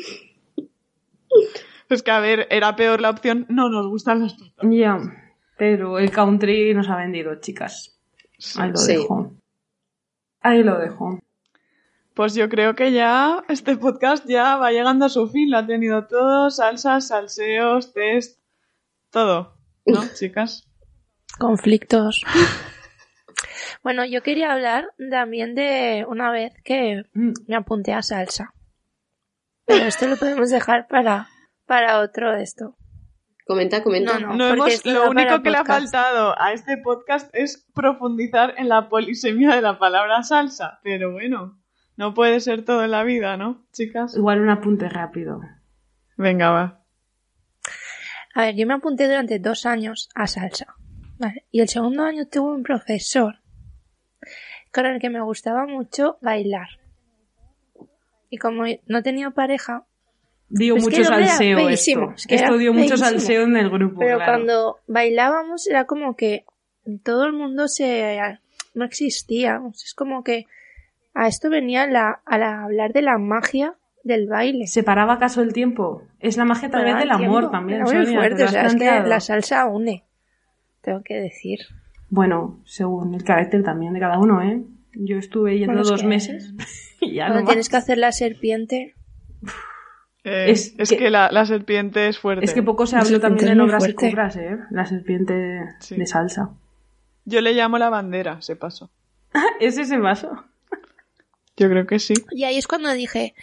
Speaker 2: es que, a ver, era peor la opción. No nos gustan las patatas.
Speaker 4: Ya, pero el country nos ha vendido, chicas. Ahí lo
Speaker 5: Sí.
Speaker 4: dejo. Ahí lo dejo.
Speaker 2: Pues yo creo que ya este podcast ya va llegando a su fin. Lo ha tenido todo, salsas, salseos, test, todo. ¿No, chicas?
Speaker 3: Conflictos. bueno, yo quería hablar también de una vez que
Speaker 4: Mm.
Speaker 3: me apunté a salsa. Pero esto lo podemos dejar para, para otro de esto.
Speaker 5: Comenta, comenta.
Speaker 3: No,
Speaker 2: No
Speaker 3: porque
Speaker 2: hemos,
Speaker 3: esto
Speaker 2: lo
Speaker 3: va
Speaker 2: único
Speaker 3: para
Speaker 2: que le ha
Speaker 3: podcast.
Speaker 2: faltado a este podcast es profundizar en la polisemia de la palabra salsa. Pero bueno, no puede ser todo en la vida, ¿no, chicas?
Speaker 4: Igual un apunte rápido.
Speaker 2: Venga, va.
Speaker 3: A ver, yo me apunté durante dos años a salsa. Vale. Y el segundo año tuve un profesor con el que me gustaba mucho bailar. Y como no tenía pareja,
Speaker 4: Dio
Speaker 3: Es que
Speaker 4: mucho
Speaker 3: lo veo
Speaker 4: salseo
Speaker 3: feísimo,
Speaker 4: esto.
Speaker 3: es que
Speaker 4: esto
Speaker 3: era
Speaker 4: dio mucho
Speaker 3: feísimo.
Speaker 4: salseo en el grupo.
Speaker 3: Pero
Speaker 4: claro.
Speaker 3: cuando bailábamos era como que todo el mundo se no existía. O sea, Es como que a esto venía la, a la- hablar de la magia del baile.
Speaker 4: ¿Se paraba acaso el tiempo? Es la magia tal vez
Speaker 3: Paraba
Speaker 4: del
Speaker 3: el tiempo.
Speaker 4: amor también.
Speaker 3: Era muy
Speaker 4: Sonia, ¿te
Speaker 3: fuerte,
Speaker 4: lo
Speaker 3: o
Speaker 4: has
Speaker 3: sea, es que
Speaker 4: planteado?
Speaker 3: la salsa une. Tengo que decir.
Speaker 4: Bueno, según el carácter también de cada uno, ¿eh? Yo estuve yendo
Speaker 3: Bueno, es
Speaker 4: dos
Speaker 3: que-
Speaker 4: meses y ya
Speaker 3: Cuando
Speaker 4: no
Speaker 3: tienes
Speaker 4: más.
Speaker 3: que hacer la serpiente,
Speaker 2: Eh,
Speaker 4: Es
Speaker 2: es,
Speaker 4: que-
Speaker 2: que, la, la serpiente es fuerte.
Speaker 4: Es que poco se
Speaker 3: La
Speaker 4: habló también
Speaker 3: serpiente
Speaker 4: en
Speaker 3: es muy
Speaker 4: obras y
Speaker 3: fuerte.
Speaker 4: cobras, ¿eh? La serpiente
Speaker 2: Sí.
Speaker 4: de salsa.
Speaker 2: Yo le llamo la bandera, se pasó.
Speaker 4: ¿Es ese vaso?
Speaker 2: Yo creo que sí.
Speaker 3: y ahí es cuando dije,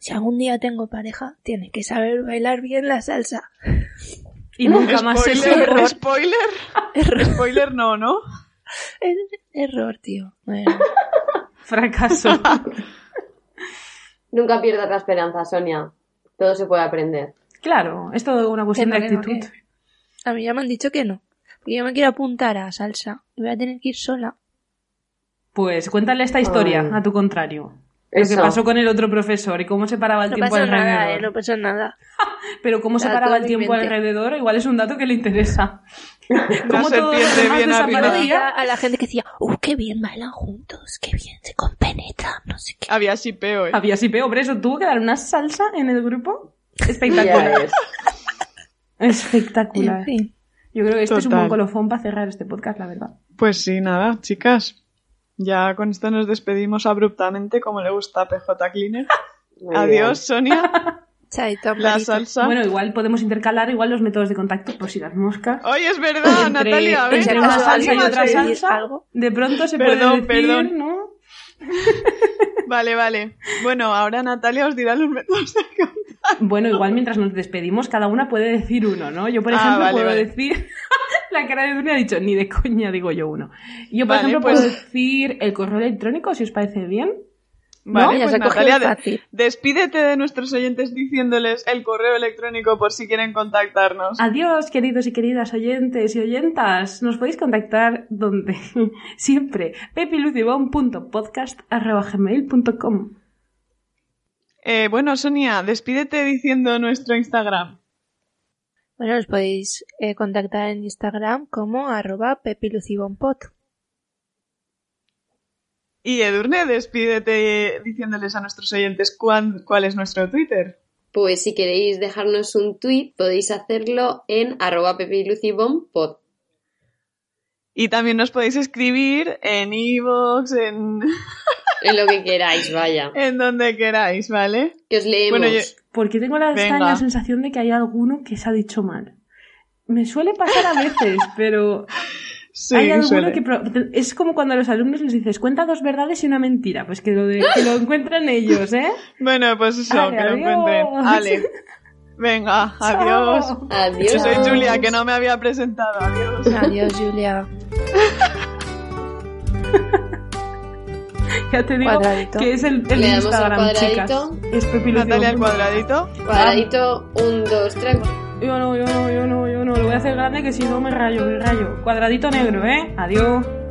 Speaker 3: si algún día tengo pareja, tiene que saber bailar bien la salsa.
Speaker 4: Y nunca más se
Speaker 2: spoiler,
Speaker 4: supo.
Speaker 2: spoiler, spoiler no, ¿no?
Speaker 3: Error, tío. Bueno.
Speaker 4: Fracaso.
Speaker 5: Nunca pierdas la esperanza, Sonia. Todo se puede aprender.
Speaker 4: claro, es todo una cuestión
Speaker 3: Que
Speaker 4: de
Speaker 3: no, que no,
Speaker 4: actitud.
Speaker 3: A mí ya me han dicho que no. Porque yo me quiero apuntar a salsa. Y voy a tener que ir sola.
Speaker 4: Pues cuéntale esta historia,
Speaker 5: Ay.
Speaker 4: a tu contrario.
Speaker 5: Eso.
Speaker 4: Lo que pasó con el otro profesor y cómo se paraba el
Speaker 3: No
Speaker 4: tiempo
Speaker 3: pasa nada, eh,
Speaker 4: alrededor.
Speaker 3: no pasa nada.
Speaker 4: Pero cómo se
Speaker 3: Nada,
Speaker 4: paraba
Speaker 3: todo
Speaker 4: el
Speaker 3: en
Speaker 4: tiempo
Speaker 3: mi mente.
Speaker 4: alrededor, igual es un dato que le interesa.
Speaker 2: No
Speaker 4: Cómo
Speaker 2: se
Speaker 4: todo lo
Speaker 2: entiende
Speaker 4: demás
Speaker 2: bien
Speaker 4: desaparecía.
Speaker 2: arriba.
Speaker 3: Oía a la gente que decía, ¡uh, qué bien bailan juntos! ¡Qué bien se compenetran! No sé qué.
Speaker 2: Había sipeo, ¿eh?
Speaker 4: Había sí, pero hombre, eso tuvo que dar una salsa en el grupo.
Speaker 5: Ya
Speaker 4: Espectacular.
Speaker 5: es.
Speaker 4: Espectacular.
Speaker 3: En fin.
Speaker 4: Yo creo que este es un
Speaker 2: Total.
Speaker 4: buen colofón para cerrar este podcast, la verdad.
Speaker 2: Pues sí, nada, chicas. Ya con esto nos despedimos abruptamente, como le gusta a PJ Cleaner.
Speaker 5: Muy
Speaker 2: Adiós, Sonia.
Speaker 3: Chaito,
Speaker 2: La
Speaker 3: amiguitos.
Speaker 2: salsa.
Speaker 4: Bueno, igual podemos intercalar igual los métodos de contacto por si las moscas.
Speaker 2: Hoy es verdad,
Speaker 4: Entre-
Speaker 2: Natalia.
Speaker 4: entre
Speaker 2: venga,
Speaker 4: una salsa y
Speaker 2: anímate.
Speaker 4: otra
Speaker 3: ¿Vas a pedir
Speaker 4: salsa.
Speaker 3: algo?
Speaker 4: De pronto se
Speaker 2: Perdón,
Speaker 4: puede decir,
Speaker 2: perdón.
Speaker 4: ¿no?
Speaker 2: Vale, vale. Bueno, ahora Natalia os dirá los métodos de contacto.
Speaker 4: Bueno, igual mientras nos despedimos, cada una puede decir uno, ¿no? Yo, por
Speaker 2: Ah,
Speaker 4: ejemplo,
Speaker 2: vale,
Speaker 4: puedo
Speaker 2: vale.
Speaker 4: decir. la cara de Dunia ha dicho, ni de coña digo yo uno. Yo, por
Speaker 2: Vale,
Speaker 4: ejemplo,
Speaker 2: pues-
Speaker 4: puedo decir el correo electrónico, si os parece bien.
Speaker 2: Vale,
Speaker 3: Ya
Speaker 2: pues
Speaker 3: se ha cogido
Speaker 2: Natalia, de-
Speaker 3: fácil.
Speaker 2: despídete de nuestros oyentes diciéndoles el correo electrónico por si quieren contactarnos.
Speaker 4: Adiós, queridos y queridas oyentes y oyentas. Nos podéis contactar donde siempre. pepiluzibon.podcast.gmail.com
Speaker 2: Eh, bueno, Sonia, despídete diciendo nuestro Instagram.
Speaker 3: Bueno, os podéis eh, contactar en Instagram como arroba pepilucibonpod.
Speaker 2: Y Edurne, despídete diciéndoles a nuestros oyentes cuán- cuál es nuestro Twitter.
Speaker 5: Pues si queréis dejarnos un tweet, podéis hacerlo en arroba pepilucibompod.
Speaker 2: Y también nos podéis escribir en iVoox, en,
Speaker 5: En lo que queráis, vaya.
Speaker 2: en donde queráis, ¿vale?
Speaker 5: Que os leemos.
Speaker 2: Bueno, yo-
Speaker 4: Porque tengo la
Speaker 2: Venga.
Speaker 4: extraña sensación de que hay alguno que se ha dicho mal. Me suele pasar a veces, pero
Speaker 2: Sí,
Speaker 4: hay alguno
Speaker 2: suele.
Speaker 4: que pro- es como cuando a los alumnos les dices cuenta dos verdades y una mentira, pues que lo, de- que lo encuentran ellos, ¿eh?
Speaker 2: Bueno, pues eso,
Speaker 4: Ale,
Speaker 2: que lo
Speaker 4: adiós.
Speaker 2: encuentren. Ale. Venga, adiós.
Speaker 4: Chao.
Speaker 5: Adiós.
Speaker 2: Yo soy Julia, que no me había presentado. Adiós.
Speaker 3: Adiós, Julia.
Speaker 4: Ya te digo
Speaker 3: Cuadradito.
Speaker 4: que es el, el
Speaker 5: Le damos
Speaker 4: Instagram,
Speaker 5: al
Speaker 4: chicas.
Speaker 5: cuadradito.
Speaker 4: Es Pepi Lucio.
Speaker 2: Natalia al cuadradito.
Speaker 5: Cuadradito, un, dos, tres.
Speaker 4: Yo no, yo no, yo no, yo no. Lo voy a hacer grande que si no me rayo, me rayo. Cuadradito negro, ¿eh? Adiós.